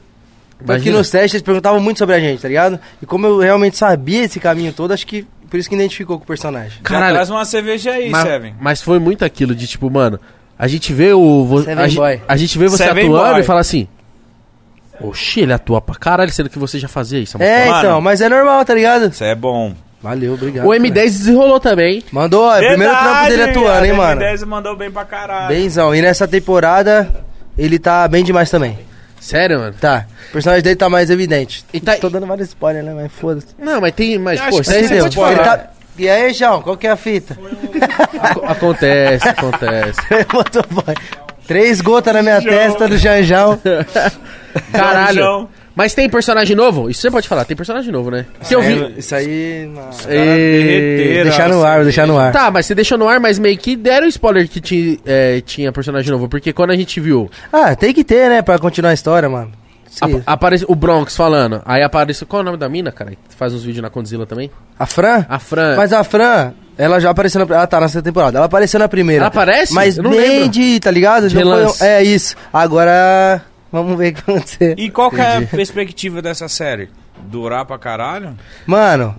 Porque
Imagina.
nos testes eles perguntavam muito sobre a gente, tá ligado? E como eu realmente sabia esse caminho todo, acho que por isso que identificou com o personagem.
Já
Caralho.
traz uma cerveja aí,
mas,
Seven.
mas foi muito aquilo de tipo, mano, a gente vê o. vo-
Seven
a, gen-
Boy.
a gente vê você
Seven
atuando
Boy.
e fala assim. Oxi, ele atua pra caralho, sendo que você já fazia isso, amor.
É,
Mano.
então, mas é normal, tá ligado?
Isso é bom.
Valeu, obrigado.
O M10 desenrolou também.
Mandou, ó, é o primeiro trampo dele atuando, hein, mano?
O M10 mandou bem pra caralho.
Benzão. E nessa temporada, ele tá bem demais também.
Sério, mano?
Tá. O personagem dele tá mais evidente.
E tá-
Tô dando vários spoilers, né? Mas foda-se.
Não, mas tem. Mas,
Eu
pô,
acho que
você
sim,
entendeu?
pode falar.
Ele tá- E aí, João, qual que é a fita?
Ac- acontece, acontece.
Motoboy. Três gotas na minha testa do Janjão.
Caralho.
João.
Mas tem personagem novo? Isso você pode falar, tem personagem novo, né? Que eu vi.
É, Isso aí. mano.
E...
derreteram.
Deixar no ar, deixar no ar.
Tá, mas você deixou no ar, mas meio que deram spoiler que ti- é, tinha personagem novo. Porque quando a gente viu
Ah, tem que ter, né? Pra continuar a história, mano. Sim.
a- aparece o Bronx falando, aí aparece. Qual é o nome da mina, cara? Que faz uns vídeos na Condzilla também?
A Fran?
A Fran.
Mas a Fran, ela já apareceu na. Ela tá nessa temporada. Ela apareceu na primeira.
Ela aparece?
Mas
Eu não
bem
lembro.
de. Tá ligado?
De
Não foi-
relance.
é isso. Agora. Vamos ver o que vai acontecer.
E qual que é a perspectiva dessa série? Durar pra caralho?
Mano,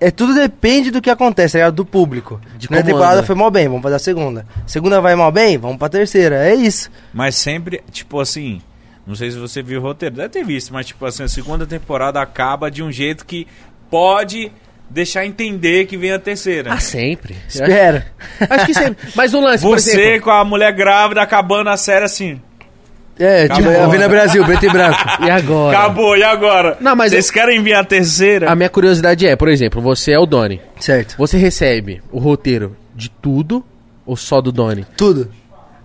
é, tudo depende do que acontece, tá ligado? Do público.
De
Na
como
temporada
anda.
foi mal bem, vamos fazer a segunda. Segunda vai mal bem, vamos pra terceira. É isso.
Mas sempre, tipo assim, não sei se você viu o roteiro, deve ter visto, mas tipo assim, a segunda temporada acaba de um jeito que pode deixar entender que vem a terceira.
Ah, sempre. Eu
Espero.
Acho, acho que sempre. Mas o lance, por
você
exemplo.
com a mulher grávida acabando a série assim.
É,
Acabou.
tipo, eu vi na Brasil, preto e branco.
E agora?
Acabou, e agora?
Não, mas
Vocês
eu-
querem vir a terceira?
A minha curiosidade é, por exemplo, você é o Doni.
Certo.
Você recebe o roteiro de tudo ou só do Doni?
Tudo.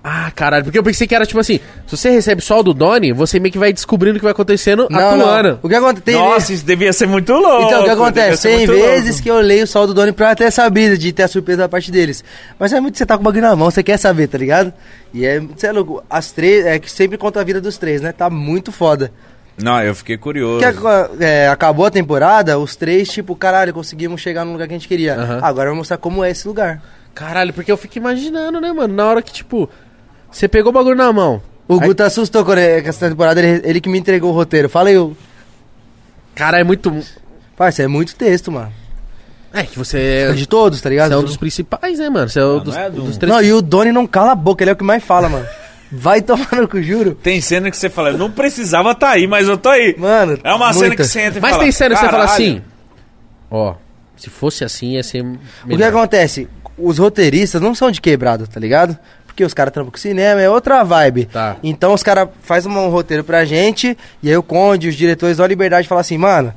Ah, caralho, porque eu pensei que era tipo assim, se você recebe só o do Doni, você meio que vai descobrindo o que vai acontecendo
Não,
atuando.
não. O que acontece? Tem
Nossa,
vezes-
isso devia ser muito louco.
Então, o que
devia
acontece?
ser
Tem
muito
vezes
louco.
que eu leio o saldo do Doni pra até saber, de ter a surpresa da parte deles. Mas é muito que você tá com o bagulho na mão, você quer saber, tá ligado? E é, você é louco, as três, é que sempre conta a vida dos três, né? Tá muito foda.
Não, eu fiquei curioso.
Porque é, acabou a temporada, os três, tipo, caralho, conseguimos chegar no lugar que a gente queria.
Aham.
Agora eu vou mostrar como é esse lugar.
Caralho, porque eu fico imaginando, né, mano, na hora que tipo, você pegou o bagulho na mão.
O
Aí-
Guta assustou quando ele- com essa temporada, ele, ele que me entregou o roteiro. Fala aí, eu.
Cara, é muito
Parça, é muito texto, mano.
É que você é,
De todos, tá ligado?
você é um dos principais, né, mano? Você é um
Ah,
dos,
não é, Dum?
dos três.
Não, e o Doni não cala a boca, ele é o que mais fala, mano. Vai tomar no cu, juro.
Tem cena que você fala, eu não precisava tá aí, mas eu tô aí.
Mano,
É uma cena que
muita.
você entra e
Mas
fala,
tem cena que você fala
"Caralho".
assim, ó, se fosse assim ia ser
O que
melhor.
acontece? Os roteiristas não são de quebrado, tá ligado? Porque os caras trampam com cinema, é outra vibe.
Tá.
Então os caras fazem um roteiro pra gente, e aí o Conde, os diretores dão a liberdade de falar assim, mano,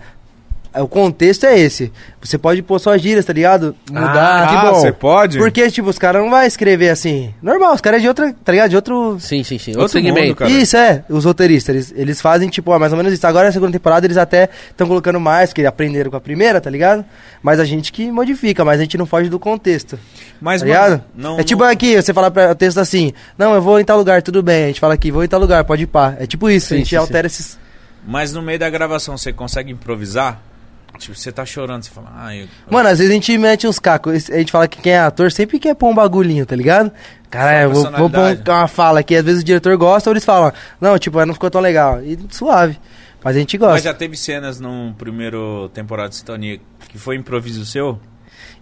o contexto é esse. Você pode pôr suas gírias, tá ligado? Mudar.
Ah,
que bom.
você pode?
Porque, tipo, os caras não vão escrever assim. Normal, os caras é de outra, tá ligado? De outro.
Sim, sim, sim. Outro,
Outro mundo,
segmento.
cara.
Isso, é, os roteiristas, eles, eles fazem, tipo, ó, mais ou menos isso. Agora, na segunda temporada, eles até estão colocando mais, que aprenderam com a primeira, tá ligado? Mas a gente que modifica, mas a gente não foge do contexto,
Mas,
tá
mano,
ligado?
não,
é tipo aqui, você fala pra, o texto assim, não, eu vou em tal lugar, tudo bem. A gente fala aqui, vou em tal lugar, pode ir pá. É tipo isso, a
Sim,
gente
sim, sim.
altera esses...
Mas no meio da gravação você consegue improvisar? Tipo, você tá chorando, você fala, ah, eu...
Mano, às vezes a gente mete uns cacos, esse- a gente fala que quem é ator sempre quer pôr um bagulhinho, tá ligado? Caralho,
Só
vou,
a
vou pôr um- uma fala aqui, às vezes o diretor gosta, ou eles falam, não, tipo, não ficou tão legal. E suave, mas a gente gosta.
Mas já teve cenas no primeiro temporada de Sintonia que foi improviso seu?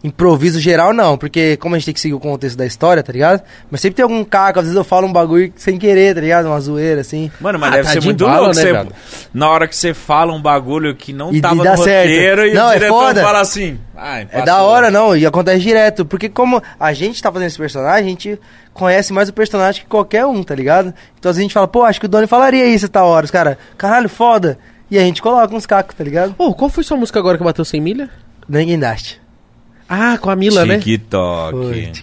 improviso geral não, porque como a gente tem que seguir o contexto da história, tá ligado? Mas sempre tem algum caco, às vezes eu falo um bagulho sem querer, tá ligado? Uma zoeira assim.
Mano, mas
Ah,
deve
tá
ser
de
muito
bala,
louco
né,
você-
viado?
na hora que você fala um bagulho que não
E- e
tava
dá
no
certo.
roteiro e
Não,
o
é
diretor
foda.
fala assim. "Ai,
É
passou."
da hora não, e acontece direto, porque como a gente tá fazendo esse personagem, a gente conhece mais o personagem que qualquer um, tá ligado? Então às vezes a gente fala, pô, acho que o Doni falaria isso tá hora, os cara, caralho, foda. E a gente coloca uns cacos, tá ligado?
Ô, qual foi sua música agora que bateu 100 milha?
Ninguém daste.
Ah, com a Mila, né?
TikTok.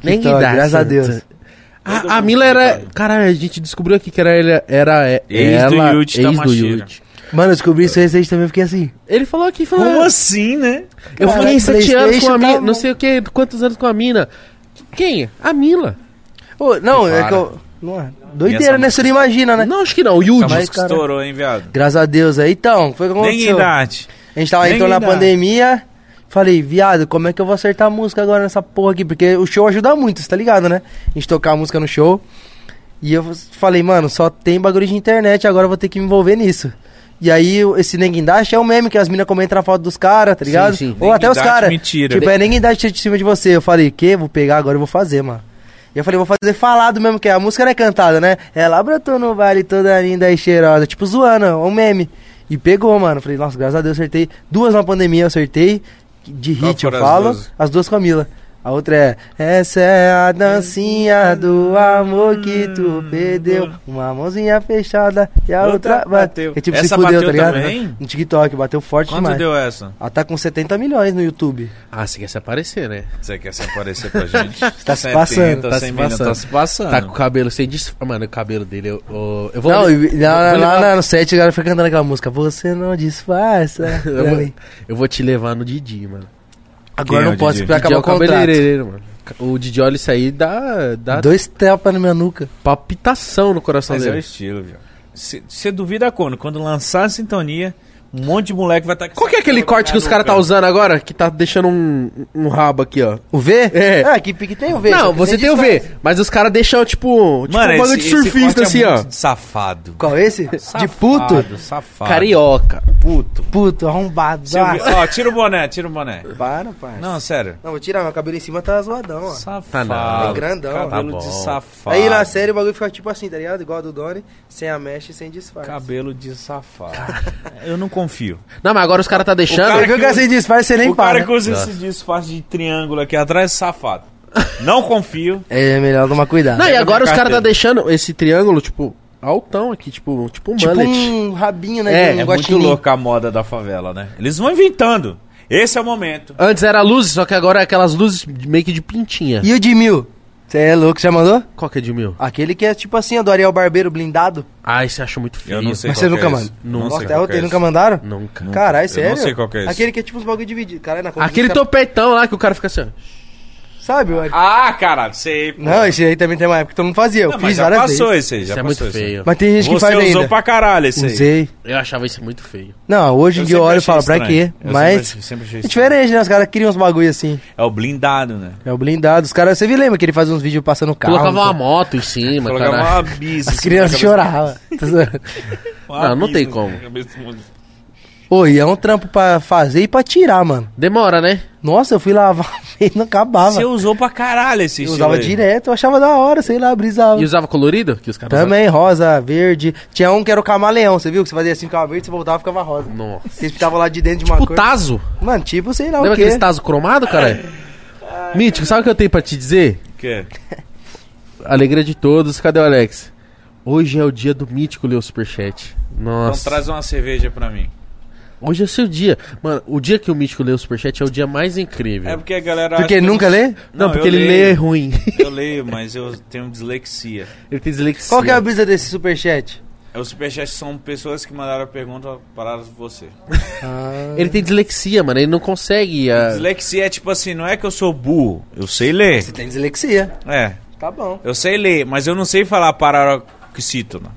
Nem
TikTok,
dá,
graças a
certo.
Deus.
É
A, a Mila era. Caralho, a gente descobriu aqui que era, ele- era é,
Ex do tá
ela,
Yuji
ex do
Tamashiro.
Yuji.
Mano, eu descobri isso recente também, eu fiquei assim.
Ele falou aqui, falou. "Ah,
Como assim, né?
Eu
Cara,
fiquei sete anos com
PlayStation
a mina,
tá
não sei o que, quantos anos com a mina. Quem? A Mila.
Ô, não, é
Para.
que eu. Não é. Doideira, né?
música-
Você não imagina, né?
Não, acho que não, o
Essa
Yuji.
música
cara.
Tá estourou, hein, viado?
Graças a Deus aí. Então, foi o que
Nem
aconteceu.
idade.
A gente tava
Nem
entrando na
idade.
pandemia. Falei, viado, como é que eu vou acertar a música agora nessa porra aqui? Porque o show ajuda muito, você tá ligado, né? A gente tocar a música no show. E eu falei, mano, só tem bagulho de internet, agora eu vou ter que me envolver nisso. E aí, esse Nenguindaste é o meme que as minas comentam na foto dos caras, tá ligado?
sim.
Ou até os
Nenguindaste,
caras.
mentira.
Tipo, é Nenguindaste de cima de você. Eu falei, que? Vou pegar agora, eu vou fazer, mano. E eu falei, vou fazer falado mesmo, que a música não é cantada, né? Ela brotou no vale toda linda e cheirosa. Tipo, zoando, é um meme. E pegou, mano. Falei, nossa, graças a Deus, acertei. Duas na pandemia eu acertei. de hit, eu
foram as
falo,
duas?
as duas com a Mila. A outra é Essa é a dancinha do amor que tu perdeu. Uma mãozinha fechada e
Hum,
a
Outra
outra,
bateu.
bateu. É tipo
Essa
se fudeu,
bateu
tá ligado?
também?
No TikTok, bateu forte
Quanto
demais.
deu ela?
Ela tá com 70 milhões no YouTube.
Ah, você quer se aparecer, né?
Você quer se aparecer pra gente?
Tá se passando,
tá se passando. Tá se passando.
Tá com o cabelo sem dis... Mano, o cabelo dele, eu, eu- eu vou...
Não,
eu,
e- lá,
vou
lá-
levar-
lá no set, a galera foi cantando aquela música. Você não disfarça. pra
Eu vou-
mim."
vou te levar no Didi, mano.
Quem
Agora
é
não
o
posso
Didi?
pra acabar
Didi
o contrato.
cabeleireiro, mano. O Didi olha isso aí, dá, dá
Dois tapas na minha nuca.
palpitação no coração
Mas é o
dele.
estilo, viu? Você duvida quando? Quando lançar a sintonia, um monte de moleque vai estar tá
Qual que é aquele corte que os caras tá usando agora? Que tá deixando um, um rabo aqui, ó.
O V?
É.
Ah, que pique tem o V. só
não,
que
você tem o
disfarce.
V, mas os caras deixam, tipo, tipo
Mano,
um bagulho de
é
surfista, assim, ó.
Safado.
Qual esse? De puto?
Safado, safado.
Carioca.
Puto.
Puto, arrombado.
Se eu vi- Ó, tira o boné, tira o boné.
Para, pai. Não,
Não, sério.
vou tirar, meu cabelo em cima tá zoadão, ó.
Safado.
não.
É grandão.
Cabelo
Tá bom.
de safado.
Aí na série o bagulho fica tipo assim, tá ligado? Igual a do Doni, sem a mecha e sem disfarce.
Cabelo de safado. eu não confio.
Não, mas agora os caras tá deixando.
cara
Você viu
que
que é sem disfarce você nem né?
o cara
para.
que usa esse disfarce de triângulo aqui atrás é safado. Não confio.
É melhor tomar cuidado.
Não, e agora os
minha
caras tá
carteira.
deixando esse triângulo, tipo, altão aqui, tipo, tipo um
tipo
mullet.
um rabinho, né?
É,
de um
É muito
guaxinim.
louca a moda da favela, né? Eles vão inventando. Esse é o momento.
Antes era luzes, só que agora é aquelas luzes de- meio que de pintinha.
E o de mil? Você é louco, já mandou?
Qual que é de mil? Ah,
Aquele que é tipo assim, ó, do Ariel Barbeiro blindado.
Ai, você acha muito feio.
Eu não sei
Mas
qual
você
que é
nunca
esse.
manda?
Não
Nossa,
sei
Até
qual
ontem
que é
nunca
esse.
mandaram?
Nunca.
Caralho,
Eu
sério?
não sei qual que é esse.
Aquele que é tipo uns bagulho dividido. Caralho, na conta
Aquele
dos caras-
topetão lá que o cara fica assim, ó.
Sabe, ó.
Ah, caralho, sei. pô.
Não, esse aí também tem uma época que todo mundo fazia. Eu
Não,
fiz
mas já
várias
passou
vezes.
esse aí, já
Isso
passou
é
né?
muito
esse.
feio.
Mas tem gente que
Você
faz
usou
ainda.
pra caralho esse aí.
Usei.
Eu achava isso muito feio.
Não, hoje em dia eu
sempre
olho e
achei
falo, pra
estranho.
quê?
Eu
Mas
sempre achei- sempre achei
é
estranho.
diferente, né? Os caras criam uns bagulho assim.
É o blindado, né?
É o blindado. Os caras, você me lembra que ele fazia uns vídeos passando carro?
Colocava
então?
uma moto em cima,
Colocava
caralho.
uma bis.
As crianças choravam. Tô zoando.
Não, não tem como.
Ô, e é um trampo pra fazer e pra tirar, mano.
Demora, né?
Nossa, eu fui lavar e não acabava.
Você usou pra caralho esse
Eu
estilo
usava
aí.
direto, eu achava da hora, sei lá, brisava.
E usava colorido? Que os caras
Também, rosa, verde. Tinha um que era o camaleão, você viu? Que você fazia assim, ficava verde, você voltava e ficava rosa.
usavam. Nossa.
Vocês ficavam lá de dentro de uma
Tipo
cor.
taso.
Mano, tipo, sei lá
Lembra
o quê.
aquele taso cromado, cara? Mítico, sabe o que eu tenho pra te dizer?
Que?
Alegria de todos. Cadê o Alex? Hoje é o dia do Mítico ler o superchat.
Então
Nossa.
traz uma cerveja pra mim.
Hoje é seu dia. Mano, o dia que o Mítico lê o superchat é o dia mais incrível.
É porque a galera... acha
Porque
que eu
nunca lê?
Não,
Não,
porque
eu
ele lê
leio.
ruim.
Eu leio, mas eu tenho dislexia.
ele tem dislexia.
Qual que é a brisa desse superchat?
É, Os superchats são pessoas que mandaram a pergunta para você.
Ele tem dislexia, mano. Ele não consegue. ah,
Dislexia é tipo assim, não é que eu sou burro. Eu sei ler.
Tem dislexia.
É.
Tá bom.
Eu sei ler, mas eu não sei falar paroxítona.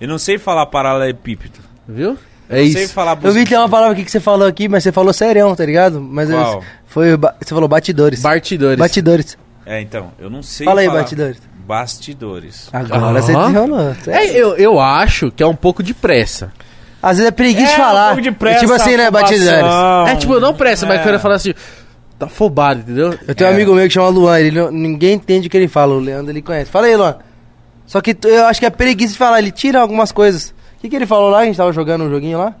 Eu não sei falar paralelepípedo.
Viu? É
eu
isso.
sei falar...
Eu vi que tem uma palavra aqui que você falou aqui, mas você falou serião, tá ligado? Mas eu-
Qual?
foi ba- você falou batidores.
Partidores.
Batidores.
É, então, eu não sei
Fala aí,
falar-
bastidores.
Bastidores.
Agora você
Aham.
desenrolou.
É,
certo?
eu, eu acho que é um pouco de pressa.
Às vezes é preguiça
É,
de
um
falar.
pouco de pressa,
É tipo assim, né,
afobação.
batidores.
é tipo, não pressa, mas
é.
quando eu falo assim, tá afobado, entendeu? É.
Eu tenho um amigo meu que chama Luan, ele não- ninguém entende o que ele fala, o Leandro ele conhece. Fala aí, Luan. Só que tu- eu acho que é preguiça de falar, ele tira algumas coisas. O que, que ele falou lá? A gente tava jogando um joguinho lá?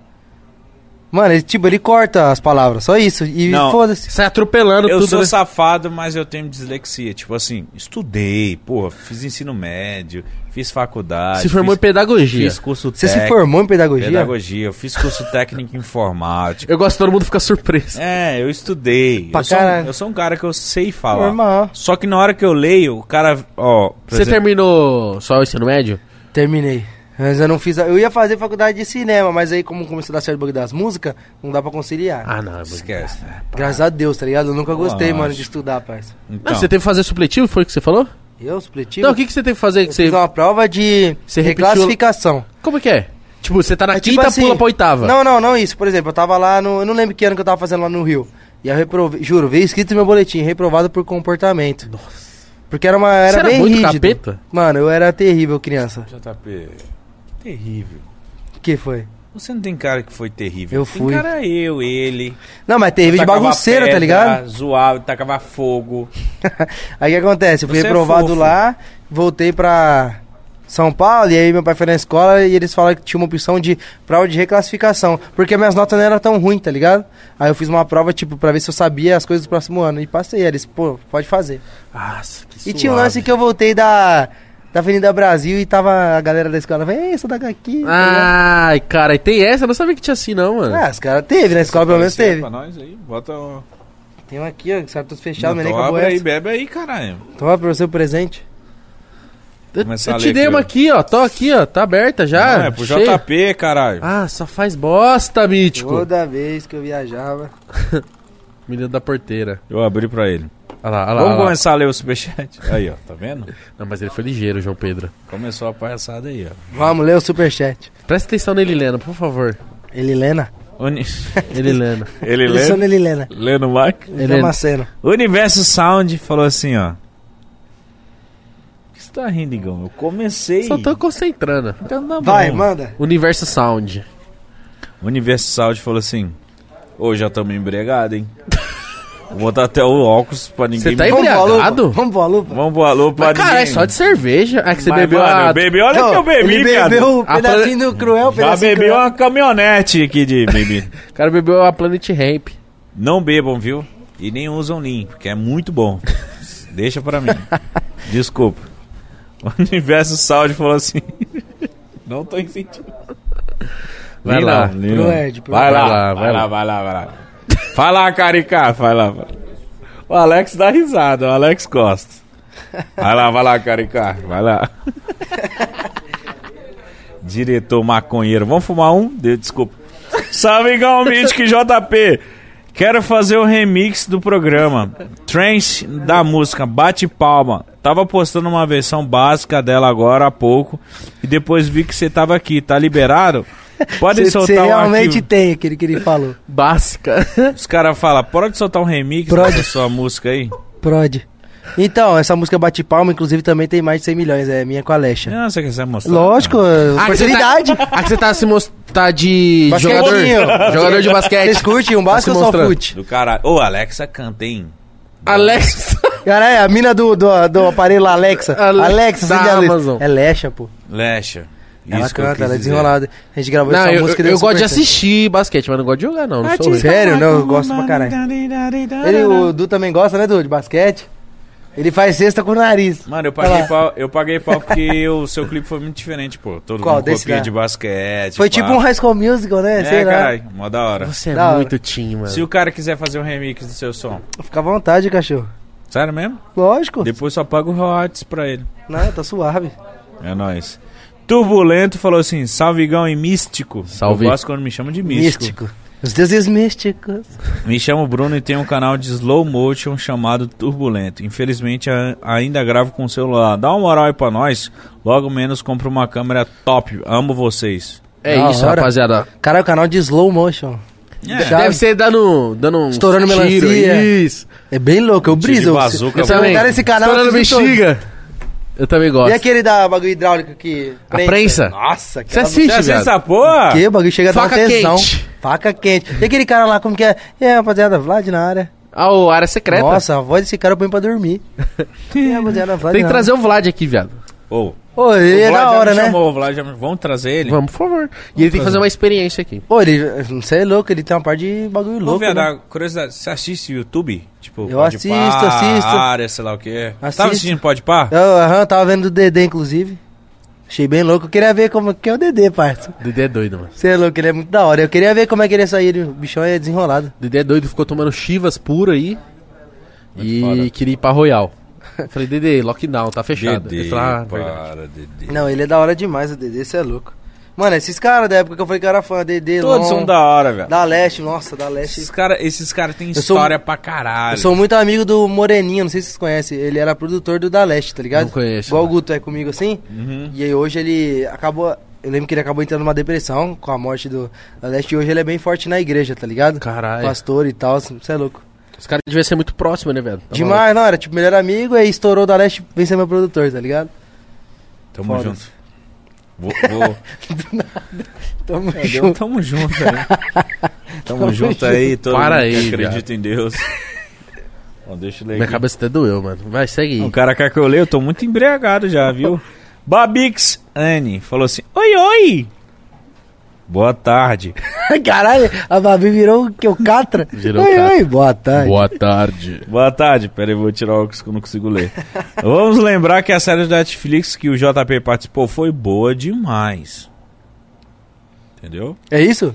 Mano, ele, tipo, ele corta as palavras, só isso. E
Não.
foda-se.
Sai atropelando
Eu
tudo.
sou
né?
safado, mas eu tenho dislexia. Tipo assim, estudei, porra, fiz ensino médio, fiz faculdade.
Se formou em
fiz,
pedagogia.
fiz curso
Você se
É
técnico.
formou em pedagogia?
Pedagogia, eu fiz curso técnico em informática.
Eu gosto que todo mundo fica surpreso.
É, eu estudei.
Pra
eu, sou, um-
caralho.
eu sou um cara que eu sei falar.
Normal.
Só que na hora que eu leio, o cara, ó, por
Você
exemplo,
terminou só o ensino médio?
Terminei. Mas eu não fiz. a- Eu ia fazer faculdade de cinema, mas aí, como começou a dar certo o bagulho das músicas, não dá pra conciliar.
Ah, não. é muito-
esquece. né?
Graças a Deus, tá ligado? Eu nunca gostei, mano, de
Lógico.
estudar, parça.
Mas
Então,
você teve que fazer supletivo, foi o que você falou?
Eu, supletivo?
Não, Então, o que, que você teve que fazer? Que
Eu
você...
fiz uma prova de
Você repetiu-
reclassificação.
Como que é? Tipo, você tá na
É tipo
quinta,
assim,
pula pra oitava.
Não, não, não isso. Por exemplo, eu tava lá no... Eu não lembro que ano que eu tava fazendo lá no Rio. E aí eu reprovei... Juro, veio escrito no meu boletim, reprovado por comportamento. Nossa. Porque era uma... Era
Você era
bem
muito
rígido.
capeta?
Mano, eu era terrível criança.
JP, terrível.
O que foi?
Você não tem cara que foi terrível.
Eu fui.
Tem cara eu, ele.
Não, mas é terrível de
Tacava
bagunceiro, tá
pedra,
ligado?
Zoava, tacava fogo.
Aí o que acontece? Eu fui
Você é
reprovado
fofo.
lá, voltei pra. São Paulo, e aí meu pai foi na escola e eles falaram que tinha uma opção de prova de reclassificação, porque minhas notas não eram tão ruins, tá ligado? Aí eu fiz uma prova, tipo, pra ver se eu sabia as coisas do próximo ano, e passei, aí eles, pô, pode fazer.
Nossa, que
E tinha um lance que eu voltei da, da Avenida Brasil e tava a galera da escola, falei, ei, sou da HQ. tá ligado?
Ai, cara, e tem essa? Eu não sabia que tinha assim, não, mano.
Ah, os caras teve, na escola pelo menos
Aparecer
teve.
Pra nós aí, bota o...
Tem um aqui, ó, que sabe tudo fechado,
Não,
mas nem
Então
acabou
abre aí,
essa.
bebe aí, caralho.
Toma pra você o presente.
eu
começar
eu
a
te
ler
dei
aqui,
uma
ó.
aqui, ó. Tô aqui, ó. Tá aberta já.
Não, é pro
cheia.
JP, caralho.
Ah, só faz bosta, mítico.
Toda vez que eu viajava.
Menino da porteira.
Eu abri pra ele.
Olha lá, olha lá.
Vamos
olha lá.
começar a ler o superchat. Aí, ó, tá vendo?
Não, mas ele foi ligeiro, João Pedro.
Começou a palhaçada aí, ó.
Vamos ler o superchat.
Presta atenção nele, Lena, por favor.
Helena.
Uni-
Ele, Lena.
Ele
Eles são
lê,
da Helena. é
lê no Mac.
Helena.
Helena.
Macena.
Universo Sound falou assim, ó. Por que você tá rindo, Igão? Eu comecei.
Só tô concentrando.
Então tá bom.
Vai, manda.
Universo Sound.
Universo Sound falou assim. Ô, já estamos embriagados, hein? Vou botar até o óculos pra ninguém
Você tá
me...
Vamos pra lupa.
embriagado?
Vamos pra lupa.
Vamos pro alô pra
Mas,
ninguém.
cara, é só de cerveja. É que você
Mas,
bebeu
mano,
a...
eu bebi, olha
Não,
que eu bebi,
ele
cara.
bebeu o
A
pedacinho do cruel, o
Já
pedacinho
bebi
cruel.
uma caminhonete aqui de bebida.
O cara bebeu a Planet Ramp.
Não bebam, viu? E nem usam Lean, porque é muito bom. Deixa pra mim. Desculpa. O Universo Sound falou assim. Não tô incentivo.
Vai
Lean
lá.
não, Lean
Pro
não.
Ed, pro
vai,
Ed.
lá,
Vai lá,
vai,
vai
lá, vai lá, vai lá. Vai lá, Caricá, vai lá. vai lá. O Alex dá risada, o Alex Costa. Vai lá, vai lá, Caricá, vai lá. Diretor maconheiro. Vamos fumar um? De- Desculpa. Salve, Igão Mítico e JP. Quero fazer o remix do programa. Trance da música Bate Palma. Tava postando uma versão básica dela agora há pouco. E depois vi que você tava aqui. Tá liberado? Pode
Você
soltar um
realmente
arquivo.
tem aquele que ele falou.
Básica.
Os caras falam, pode soltar um remix
Prod.
da sua música aí?
Prod. Então, essa música Bate Palma, inclusive, também tem mais de 100 milhões. É minha com a Alexa.
Não, Ah, você quer mostrar?
Lógico, oportunidade.
Ah, Você tá, ah, que você tá se mostrando... Tá de jogador.
Basquetezinho.
Jogador de
Vocês
basquete.
curtem um
Tá se
básico ou só
mostrando.
fute?
Do caralho. Ô, Alexa, canta, hein?
Alex...
Caralho, é a mina do, do, do aparelho lá, Alexa.
Ale-
Alexa,
da
acende a luz.
Amazon.
É Lecha, pô.
Lecha.
Ela
Isso que eu
canta,
quis
ela é
dizer.
desenrolada. A gente gravou
Não,
essa
eu,
música.
eu
deu
gosto de
super certo.
assistir basquete, mas não gosto de jogar,
Ah,
não. Não sou ruim.
Sério? Não, né? eu gosto pra caralho. Ele, o Du também gosta, né, Du? De basquete. Ele faz cesta com o nariz.
Mano, eu
Olha
paguei,
lá.
pau, eu paguei pau porque o seu clipe foi muito diferente, pô. Todo
Qual?
mundo
Desse
copia
lá?
de basquete.
Foi tipo
pá.
um High School Musical, né? Sei
É,
lá.
caralho, mó da hora.
Você é
Da hora.
muito tim, mano.
Se o cara quiser fazer um remix do seu som,
Fica à vontade, cachorro.
sério mesmo?
Lógico.
Depois só paga o royalties pra ele.
Não, tá suave.
É nóis. Turbulento falou assim: salvigão e místico.
Salve.
Eu gosto quando me chamam de místico.
Místico. Os deuses místicos.
Me chamo Bruno e tenho um canal de slow motion chamado Turbulento. Infelizmente a- ainda gravo com o celular. Dá uma moral aí pra nós. Logo menos compro uma câmera top. Amo vocês.
É
Da
isso,
hora.
rapaziada.
Caralho, canal de slow motion. Chave.
Deve ser dando, dando um
Estourando melancia.
Isso.
É bem louco, eu
Tiro de
briso.
bazuca,
eu
mano.
também. esse canal, eu
Estourando
assisto todos.
bexiga. Eu também gosto.
E aquele da bagulho hidráulico que.
A prensa?
Nossa,
Você
que
Você
assiste,
assiste
velho.
essa porra?
Que o bagulho chega a dar uma
Faca
tesão.
quente.
Faca quente. E aquele cara lá, como que é? E aí, rapaziada, Vlad na área.
Ah, o Área Secreta.
Nossa, a voz desse cara eu ponho pra dormir. e aí, rapaziada, Vlad
Tem que
na
trazer o Vlad aqui, viado.
Ô,
área. Ô, ele é
o Vlad
da
já me
hora, né?
chamou, o Vlad já me- Vamos trazer ele?
Vamos, por favor. E ele tem que fazer uma experiência aqui.
Ô, ele. Você é louco, ele tem uma parte de bagulho
Ô,
louco.
viado,
Né?
a curiosidade, você assiste YouTube? Tipo,
Eu
Pode
assisto,
Pá,
assisto.
Área, sei lá o quê.
Assisto.
Tava assistindo Pode Par?
Eu aham, tava vendo do Dedê, inclusive. Achei bem louco. Eu queria ver como que é o Dedê, parça.
Dedé é doido, mano.
Você é louco, ele é muito da hora. Eu queria ver como é que ele ia sair. ele- O bichão é desenrolado.
Dedé é doido, ficou tomando chivas puro aí. e
foda.
queria ir pra Royal. Eu Falei, Dedé, lockdown, tá fechado.
Dedê,
ele falou, ah, verdade.
para, Dedê.
Não, ele é da hora demais, o Dedê, você é louco. Mano, esses caras da época que eu falei que eu era fã, Dedê,
Todos
Lon,
são da hora, velho.
da Leste, nossa, da Leste.
Esses caras esses cara têm
sou-
história é pra
Eu
caralho.
sou muito amigo do Moreninho, não sei se vocês conhecem. Ele era produtor do Da Leste, tá ligado?
Não conheço,
Igual o
não.
Guto é comigo assim.
Uhum.
E aí hoje ele acabou. Eu lembro que ele acabou entrando numa depressão com a morte do Da Leste. E hoje ele é bem forte na igreja, tá ligado?
Caralho. Tá
Pastor e tal, você é louco.
Os caras deviam ser muito próximos, né, velho? Tá
Demais, não, era tipo melhor amigo, aí estourou o Da Leste, vem ser meu produtor, tá ligado?
Tamo
Foda.
junto. Vou, vou...
Tamo
É, Deus, tamo junto aí. Tamo, junto, aí, todo
Para
mundo
aí,
que acredita em Deus. Bom, deixa eu ler
Minha
aqui.
cabeça até doeu, mano. Vai, segue aí.
O cara quer que eu leia, eu tô muito embriagado já, viu? Babix Anne falou assim: Oi, oi! Boa tarde.
Caralho, a Babi virou o que? O Catra?
Virou
oi,
Catra.
oi, boa tarde.
Boa tarde.
Boa tarde. Pera aí, vou tirar o óculos que eu não consigo ler. Vamos lembrar que a série da Netflix que o JP participou foi boa demais. Entendeu?
É isso?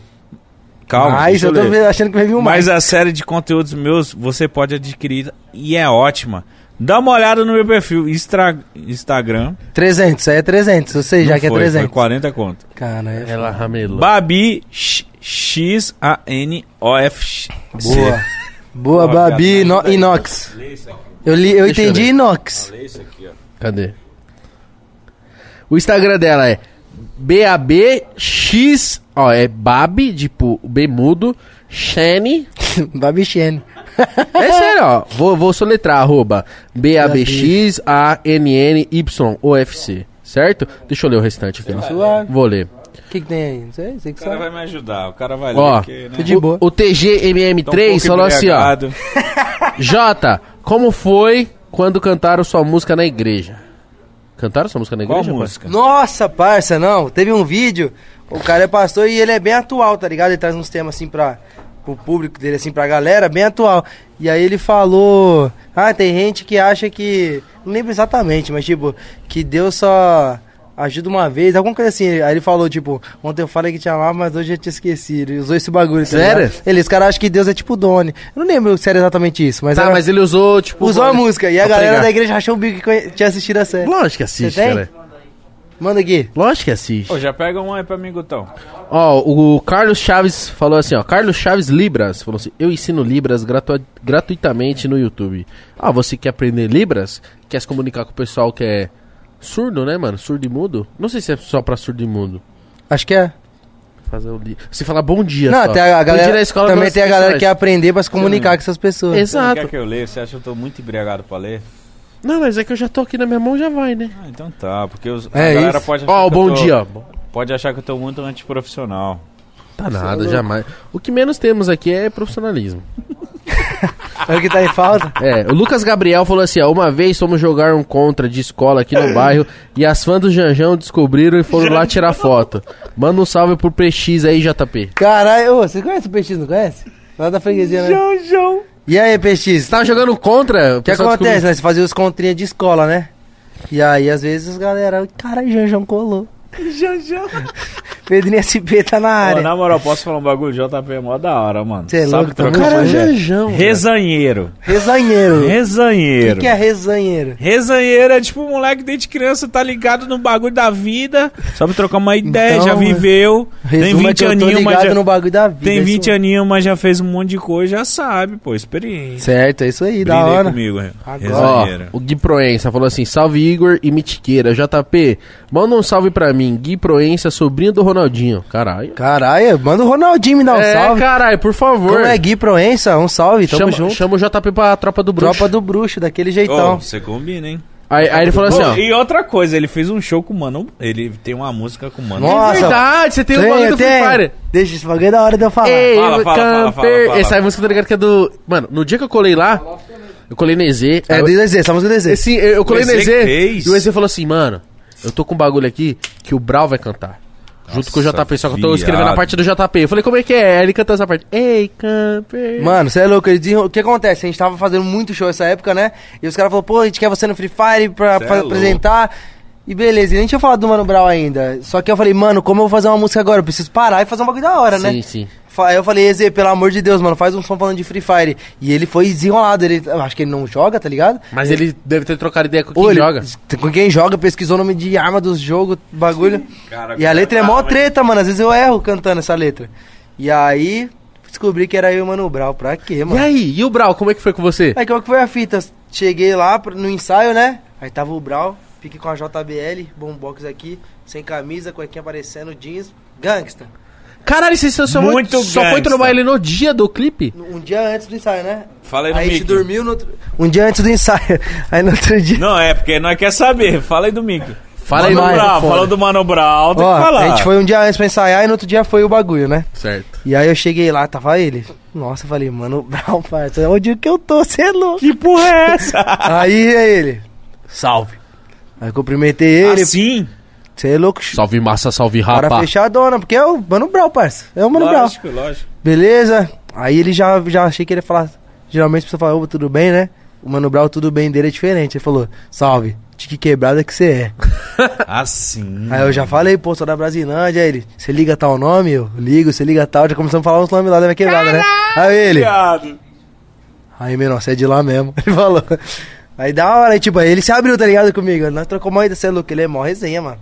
Calma.
Mas
deixa eu
eu tô
ler.
ve- achando que vai vir um mais.
Mas a série de conteúdos meus você pode adquirir e é ótima. Dá uma olhada no meu perfil Instra- Instagram.
300, isso aí é 300, eu sei já
Não
que
foi,
é
Foi
300.
40 conto.
Cara, é...
Ela ramelou.
Babi X- X-A-N-O-F.
Boa. Boa,
Ó,
Babi,
cara,
no-
ajuda aí.
Inox.
Lê isso aqui.
Eu, li, eu
Deixa eu
entendi
ver.
Inox.
Lê isso aqui, ó.
Cadê? O Instagram dela é BABX. Ó, é Babi, tipo, B mudo. Shane.
Babi Xene.
É sério, ó. Vou, vou soletrar, arroba B-A-B-X-A-N-N-Y-O-F-C. Certo? Deixa eu ler o restante aqui.
Suave.
Vou ler.
O que, que tem aí? Não sei, sei que
O cara
sabe.
vai me ajudar, o cara vai
Ó,
ler. porque, né? um
Tô de boa.
O, o TGMM3 falou assim, ó. Jota, como foi quando cantaram sua música na igreja? Cantaram sua música na
Qual
igreja? pai?
música?
Nossa, parça, não. Teve um vídeo, o cara é pastor e ele é bem atual, tá ligado? Ele traz uns temas assim pra, pro público dele, assim, pra galera, bem atual. E aí ele falou. Ah, tem gente que acha que. Não lembro exatamente, mas tipo, que Deus só ajuda uma vez, alguma coisa assim. Aí ele falou, tipo, ontem eu falei que te amava, mas hoje eu te esqueci. Ele usou esse bagulho. tá ligado?
Sério?
Ele, os caras acham que Deus é tipo Doni. Eu não lembro se era exatamente isso, mas,
Tá,
era-
mas ele usou, tipo.
usou a
pra-
música. E a
pra
galera
pregar.
da igreja achou o bico que conhe- tinha assistido a série.
Lógico que assiste,
Você tem?
cara.
Manda aqui.
Lógico que assiste.
Ô, já pega um aí pra mim, Gutão.
Ó, o Carlos Chaves falou assim, ó. Carlos Chaves Libras falou assim: Eu ensino Libras gratua- gratuitamente no YouTube. Ah, você quer aprender Libras? Quer se comunicar com o pessoal que é surdo, né, mano? Surdo e mudo? Não sei se é só pra surdo e mudo.
Acho que é.
Fazer o li... Você fala bom dia,
Não,
só.
tem a
Bom
galera,
dia na escola,
também
boas
tem a galera
festas.
que é- quer aprender pra se comunicar com essas pessoas.
Ex-
Você
Exato.
não quer que eu leia? Você acha que eu tô muito embriagado pra ler?
Não, mas é que eu já tô aqui na minha mão, já vai, né?
Ah, então tá, porque os, a
É
galera
isso.
pode achar
Ó,
que eu
bom
tô-
dia.
Pode achar que eu tô muito antiprofissional.
Tá nada, jamais. O que menos temos aqui é profissionalismo.
É o que tá em falta.
É, o Lucas Gabriel falou assim, ó, uma vez fomos jogar um contra de escola aqui no bairro e as fãs do Janjão descobriram e foram lá tirar foto. Manda um salve pro PX aí, JP.
Caralho, ô, você conhece o PX, não conhece? Lá da freguesia, né? João, João. E aí, PX?
Você tava jogando contra?
O que acontece, né? Você fazia os contrinhas de escola, né? E aí, às vezes, os galera... Caralho, Janjão colou.
Janjão.
Pedrinho SP tá na
Ó,
área.
na moral, posso falar um bagulho? JP é mó da hora, mano.
Cê é louco, tá
Cara,
Pois é.
Janjão.
Resanheiro.
Resanheiro. O
Resanheiro.
que, que é resanheiro?
Resanheiro é tipo um moleque desde criança, tá ligado no bagulho da vida. Só pra trocar uma ideia,
Então,
já
é.
viveu. Tem
Resuma
20
que eu tô
aninhos, mas
ligado
já...
no bagulho da vida.
Tem
é isso
20
mesmo.
aninhos, mas já fez um monte de coisa, já sabe, pô. Experiência.
Certo, é isso aí, da
Brilha aí
hora.
comigo, Re-
Agora.
Ó,
Resanheiro.
o Gui Proença falou assim, salve Igor e Mitiqueira. JP, manda um salve pra mim. Gui Proença, sobrinho do Ronaldinho. Caralho.
Caralho, manda o Ronaldinho me dar um
é,
salve.
caralho, por favor.
Como é Gui Proença, um salve, tamo
chama,
junto.
chama o JP pra tropa do bruxo.
Tropa do bruxo, daquele
Ô,
jeitão.
Você combina, hein?
Aí, aí ele falou assim, ó.
Pô, e outra coisa, ele fez um show com o Mano. Ele tem uma música com o Mano.
Nossa,
Verdade,
um
você tem o bagulho do Free Fire.
Deixa esse bagulho é da hora de eu falar.
Ei,
Fala,
eu
fala, fala,
camper.
fala, fala.
Essa é a música, tá ligado? Que é do. Mano, no dia que eu colei lá, eu colei no EZ.
é
aí eu-
do DZ, essa música do DZ.
Esse, eu, eu colei
O
no
EZ
EZ.
fez.
E o EZ falou assim, mano, eu tô com um bagulho aqui que o Brau vai cantar. junto com o JP, só que eu tô escrevendo a
viado.
parte do JP. Eu falei, como é que é? Aí ele cantou essa parte. Ei, camper.
Mano, você é louco, ele desenro... o que acontece? A gente tava fazendo muito show essa época, né? E os caras falaram, pô, a gente quer você no Free Fire pra,
Cê
pra
é louco.
apresentar. E beleza, e nem tinha falado do Mano Brown ainda. Só que eu falei, mano, como eu vou fazer uma música agora? Eu preciso parar e fazer um bagulho da hora, né?
Sim, sim.
Fa- Aí eu falei, Eze, pelo amor de Deus, mano, faz um som falando de Free Fire. E ele foi desenrolado, ele, eu acho que ele não joga, tá ligado?
Mas ele deve ter trocado ideia com quem
Ô, ele-
joga.
Com quem joga, pesquisou o nome de arma dos jogos, bagulho.
Cara,
e a letra é
cara,
mó
mas-
treta, mano. Às vezes eu erro cantando essa letra. E aí, descobri que era eu e o Mano Brown. Pra quê,
E
mano?
aí, e o Brau, como é que foi com você?
Aí qual que foi a fita? Cheguei lá pro- no ensaio, né? Aí tava o Brau, fiquei com a JBL, bombox aqui, sem camisa, cuequinha aparecendo, jeans, gangsta.
Caralho, você só, só foi-
Muito
só foi
gangsta.
trovar ele no dia do clipe?
Um dia antes do ensaio, né?
Fala aí
Aí
do
a gente
Mickey.
dormiu no outro... Um dia antes do ensaio. Aí no outro dia...
Não, é porque nós quer saber. Fala aí do Mickey.
Fala
Mano
aí,
Vai,
Brown,
microfone.
falou do Mano Brown, tem
Ó,
que falar.
a gente foi um dia antes pra ensaiar e no outro dia foi o bagulho, né?
Certo.
E aí eu cheguei lá, tava ele. Nossa, eu falei, mano, Brown, parça, onde que eu tô, cê é louco?
Que porra é essa?
aí é ele. Salve. Aí eu cumprimentei ele.
Assim?
Você é louco, chu-
Salve massa, salve
Cara
rapa.
fechadona, porque é o Mano Brau, parça. É o Mano Brau.
lógico, lógico.
Beleza? Aí ele já, já achei que ele ia falar. Geralmente a pessoa fala, ô, tudo bem, né? O Mano Brau, tudo bem dele é diferente. Ele falou, salve, de que quebrada que você é.
Assim.
Aí eu já falei, pô, sou da Brasilândia. Aí ele, você liga tal nome? Eu ligo, você liga tal. Já começamos a falar uns nomes lá da minha quebrada, né? Aí ele, aí, menor, você é de lá mesmo. Ele falou. Aí da hora, aí, tipo, aí ele se abriu, tá ligado, comigo. Nós trocamos uma ideia, você é louco, ele é mó resenha, mano.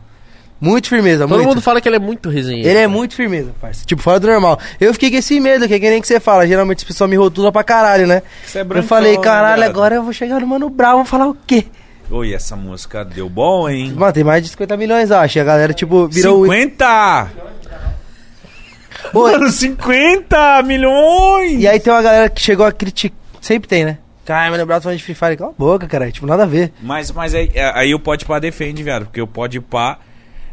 Muito firmeza,
Todo
muito.
mundo fala que ele é muito resenha.
Ele é muito firmeza, parça. Tipo, fora do normal. Eu fiquei com esse medo, que é que nem que você fala. Geralmente as pessoas me rotulam pra caralho, né?
Você é
eu
brancão,
falei,
né,
caralho,
viado?
agora eu vou chegar no Mano Brau, vou falar o quê?
Oi, essa música deu bom, hein?
Mano, tem mais de 50 milhões, acho. E a galera, tipo, virou...
50!
Ô,
Mano, 50 milhões!
E aí tem uma galera que chegou a criticar... Sempre tem, né? Caralho, Mano Brau tá falando de Free Fire. Cala a boca, cara. Tipo, nada a ver.
Mas, mas aí, é, aí o Pode Pá defende, viado, porque o Pode Pá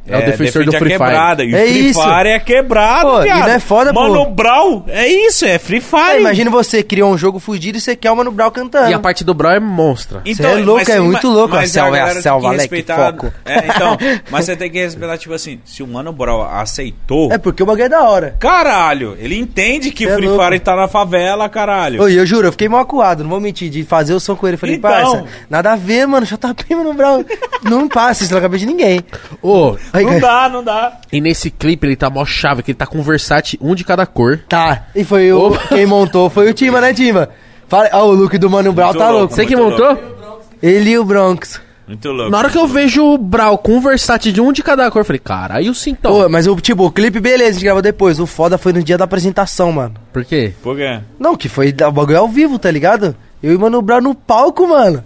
É o defensor do
defende a
Free Fire.
quebrada. E
É
o Free
isso.
Fire é quebrado,
Pô, e
viado.
não é foda, pô.
Mano Brau, é isso, é Free Fire.
Aí, imagina você criou um jogo fudido e você quer o Mano Brau cantando.
E a parte do Brau é monstra.
Cê é louco,
Então, mas-
é muito louco,
mas
a selva é a
galera tem
selva,
que
Alec,
respeitar-
foco.
É, então, mas você tem que respeitar, tipo assim, se o Mano Brau aceitou,
É porque o bagulho é da hora.
caralho, ele entende que
Cê é
o Free
louco.
Fire tá na favela, caralho.
Oi, eu juro, eu fiquei mal acuado, não vou mentir, de fazer o som com ele. Falei,
Então.
parça, nada a ver, mano, JP, mano, Brau, não passa isso na cabeça de ninguém.
Ô,
Aí,
Não dá,
cara,
não dá.
e nesse clipe ele tá mó chave, que ele tá com versátil um de cada cor.
Tá, e foi o, quem montou foi o Tima, né, Tima? Fala, ó, o look do Mano Brau
Muito
tá
louco.
louco.
Você que
Muito
montou?
Ele e o Bronx.
Muito louco.
Na hora que eu vejo o Brau com versátil de um de cada cor, eu falei, cara, aí o sintão.
Pô, mas o, tipo, o clipe, beleza, a gente gravou depois, o foda foi no dia da apresentação, mano.
Por quê?
Por quê?
Não, que foi da- o bagulho ao vivo, tá ligado? Eu e o Mano Brown no palco, mano.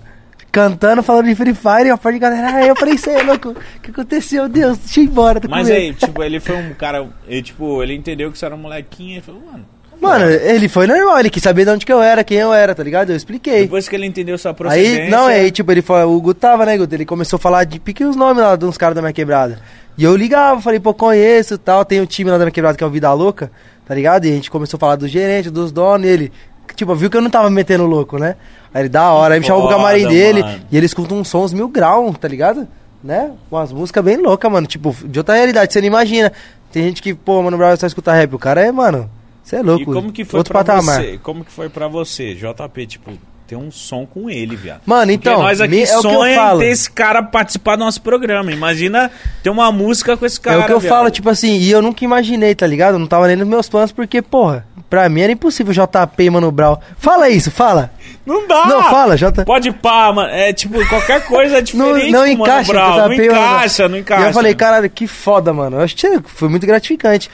Cantando, falando de Free Fire, e a parte de galera. Aí eu falei, isso é louco. O que aconteceu? Deus, deixa eu ir embora. Tô com
Mas
medo."
aí, tipo, ele foi um cara. Ele, tipo, ele entendeu que você era um molequinho e falou, mano.
Mano,
é.
ele foi normal, ele quis saber de onde que eu era, quem eu era, tá ligado? Eu expliquei.
Depois que ele entendeu sua procedência.
Aí, não, é aí, tipo, ele falou, o Guto tava, né, Guto? Ele começou a falar de pique os nomes lá de uns caras da minha quebrada. E eu ligava, falei, pô, conheço e tal, tem um time lá da minha quebrada que é o Vida Louca, tá ligado? E a gente começou a falar do gerente, dos donos, e ele, tipo, viu que eu não tava me metendo louco, né? Aí ele, da hora, aí me chamou pro
Foda,
camarim dele,
mano.
e ele escuta uns sons mil grau, tá ligado? Né? Umas músicas bem loucas, mano, tipo, de outra realidade, você não imagina. Tem gente que, pô, mano, Brau só escuta rap, o cara é, mano, você é louco.
E como que foi
outro
pra
patamar.
você? Como que foi pra você, JP, tipo, ter um som com ele, viado?
Mano, então,
Porque nós aqui
me- é o que eu
sonha em
falo.
ter esse cara participar do nosso programa. Imagina ter uma música com esse cara.
é o que eu
viado.
falo, tipo assim, e eu nunca imaginei, tá ligado? Não tava nem nos meus planos, porque, porra, pra mim era impossível JP e Mano Brown. Fala isso, fala.
Não dá!
Não, fala, Jota.
Pode pá, mano. É tipo, qualquer coisa é
Não,
diferente. com o
não
Mano
encaixa,
Brown. Não
JP e Mano Brown.
encaixa, não encaixa.
E eu falei, caralho, que foda, mano. Eu achei que foi muito gratificante.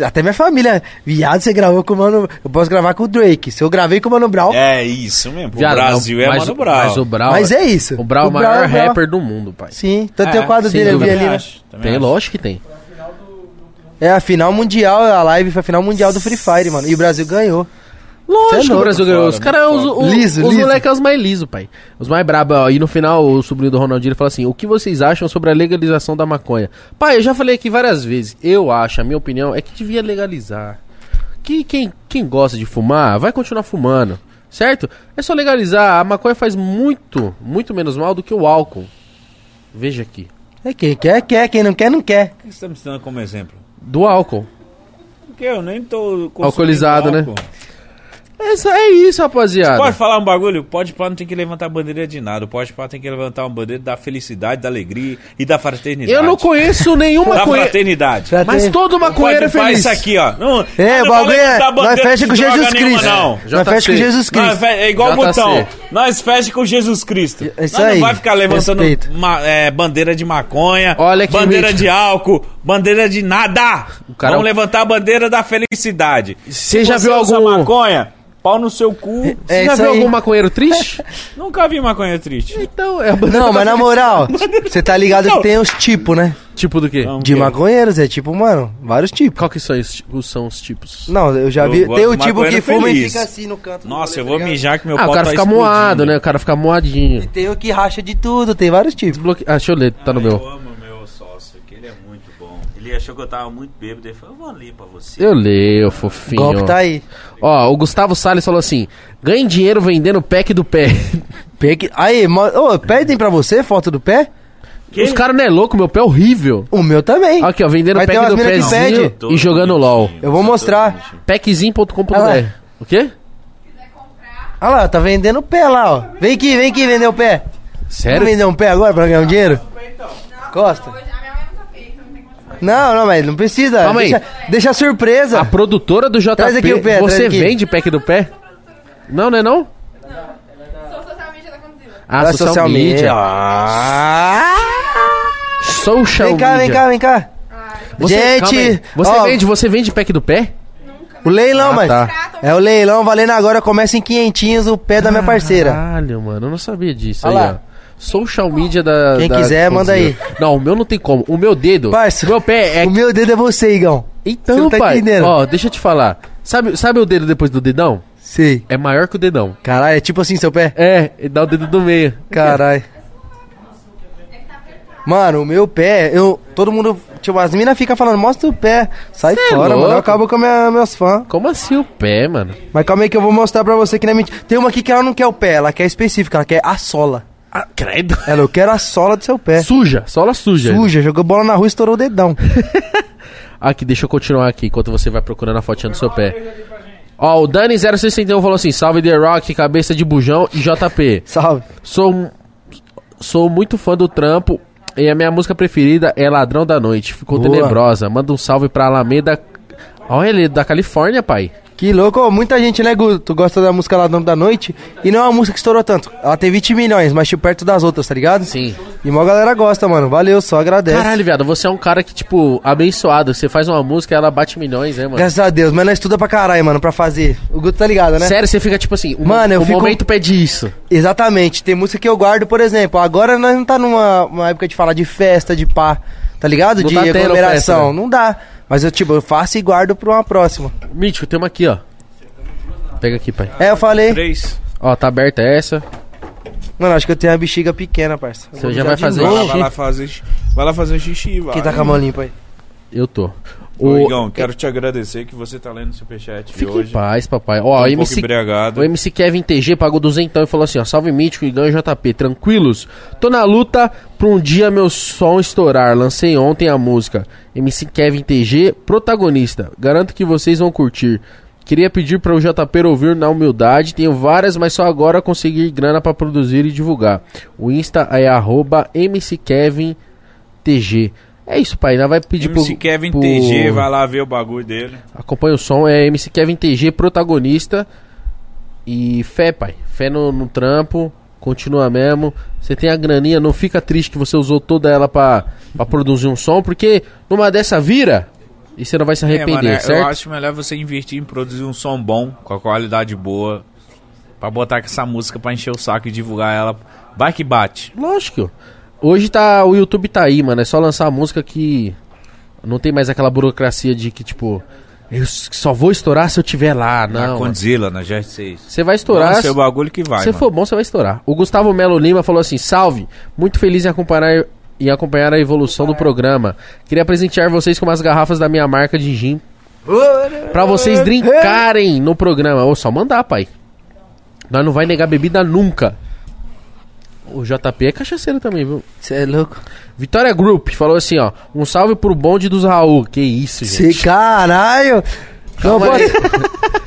Até minha família, viado, você gravou com o Mano. Eu posso gravar com o Drake. Se eu gravei com o Mano Brown,
É isso mesmo. O
Viado,
Brasil
não,
é
mas
Mano
o-
Brown.
Mas o Brau,
mas é isso.
o Brau é o
Brown
maior
o Brown.
rapper do mundo, pai.
Sim, então tem
É,
o quadro
sem
dele, eu vi
dúvida.
ali, né?
Acho, também
Tem,
acho.
lógico que tem.
É a final mundial, a live foi a final mundial do Free Fire, mano. E o Brasil ganhou.
Lógico
Cê é
que o
louco,
Brasil ganhou. Os caras, os, os,
Liso,
os
liso.
moleques é os mais lisos, pai. Os mais brabos. E no final, o sobrinho do Ronaldinho ele fala assim: O que vocês acham sobre a legalização da maconha? Pai, eu já falei aqui várias vezes. Eu acho, a minha opinião é que devia legalizar. Que quem, quem gosta de fumar vai continuar fumando, certo? É só legalizar. A maconha faz muito, muito menos mal do que o álcool. Veja aqui:
É quem quer, quer. Quem não quer, não quer.
Por que você tá me citando como exemplo?
do álcool.
Porque eu nem tô. consumindo
Alcoolizado, né?
álcool.
Essa, é isso,
Pode
rapaziada.
falar um bagulho? Pode pá, não tem que levantar a bandeira de nada. Pode pá, tem que levantar uma bandeira da felicidade, da alegria e da fraternidade.
Eu não conheço nenhuma
Da
maconha.
fraternidade.
Já
Mas
tem-
todo maconheiro é
Pode pá,
feliz.
isso aqui, ó. Não,
É,
não
o bagulho
vai levantar
é.
a bandeira
Nós fecha
de
com
droga
Jesus
nenhuma,
Cristo.
não.
Já
Nós
tá
fecha com
feio.
Nós
Jesus Cristo.
fe- é igual o
JC.
botão. Nós fecha com Jesus Cristo.
É isso
Nós
aí.
não vai ficar levantando
Respeito.
ma- é, bandeira de maconha,
Olha que
bandeira
mítico.
de álcool, bandeira de nada.
cara-
é um
Vamos levantar a bandeira da felicidade.
Você já
Você
viu
usa
algum.
maconha? Pau no seu cu.
Você
É
já
isso
viu
aí.
algum maconheiro triste?
Nunca vi maconha triste.
então, é a bandeira
Não, mas
da-
na moral, você tá ligado que tem os tipos, né?
Tipo do quê?
Não.
De
Ok.
maconheiros, é tipo, mano, vários tipos.
Qual que são, esses, os- são os tipos?
Não, eu já
Eu
vi.
gosto
tem o
de
tipo que
maconheiro
fuma e
feliz.
fica assim no canto. do
Nossa,
rolê,
eu
tá
vou
ligado?
mijar que meu
ah,
pau
o cara
tá
fica
explodindo.
moado, né? O cara fica moadinho.
E tem o que racha de tudo, tem vários tipos.
Desbloque... Ah, deixa eu ler, tá no
Eu
meu.
amo meu sócio, que ele é muito bom. Ele achou que eu tava muito bêbado, ele falou, eu vou ali pra você.
Eu leio, fofinho.
Golpe tá aí.
Ó, o Gustavo Salles falou assim: ganhe dinheiro vendendo pack do pé.
É Pé que- Aí, mo... ô, pedem pra você foto do pé?
Que?
Os caras não é louco, meu pé é horrível.
O meu também.
Aqui, ó, vendendo
Mas tem
pack
umas
do
mina que
pezinho
pede.
e jogando LOL.
Eu vou mostrar. Ah
Packzinho.com.br
lá.
O quê?
Olha lá, tá vendendo o pé lá, ó. Vem aqui, vem aqui vender o pé. Vamos
Sério?
vender um pé agora pra ganhar um dinheiro? Costa.
Hoje, a minha mãe nunca fez, não tem condições.
Não, não, mas não precisa.
Calma aí.
deixa, deixa a surpresa.
A produtora do JP,
Traz aqui o pé,
você
traz aqui.
vende pack do pé? Não, não é não?
Sou socialmente da conduzida.
Ah,
Ela é
social, media. Ah! Social
Vem cá,
media.
vem cá, vem cá.
Você, calma aí.
Gente,
você
ó,
vende, você vende pack do pé?
O leilão, mas.
tá.
É o leilão valendo agora, começa em quinhentinhos o pé da minha parceira.
Caralho, mano, eu não sabia disso.
Olha
aí,
lá.
ó. Social media da.
Quem
da-
quiser, manda aí.
Não, o meu não tem como. O meu dedo.
Parça,
o meu pé é.
O meu dedo é você, Igão. você
Então,
não tá
pai.
entendendo.
Ó, deixa eu te falar. Sabe, sabe o dedo depois do dedão?
Sei.
É maior que o dedão.
Caralho, é tipo assim seu pé?
É, e dá o dedo do meio.
Caralho. Mano, o meu pé, eu. Todo mundo. Tipo, as minas ficam falando, mostra o pé. Sai
Cê é
fora, mano. Eu
louco.
acabo com minha- meus fãs.
Como assim o pé, mano?
Mas calma aí que eu vou mostrar pra você que não é mentira. Tem uma aqui que ela não quer o pé, ela quer específica, ela quer a sola.
Ah, credo.
Ela, eu quero a sola do seu pé.
Suja, sola suja.
Suja, jogou bola na rua e estourou o dedão.
Aqui, deixa eu continuar aqui enquanto você vai procurando a fotinha do seu pé. Ó, o Dani061 falou assim: salve The Rock, cabeça de bujão e JP.
Salve.
Sou, um- sou muito fã do trampo e a minha música preferida é Ladrão da Noite. Ficou
Boa.
tenebrosa. Manda um salve pra Alameda. Olha ele, é da Califórnia, pai.
Que louco, ô, muita gente, né, Guto? Tu gosta da música Ladrão da Noite e não é uma música que estourou tanto. Ela tem 20 milhões, mas tipo perto das outras, tá ligado?
Sim.
E mó galera gosta, mano. Valeu, só agradece.
Caralho, viado, você é um cara que, tipo, abençoado. Você faz uma música e ela bate milhões, né, mano?
Graças a Deus, mas nós estuda pra caralho, mano, pra fazer. O Guto tá ligado, né?
Sério, você fica tipo assim, o,
Mano, eu
o
fico-
momento pede isso.
Exatamente. Tem música que eu guardo, por exemplo. Agora nós não tá numa uma época de falar de festa, de pá, tá ligado?
Não
de
tá tendo
aglomeração.
festa, né?
Não dá. Mas eu, tipo, eu faço e guardo pra uma próxima.
Mítico, tem uma aqui, ó. Pega aqui, pai.
É, eu falei.
Três.
Ó, tá aberta essa.
Mano, acho que eu tenho uma bexiga pequena, parça.
Você já vai
de
fazer
Vai lá,
xixi?
vai lá fazer, xixi- vai lá fazer um xixi, vai.
Quem tá com a mão limpa aí?
Eu tô.
Ô,
O...
Igão, quero te agradecer que você tá lendo o superchat de
Fique
hoje.
em paz, papai. Ó,
Tô um pouco
MC...
embriagado.
o MC Kevin TG pagou duzentão e falou assim, ó. Salve Mítico, Igão e JP, tranquilos? Tô na luta pra um dia meu som estourar. Lancei ontem a música. MC Kevin TG, protagonista. Garanto que vocês vão curtir. Queria pedir para o JP ouvir na humildade. Tenho várias, mas só agora conseguir grana pra produzir e divulgar. O Insta é arroba MCKevinTG. É isso, pai. Ainda vai pedir
MC
pro...
Kevin
pro-
TG, vai lá ver o bagulho dele.
Acompanha o som, é MC Kevin TG, protagonista. E fé, pai. Fé no, no trampo. Continua mesmo. Você tem a graninha, não fica triste que você usou toda ela pra, pra produzir um som, porque numa dessa vira e você não vai se arrepender,
mano, É, eu
certo?
acho melhor você investir em produzir um som bom, com a qualidade boa, pra botar com essa música pra encher o saco e divulgar ela. Vai que bate.
Lógico. Hoje tá, o YouTube tá aí, mano. É só lançar a música que não tem mais aquela burocracia de que, tipo, eu s- só vou estourar se eu tiver lá.
na
Não. mano.
Condzilla, na GR6.
Você vai estourar.
Lança o bagulho que vai,
Se
mano.
for bom, você vai estourar. O Gustavo Melo Lima falou assim: salve, muito feliz em acompanhar, em acompanhar a evolução do programa. Queria presentear vocês com umas garrafas da minha marca de gin. Pra vocês drinkarem no programa. Ô, só mandar, pai. Nós não vai negar bebida nunca. O JP é cachaceiro também, viu?
Você é louco?
Vitória Group falou assim, ó. Um salve pro bonde dos Raul. Que isso,
Cê,
gente.
caralho! Não,
Calma
pode...
aí.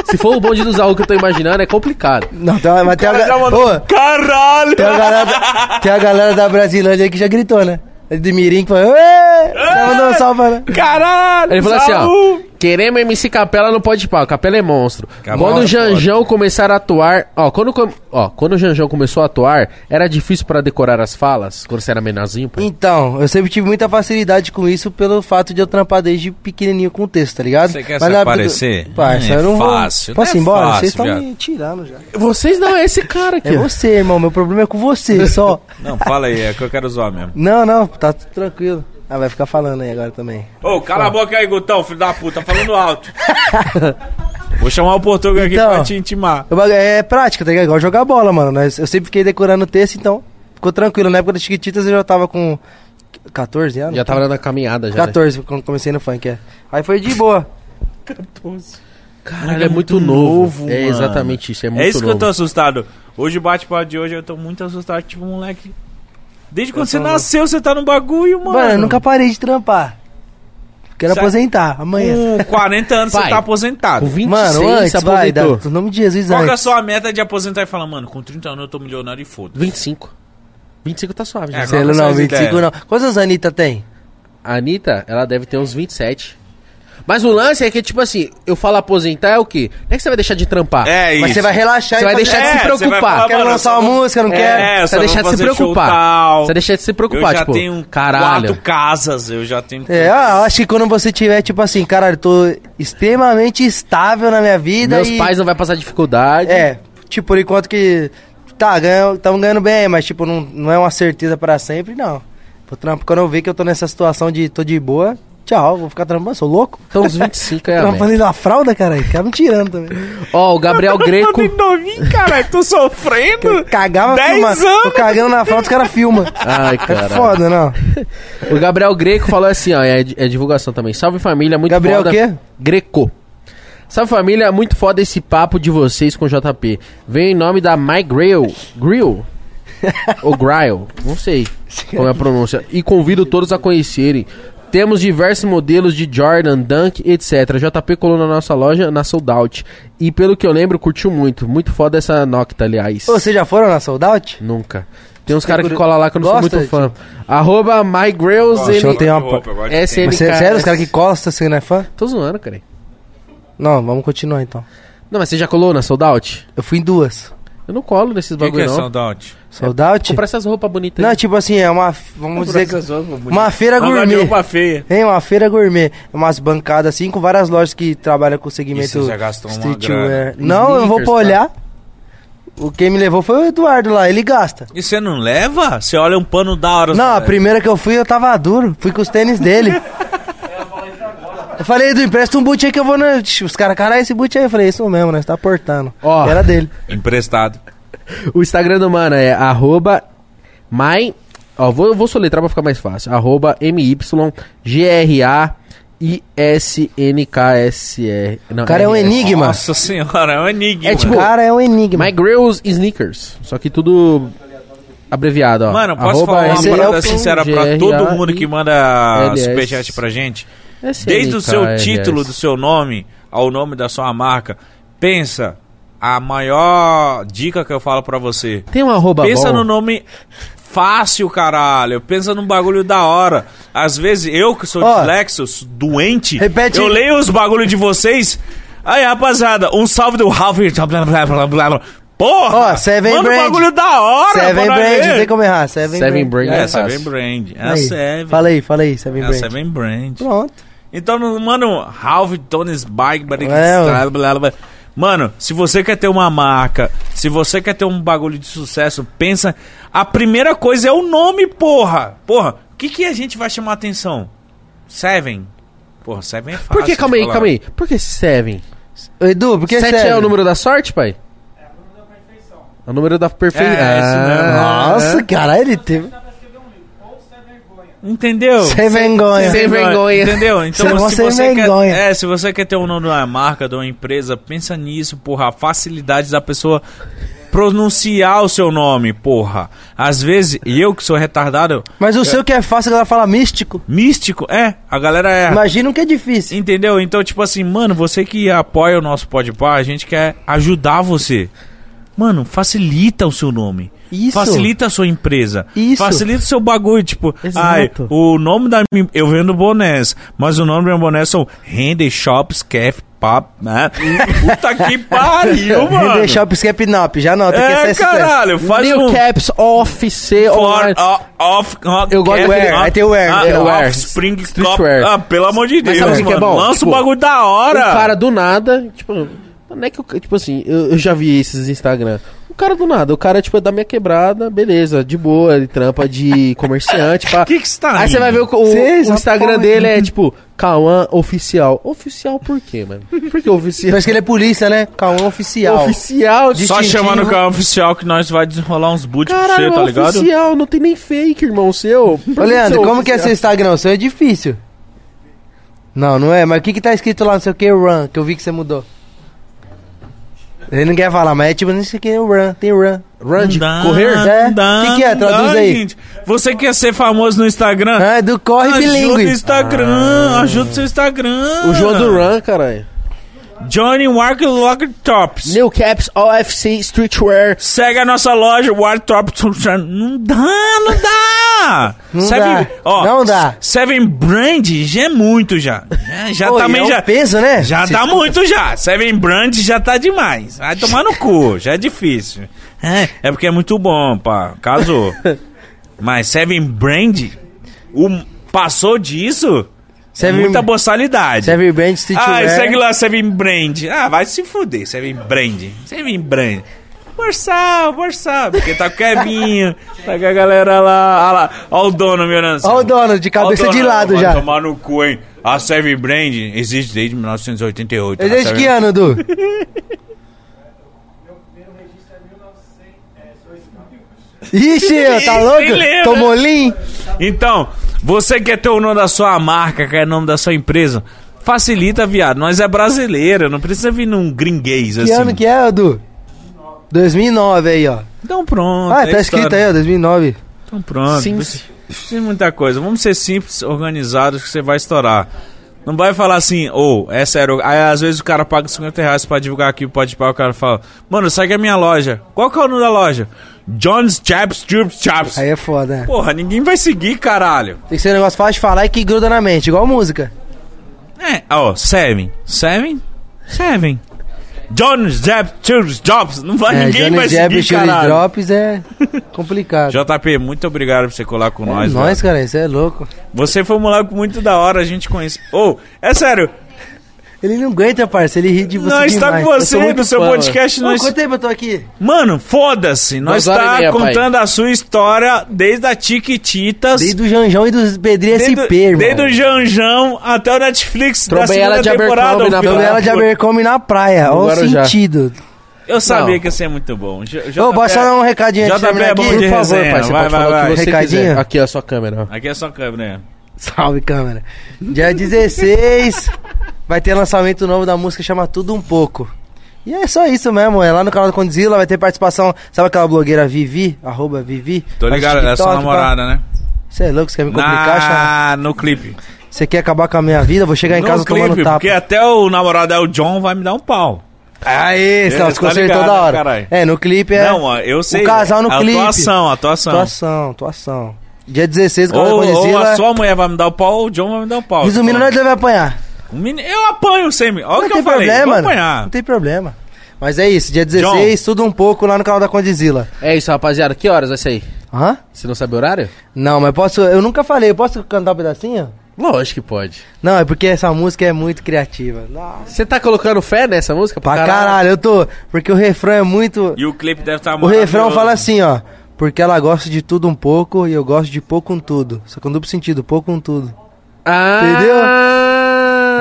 Se for o bonde dos Raul que eu tô imaginando, é complicado.
não tem uma- mas tem, a ga- Ô,
Caralho!
tem, a galera da... tem a galera da Brasilândia aí que já gritou, né? De Mirim que falou... "Ê!" Já mandou um salve, né?
Caralho!
Ele falou assim, ó.
Saúl!
Queremos MC Capela não pode pau. Capela é monstro.
Capela
quando
é
o Janjão começar a atuar. Ó quando, com- ó, quando o Janjão começou a atuar, era difícil pra decorar as falas? Quando você era menorzinho, pô.
Então, eu sempre tive muita facilidade com isso pelo fato de eu trampar desde pequenininho com o texto, tá ligado?
Você quer
Mas
se
na época do-
aparecer?
Parça,
Não é
eu não vou-
fácil,
Posso
não
ir
é
embora?
fácil,
Vocês estão
viado.
me tirando já.
Vocês não, é esse cara aqui.
É você, irmão. Meu problema é com você só.
Não, fala aí, é que eu quero zoar mesmo.
Não, não, tá tudo tranquilo. Ah, vai ficar falando aí agora também.
Ô, cala a boca aí, Gutão, filho da puta, tá falando alto. Vou chamar o Portugal aqui
Então.
pra te intimar.
Eu- É prática, tá ligado? Igual jogar bola, mano. Nós- Eu sempre fiquei decorando o texto, então ficou tranquilo. Na época das Chiquititas eu já tava com 14 anos.
Já tava na caminhada já. né?
14 quando comecei no funk, é. Aí foi de boa.
Caralho, é muito novo. é exatamente isso, é muito
É isso que eu tô
novo.
assustado. Hoje o bate-papo de hoje eu tô muito assustado, tipo, moleque. Desde quando você nasceu, você tá no bagulho, mano.
Mano, eu nunca parei de trampar. Quero
Sabe-
aposentar amanhã.
Com 40 anos
Pai.
você tá aposentado.
Com 26,
Mano, antes,
você
vai, dá,
aposentou.
no nome de Jesus,
Qual que é a
antes.
sua meta de aposentar e falar, mano, com 30 anos eu tô milionário e foda-se.
25. 25 tá suave,
É,
já.
agora-
Sei lá,
Qual que
não,
é a sua
25 não. Quantas Anitta tem?
A Anitta, ela deve ter uns 27. Mas o lance é que, tipo assim, eu falo aposentar é o quê? Não é que você vai deixar de trampar.
É
Mas você vai relaxar
Você
e
vai
fazer-
deixar
É,
de se
você vai
preocupar.
falar,
Quero
Mano,
lançar
eu
uma
um
só vou-
música, não quero.
É,
Você
só não
vai deixar de se
fazer show
preocupar.
tal.
Você vai deixar de se preocupar,
eu já
tipo,
tenho um
caralho.
quatro casas, eu já tenho...
É, eu acho que quando você tiver, tipo assim, caralho, tô extremamente estável na minha vida.
Meus
e-
pais não vai passar dificuldade.
É, tipo, por enquanto que. Tá, estamos ganhando bem, mas, tipo, não, não é uma certeza pra sempre, não. Vou trampo, quando eu ver que eu tô nessa situação de tô de boa, tchau, vou ficar trampando, sou louco.
Então os 25 é a
Trampando
meta.
indo na fralda, caralho, cara me tirando também.
Ó, o Gabriel Greco.
novinho, cara, tô sofrendo.
Eu cagava,
Dez
filmando. Tô
anos.
cagando na fralda, os caras filmam.
Ai,
É
cara.
foda, não.
O Gabriel Greco falou assim, ó, é, é divulgação também. Salve família, muito
Gabriel
foda.
o quê?
Greco. Salve família, muito foda esse papo de vocês com JP. Vem em nome da My Grill. Grill? Ou Grill? Não sei como é a pronúncia. E convido todos a conhecerem. Temos diversos modelos de Jordan, Dunk, etc. JP colou na nossa loja na Sold Out. E pelo que eu lembro, curtiu muito. Muito foda essa Nocta, aliás.
Ô, Vocês já foram na sold out?
Nunca. Tem uns caras que
curi-
colam lá que eu não
Gosta,
sou muito fã. Arroba MyGrails.
Gosto. Eu tenho uma-
SNK.
Mas, sé- é sério,
é
os caras que costam, você não é fã?
Tô zoando, cara.
Não, vamos continuar então.
Não, mas você já colou na Sold Out?
Eu fui em duas.
Eu não colo nesses
O que,
bagulho,
é
não.
sold out?
Sold out?
Comprar essas roupas bonitas
Não,
aí.
tipo assim, é uma. Vamos dizer que. Uma feira
Andar de
gourmet.
roupa feia.
Tem uma feira gourmet, umas bancadas assim, com várias lojas que trabalham com o segmento
E você já gastou uma grana. tá?
Não, eu vou pra
Sneakers,
olhar. O quem me levou foi o Eduardo lá, ele gasta.
E você não leva? Você olha um pano da hora.
Não, a
velho.
primeira que eu fui eu tava duro, fui com os tênis dele. Eu falei, Edu, empresta um boot aí que eu vou na... Os caras, caralho, esse boot aí. Eu falei, isso mesmo, nós tá portando.
Ó.
Era dele.
Emprestado.
tipo, O Instagram do mano é arroba my... Ó, vou, vou soletrar pra ficar mais fácil. Arroba M-Y-G-R-A-I-S-N-K-S-R. Não,
O cara é um
R-S.
enigma.
Nossa senhora, é um enigma.
É
O
tipo-
cara é um enigma.
My Grills Sneakers. Só que tudo abreviado, ó.
Mano, posso
Arroba
é
falar uma
S-
parada
L-
sincera pra
G-R-A-I-
todo mundo que manda
LS.
superchat pra gente?
S-
Desde o seu
N-K-S.
título, do seu nome, ao nome da sua marca, pensa. A maior dica que eu falo pra você.
Tem um
Tá
arroba
Pensa
bom.
no nome fácil, caralho. Pensa num bagulho da hora. Às vezes, eu que sou
Ó.
dislexo, s- doente,
Repete.
eu leio os bagulhos de vocês. Aí, rapaziada, um salve do Ralph. blá, blá, blá, blá, blá, blá. Porra!
Ó, Seven
manda
Brand.
um bagulho da hora, é. pra
Seven
nós
Brand,
ver.
não tem como errar. Seven,
Seven Brand
É,
é
Seven
fácil.
Brand. É a
Aí,
Seven.
Fala aí, fala aí, Seven
É a
Brand.
Seven Brand.
Pronto.
Então, não- mano, Ralph Tony's Bike, blá,
É,
blá, blá, blá. Mano, se você quer ter uma marca, se você quer ter um bagulho de sucesso, pensa. A primeira coisa é o nome, porra! Porra, o que, que a gente vai chamar atenção? Seven. Porra, Seven é fácil.
Por que,
de
calma aí,
falar.
calma aí. Por que Seven?
Ô, Edu, por que
Sete
Seven?
é o número da sorte, pai? É o número da Ah, é. perfeição.
É, é isso mesmo.
Nossa, caralho, ele teve.
Entendeu?
Sem vergonha.
sem vergonha.
Entendeu?
Sem
Então, se
sem
você, quer,
vergonha.
é, se você quer ter o nome de uma marca, de uma empresa, pensa nisso, porra. A facilidade da pessoa pronunciar o seu nome, porra. Às vezes, e eu que sou retardado,
Mas o seu que é fácil, a galera fala místico.
místico, é, a galera é.
Imagina o que é difícil.
Entendeu? Então, tipo assim, mano, você que apoia o nosso podpar, a gente quer ajudar você. Mano, facilita o seu nome.
Isso.
Facilita a sua empresa.
Isso.
Facilita o seu bagulho. Tipo,
Exato.
ai, o nome da minha. Eu vendo bonés, mas o nome da minha boné são Render Shops, Caf, Pap, né? Puta que pariu, mano.
Render Shop Scap Nop, já nota que essa
É,
é sucesso.
caralho, faz
New
um.
Caps Off C
For,
Online. Um
o- off, off,
Eu gosto do
cap,
wear,
off-
aí tem o wear,
ah,
é,
off,
wear,
spring, cop,
streetwear.
ah, pelo amor de
Mas
Deus,
sabe o que
mano.
que é bom?
Lança
Tipo,
o bagulho da hora.
O cara do nada, tipo, não é que eu, tipo assim, eu, eu já vi esses Instagram. O cara do nada, o cara tipo é da minha quebrada, beleza, de boa, ele trampa de comerciante, pá.
que que você tá
Aí você
rindo?
vai ver o, o-
Cês,
o Instagram
rapaz.
dele é tipo Cauã oficial. Oficial por quê, mano? Por que oficial?
Parece que ele é polícia, né? Calma oficial.
oficial, de
Só
Distintivo.
chamando o canal oficial que nós vai desenrolar uns boot pra
Caralho,
você, tá
é
ligado?
oficial, não tem nem fake, irmão seu. Por
Ô,
que
Leandro,
seu
como que é
oficial?
seu Instagram? O seu é difícil. Não, não é, mas o que que tá escrito lá, não sei o que, Run, que eu vi que você mudou? Ele não quer falar, mas é tipo, não sei o que é o run, tem run.
Run de
Andar,
correr?
É.
andar,
Que que é? Traduz
andar,
aí.
gente. Você quer ser famoso no Instagram?
Ah, é do corre
Ajuda o
bilíngue.
Instagram, ajuda o seu Instagram.
O jogo do Run, caralho.
Johnny Walker Locker Tops.
New Caps OFC Streetwear.
Segue a nossa loja, Wild Top. Não dá, não dá!
Não dá, não dá.
Seven Brand já é muito já. Já, já
Pô, e
também
é um
já.
peso, né?
Já
Cê
dá
escuta.
muito já. Seven Brand já tá demais. Vai tomar no cu, já é difícil. É, é porque é muito bom, pá. Casou. Mas Seven Brand, o, passou disso, é
Seven-
muita boçalidade.
Serve Brand Streetwear.
Ah, segue lá, Seven Brand. Ah, vai se fuder, Seven Brand. Seven Brand. Borsal, borsal. Porque tá com o Kevinho, tá com a galera lá. Olha lá, ó o dono, meu Nancy.
Ó o dono, de cabeça de lado já.
Vai tomar no cu, hein? A Seven Brand existe desde 1988. A
Desde
Seven-
é que ano, Du? Ixi, eu, tá
Ixi,
louco?
lembra.
Tomou lean?
Então, você quer ter o nome da sua marca, quer o nome da sua empresa? Facilita, viado. Nós é brasileiro, não precisa vir num gringuês
Que
assim.
ano que é, Du? 2009 aí, ó.
Então pronto.
Ah,
é
tá escrito
história.
aí, ó, 2009.
Então pronto.
Sim.
Precisa precisa de muita coisa. Vamos ser simples, organizados, que você vai estourar. Não vai falar assim, ou, é sério. Aí às vezes o cara paga 50 reais pra divulgar aqui o pode o cara fala, mano, segue a minha loja. Qual que é o nome da loja? John's Chaps Chips Chaps.
Aí é foda, né?
Porra, ninguém vai seguir, caralho.
Tem que ser um negócio fácil de falar e que gruda na mente, igual música.
É, ó, Seven. Seven? Seven. John's Chaps Chips Chops. Não
É,
vai, Ah, ninguém vai
Jab,
seguir,
Chili
caralho.
Drops é complicado.
JP, muito obrigado por você colar com
Nós,
nós. velho.
nós cara, isso é louco.
Você foi um moleque muito da hora, a gente conhece. Ou, é sério,
Ele não aguenta, parceiro, ele ri de você
nós tá
demais.
com
Eu sou
você
muito
no seu
fã,
podcast.
mano. Ô,
Nós...
Quanto tempo eu tô aqui?
Mano, foda-se. Nós
Duas horas e
tá
meia, pai.
contando a sua história desde a Tiquititas.
Desde o Janjão e dos Pedrinho
desde,
SP, irmão.
desde o Janjão até o Netflix da
Trombei ela
segunda
de
temporada.
Abercrombie na
ô filho
praia.
Joguei
da
ela de
puta.
Abercrombie na praia.
No
Olha o
Guarujá.
sentido.
Eu sabia
Não.
que ia ser muito bom. J
Ô, posso só dar um recadinho antes de
JP é
terminar
bom
aqui?
de
Por favor,
resenha.
pai, você
vai,
pode
vai,
falar o
vai.
que você
Recadinho?
quiser. Aqui, ó, sua câmera. ó.
Aqui é só câmera.
Salve, câmera. Dia 16 vai ter lançamento novo da música chama Tudo Um Pouco. E é só isso mesmo, é lá no canal do Condzilla, vai ter participação, sabe aquela blogueira Vivi, arroba Vivi?
Tô
Faz
ligado, é sua
TikTok,
namorada, né?
pá. Você é louco, você quer me complicar,
Na...
chama?
No clipe.
Você quer acabar com a minha vida? Eu Vou chegar né? em
no
casa
clipe,
tomando tapa.
porque até o namorado é o John, vai me dar um pau. Você
Aê, você se
tá
consertou
ligado,
da hora.
né, caralho?
é, no clipe é...
Não, ó, eu sei.
O casal no
a
clipe.
Atuação, atuação.
Atuação, atuação. Dia 16, canal do
Ou, ou a
Condzilla.
sua mulher vai me dar o pau ou o John vai me dar o pau.
Resumindo, nós dois vai apanhar.
O meni- Eu apanho sempre. Olha É o
não
que
né? tem
eu falei.
problema,
Vou
mano.
apanhar.
Não tem problema. Mas é isso, dia 16, tudo um pouco lá no canal da Condizila.
É isso, rapaziada. Que horas vai sair?
Hã?
Você não sabe o horário?
Não, mas posso. Eu nunca falei, eu posso cantar um pedacinho?
Lógico que pode.
Não, é porque essa música é muito criativa. Nossa.
Você tá colocando fé nessa música?
Pra caralho. eu tô. Porque o refrão é muito.
E o clipe deve tá estar
O refrão fala assim, ó. Porque ela gosta de tudo um pouco e eu gosto de pouco com tudo. Só que no duplo sentido, pouco com tudo.
Ah,
Entendeu?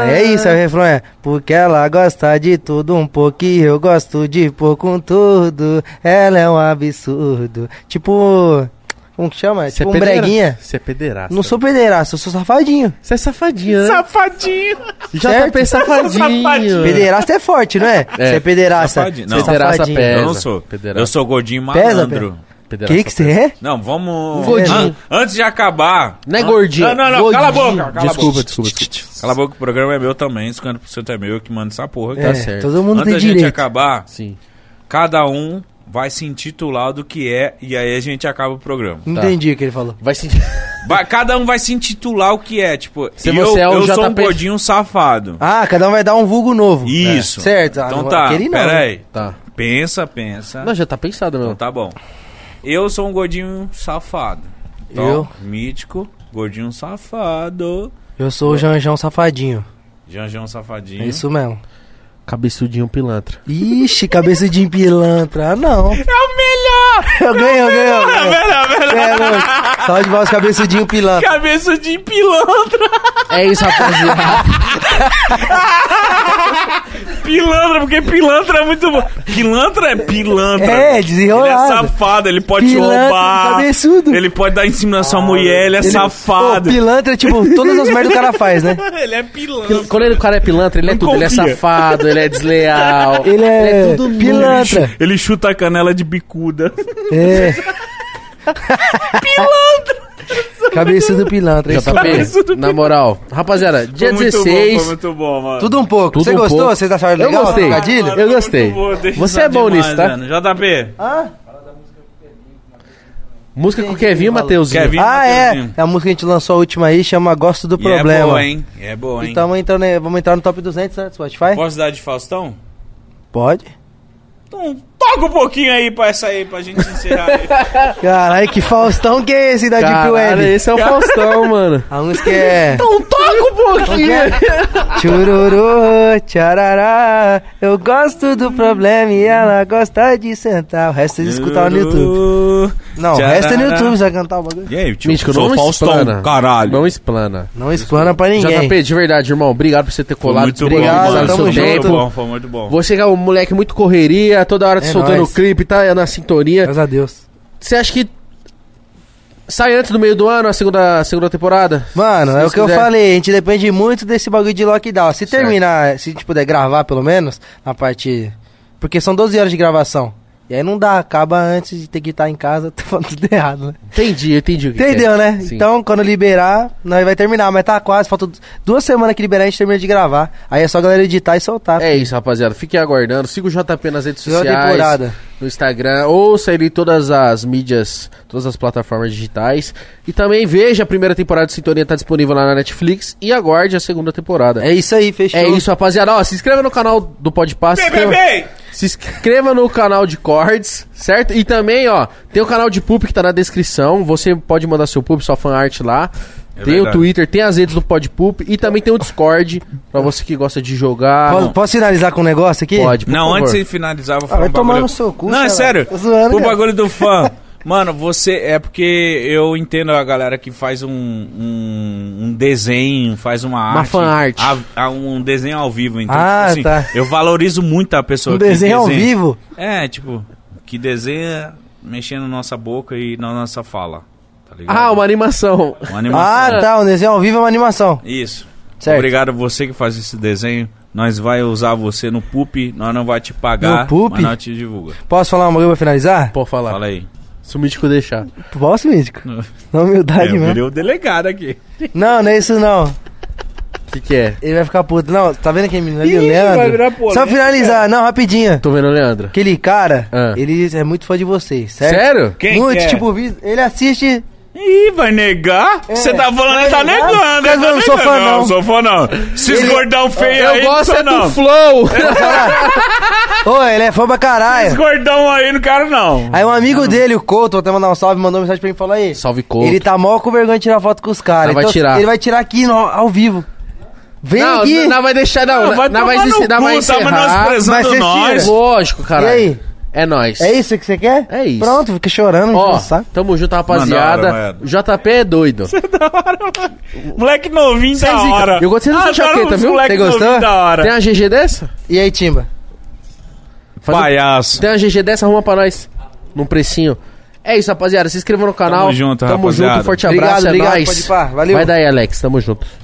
Aí é isso, aí o refrão é. Porque ela gosta de tudo um pouco e eu gosto de pouco com tudo. Ela é um absurdo. Tipo. Como que chama?
Você é
tipo um
pedera-
breguinha.
Você é pederasta.
Não sou pederasta, eu sou safadinho.
Você é safadinha, né?
Safadinho.
JP safadinho.
Pederasta é forte, não é? Você é, pederasta.
Safadinho.
Você é
Não.
Pederasta
safadinho.
pé.
Eu
Pesa.
não sou.
Pederasta.
Eu sou gordinho
Pesa,
malandro.
Pederasta.
Que que você é?
Não, vamos.
Gordinho.
An- antes de acabar.
Não é gordinho,
Não, não, não. Cala a
gordinho.
boca. Cala
Desculpa,
a boca.
desculpa, desculpa.
Cala a boca, o programa é meu também. 50% é meu que manda essa porra.
é,
cara.
certo.
Todo mundo
Antes da
tem
gente
direito.
acabar,
Sim.
cada um vai se intitular do que é e aí a gente acaba o programa.
Não
Tá.
entendi o que ele falou.
Vai se...
Vai- cada um vai se intitular o que é. Tipo,
Se
eu,
você é o
eu sou um
JP.
gordinho safado.
Ah, cada um vai dar um vulgo novo.
Isso.
Certo. Ah,
Então
não-
tá,
aquele não, né?
peraí.
Tá.
Pensa, pensa.
Não, já tá pensado, meu.
Então tá bom. Eu sou um gordinho safado. Então,
Eu?
Mítico, gordinho safado.
Eu sou o Janjão Safadinho.
Janjão safadinho.
É isso mesmo.
Cabeçudinho pilantra.
Ixi, cabeça de pilantra. Ah, não.
É o melhor!
Eu ganhei, eu ganhei. eu
É o
ganhei.
melhor, é o melhor.
É, louco. Salve de voz, cabeçudinho pilantra.
Cabeça de pilantra.
É isso, rapaziada.
Pilantra, porque pilantra é muito bom. Pilantra é pilantra.
É, desenrolado.
Ele é safado, ele pode te
Pilantra, é um
roubar.
cabeçudo. Ah,
Ele pode dar em cima da sua mulher, ele é
um
safado.
Ô, pilantra é tipo todas as merdas que o cara faz, né?
Ele é pilantra.
Quando ele, o cara é pilantra, ele é
Não
tudo. Ele é
confia.
safado, ele é desleal.
Ele é,
é tudo
pilantra.
Ele chuta a canela de bicuda.
É. pilantra. Cabeçudo pilantra.
tá
isso mesmo.
JP, na moral. Rapaziada, dia
Foi muito bom,
16.
Foi muito bom, mano.
Tudo um pouco.
Tudo
Você
um
gostou?
pouco.
Vocês acharam
Eu
legal?
gostei.
Trocadilho?
Mano,
Eu
foi
gostei.
muito bom, deixa
Você
eu
é bom
demais,
nisso, tá?
mano. JP.
Hã?
Música com o Kevin, Mateuzinho.
Kevin
Ah, é.
Mateuzinho.
É a música que a gente lançou a última aí, chama Gosto do
E
Problema.
É boa, hein? E É boa, hein?
E tamo entrando, aí- vamos entrar no top 200, né, do Spotify?
Posso dar de Faustão?
Pode.
Então, toca um pouquinho aí pra essa aí, pra gente encerrar aí.
Caralho, que Faustão que é esse da Deep
Caralho,
Web?
esse é o Faustão, mano.
A música é...
Então toca um pouquinho.
Chururu, tcharará, eu gosto do problema e ela gosta de sentar. O resto vocês escutaram no YouTube. Não, o resto é no YouTube, você vai cantar o bagulho.
E aí, tio?
Mítico,
sou
não
Faustão,
explana.
caralho.
Não explana.
Não explana pra ninguém.
JP, de verdade, irmão, obrigado por você ter colado.
muito bom,
obrigado por
mano.
usar o
tamo
seu
Foi muito
junto.
tempo.
bom, foi muito bom.
Você que é um moleque muito correria, toda hora te
É
soltando o
nóis.
clipe, tá na sintonia.
Graças a Deus.
Você acha que sai antes do meio do ano a segunda, a segunda temporada?
Mano,
Se
é o
Deus
que eu
quiser.
falei, a gente depende muito desse bagulho de lockdown. Se terminar, se a gente puder gravar pelo menos, na parte. Porque são 12 horas de gravação. E aí não dá, acaba antes de ter que estar em casa, tô falando tudo errado, né?
Entendi, entendi o que
Entendeu,
que é.
né?
Sim.
Então, quando liberar, nós vai terminar, mas tá quase, falta du- duas semanas que liberar, a gente termina de gravar. Aí é só a galera editar e soltar.
É isso, rapaziada. Fiquem aguardando. Siga o JP nas redes
Segunda
sociais.
temporada.
No Instagram. Ouça ele em todas as mídias, todas as plataformas digitais. E também veja a primeira temporada de Sintonia, tá disponível lá na Netflix. E aguarde a segunda temporada.
É isso aí, fechou.
É isso, rapaziada. Ó, se inscreva no canal do Podpass. Se inscreva, se inscreva no canal de Cords, certo? E também, ó, tem o canal de Pup que tá na descrição. Você pode mandar seu Pup, sua fanart lá.
É
tem o
verdade.
Twitter, tem as redes do Podpup e também tem o Discord, pra você que gosta de jogar.
Posso, posso finalizar com um negócio aqui?
Pode, Tipo, por
Não,
favor.
antes de finalizar, eu vou
Ah,
falar
vai
um
tomar
bagulho.
no seu cu,
Não, é
sei lá.
sério.
Tô zoando,
o
cara.
bagulho do fã. Mano, você. É porque eu entendo a galera que faz um, um, um desenho, faz uma arte.
Uma fanart.
a- a- um desenho ao vivo, então.
Ah,
tipo assim,
tá.
Eu valorizo muito a pessoa
Um
que
desenho ao
desenha.
vivo.
É, tipo, que desenha mexendo na nossa boca e na nossa fala. Tá ligado?
Ah, uma animação.
Uma animação.
Ah, tá. Um desenho ao vivo é uma animação.
Isso.
Certo.
Obrigado você que faz esse desenho. Nós vai usar você no PUP, nós não vai te pagar,
No PUP?
mas nós te divulga.
Posso falar uma coisa pra finalizar?
Pode falar.
Fala aí.
Se o Mítico deixar.
Posso, Mítico? Na
É,
humildade
eu
mesmo.
virei o delegado aqui.
Não, não é isso não.
O que, que é?
Ele vai ficar puto. Não, tá vendo aquele menino ali, o Leandro? Só finalizar, não, rapidinho.
Tô vendo o Leandro.
Aquele cara,
Ah.
ele é muito fã de vocês, certo?
Sério?
muito,
é?
tipo, vi- ele assiste.
Ih, vai negar? Você tá falando, ele tá
negar?
negando.
Tá
ele tá
não sou
negando.
fã, não.
sou fã não. Esses
Ele-
gordão feio
Eu
aí,
gosto
não sou
é
não. É?
do Flow.
Ô, ele é fã pra
Esses
caralho.
gordão aí não quero não.
Aí um amigo dele, o Couto, vou até mandar um salve, mandou mensagem pra mim e falou aí.
Salve, Couto.
Ele tá mó com vergonha de tirar foto com os caras.
Não, vai tirar.
Ele vai tirar aqui no- ao vivo. Vem
Não,
aqui.
não, não vai deixar, não. Não,
vai
não vai
tomar no
encer- não
cu,
vai
tá
encerrar.
mas
menosprezando
vocês
nós.
tiram.
Lógico, cara.
E aí?
É nóis.
É isso que você quer?
É isso.
Pronto, fica chorando,
Ó,
não sabe.
tamo junto,
Mano, da
rapaziada.
hora, mano.
JP é doido.
Moleque novinho
Sem
da
é zica.
hora.
Eu gostei dessa
Adoro
jaqueta,
uns
viu?
Moleque
Você gostou?
novinho da hora.
Tem a GG dessa?
E aí, Timba?
Faz um-
Palhaço.
Tem a GG dessa, arruma pra nós. Num precinho. É isso, rapaziada. Se inscreva no canal.
junto,
Tamo
rapaziada.
junto, forte
Obrigado,
abraço. é
obrigado,
nóis.
pode pá, valeu.
Vai daí, Alex. Tamo junto.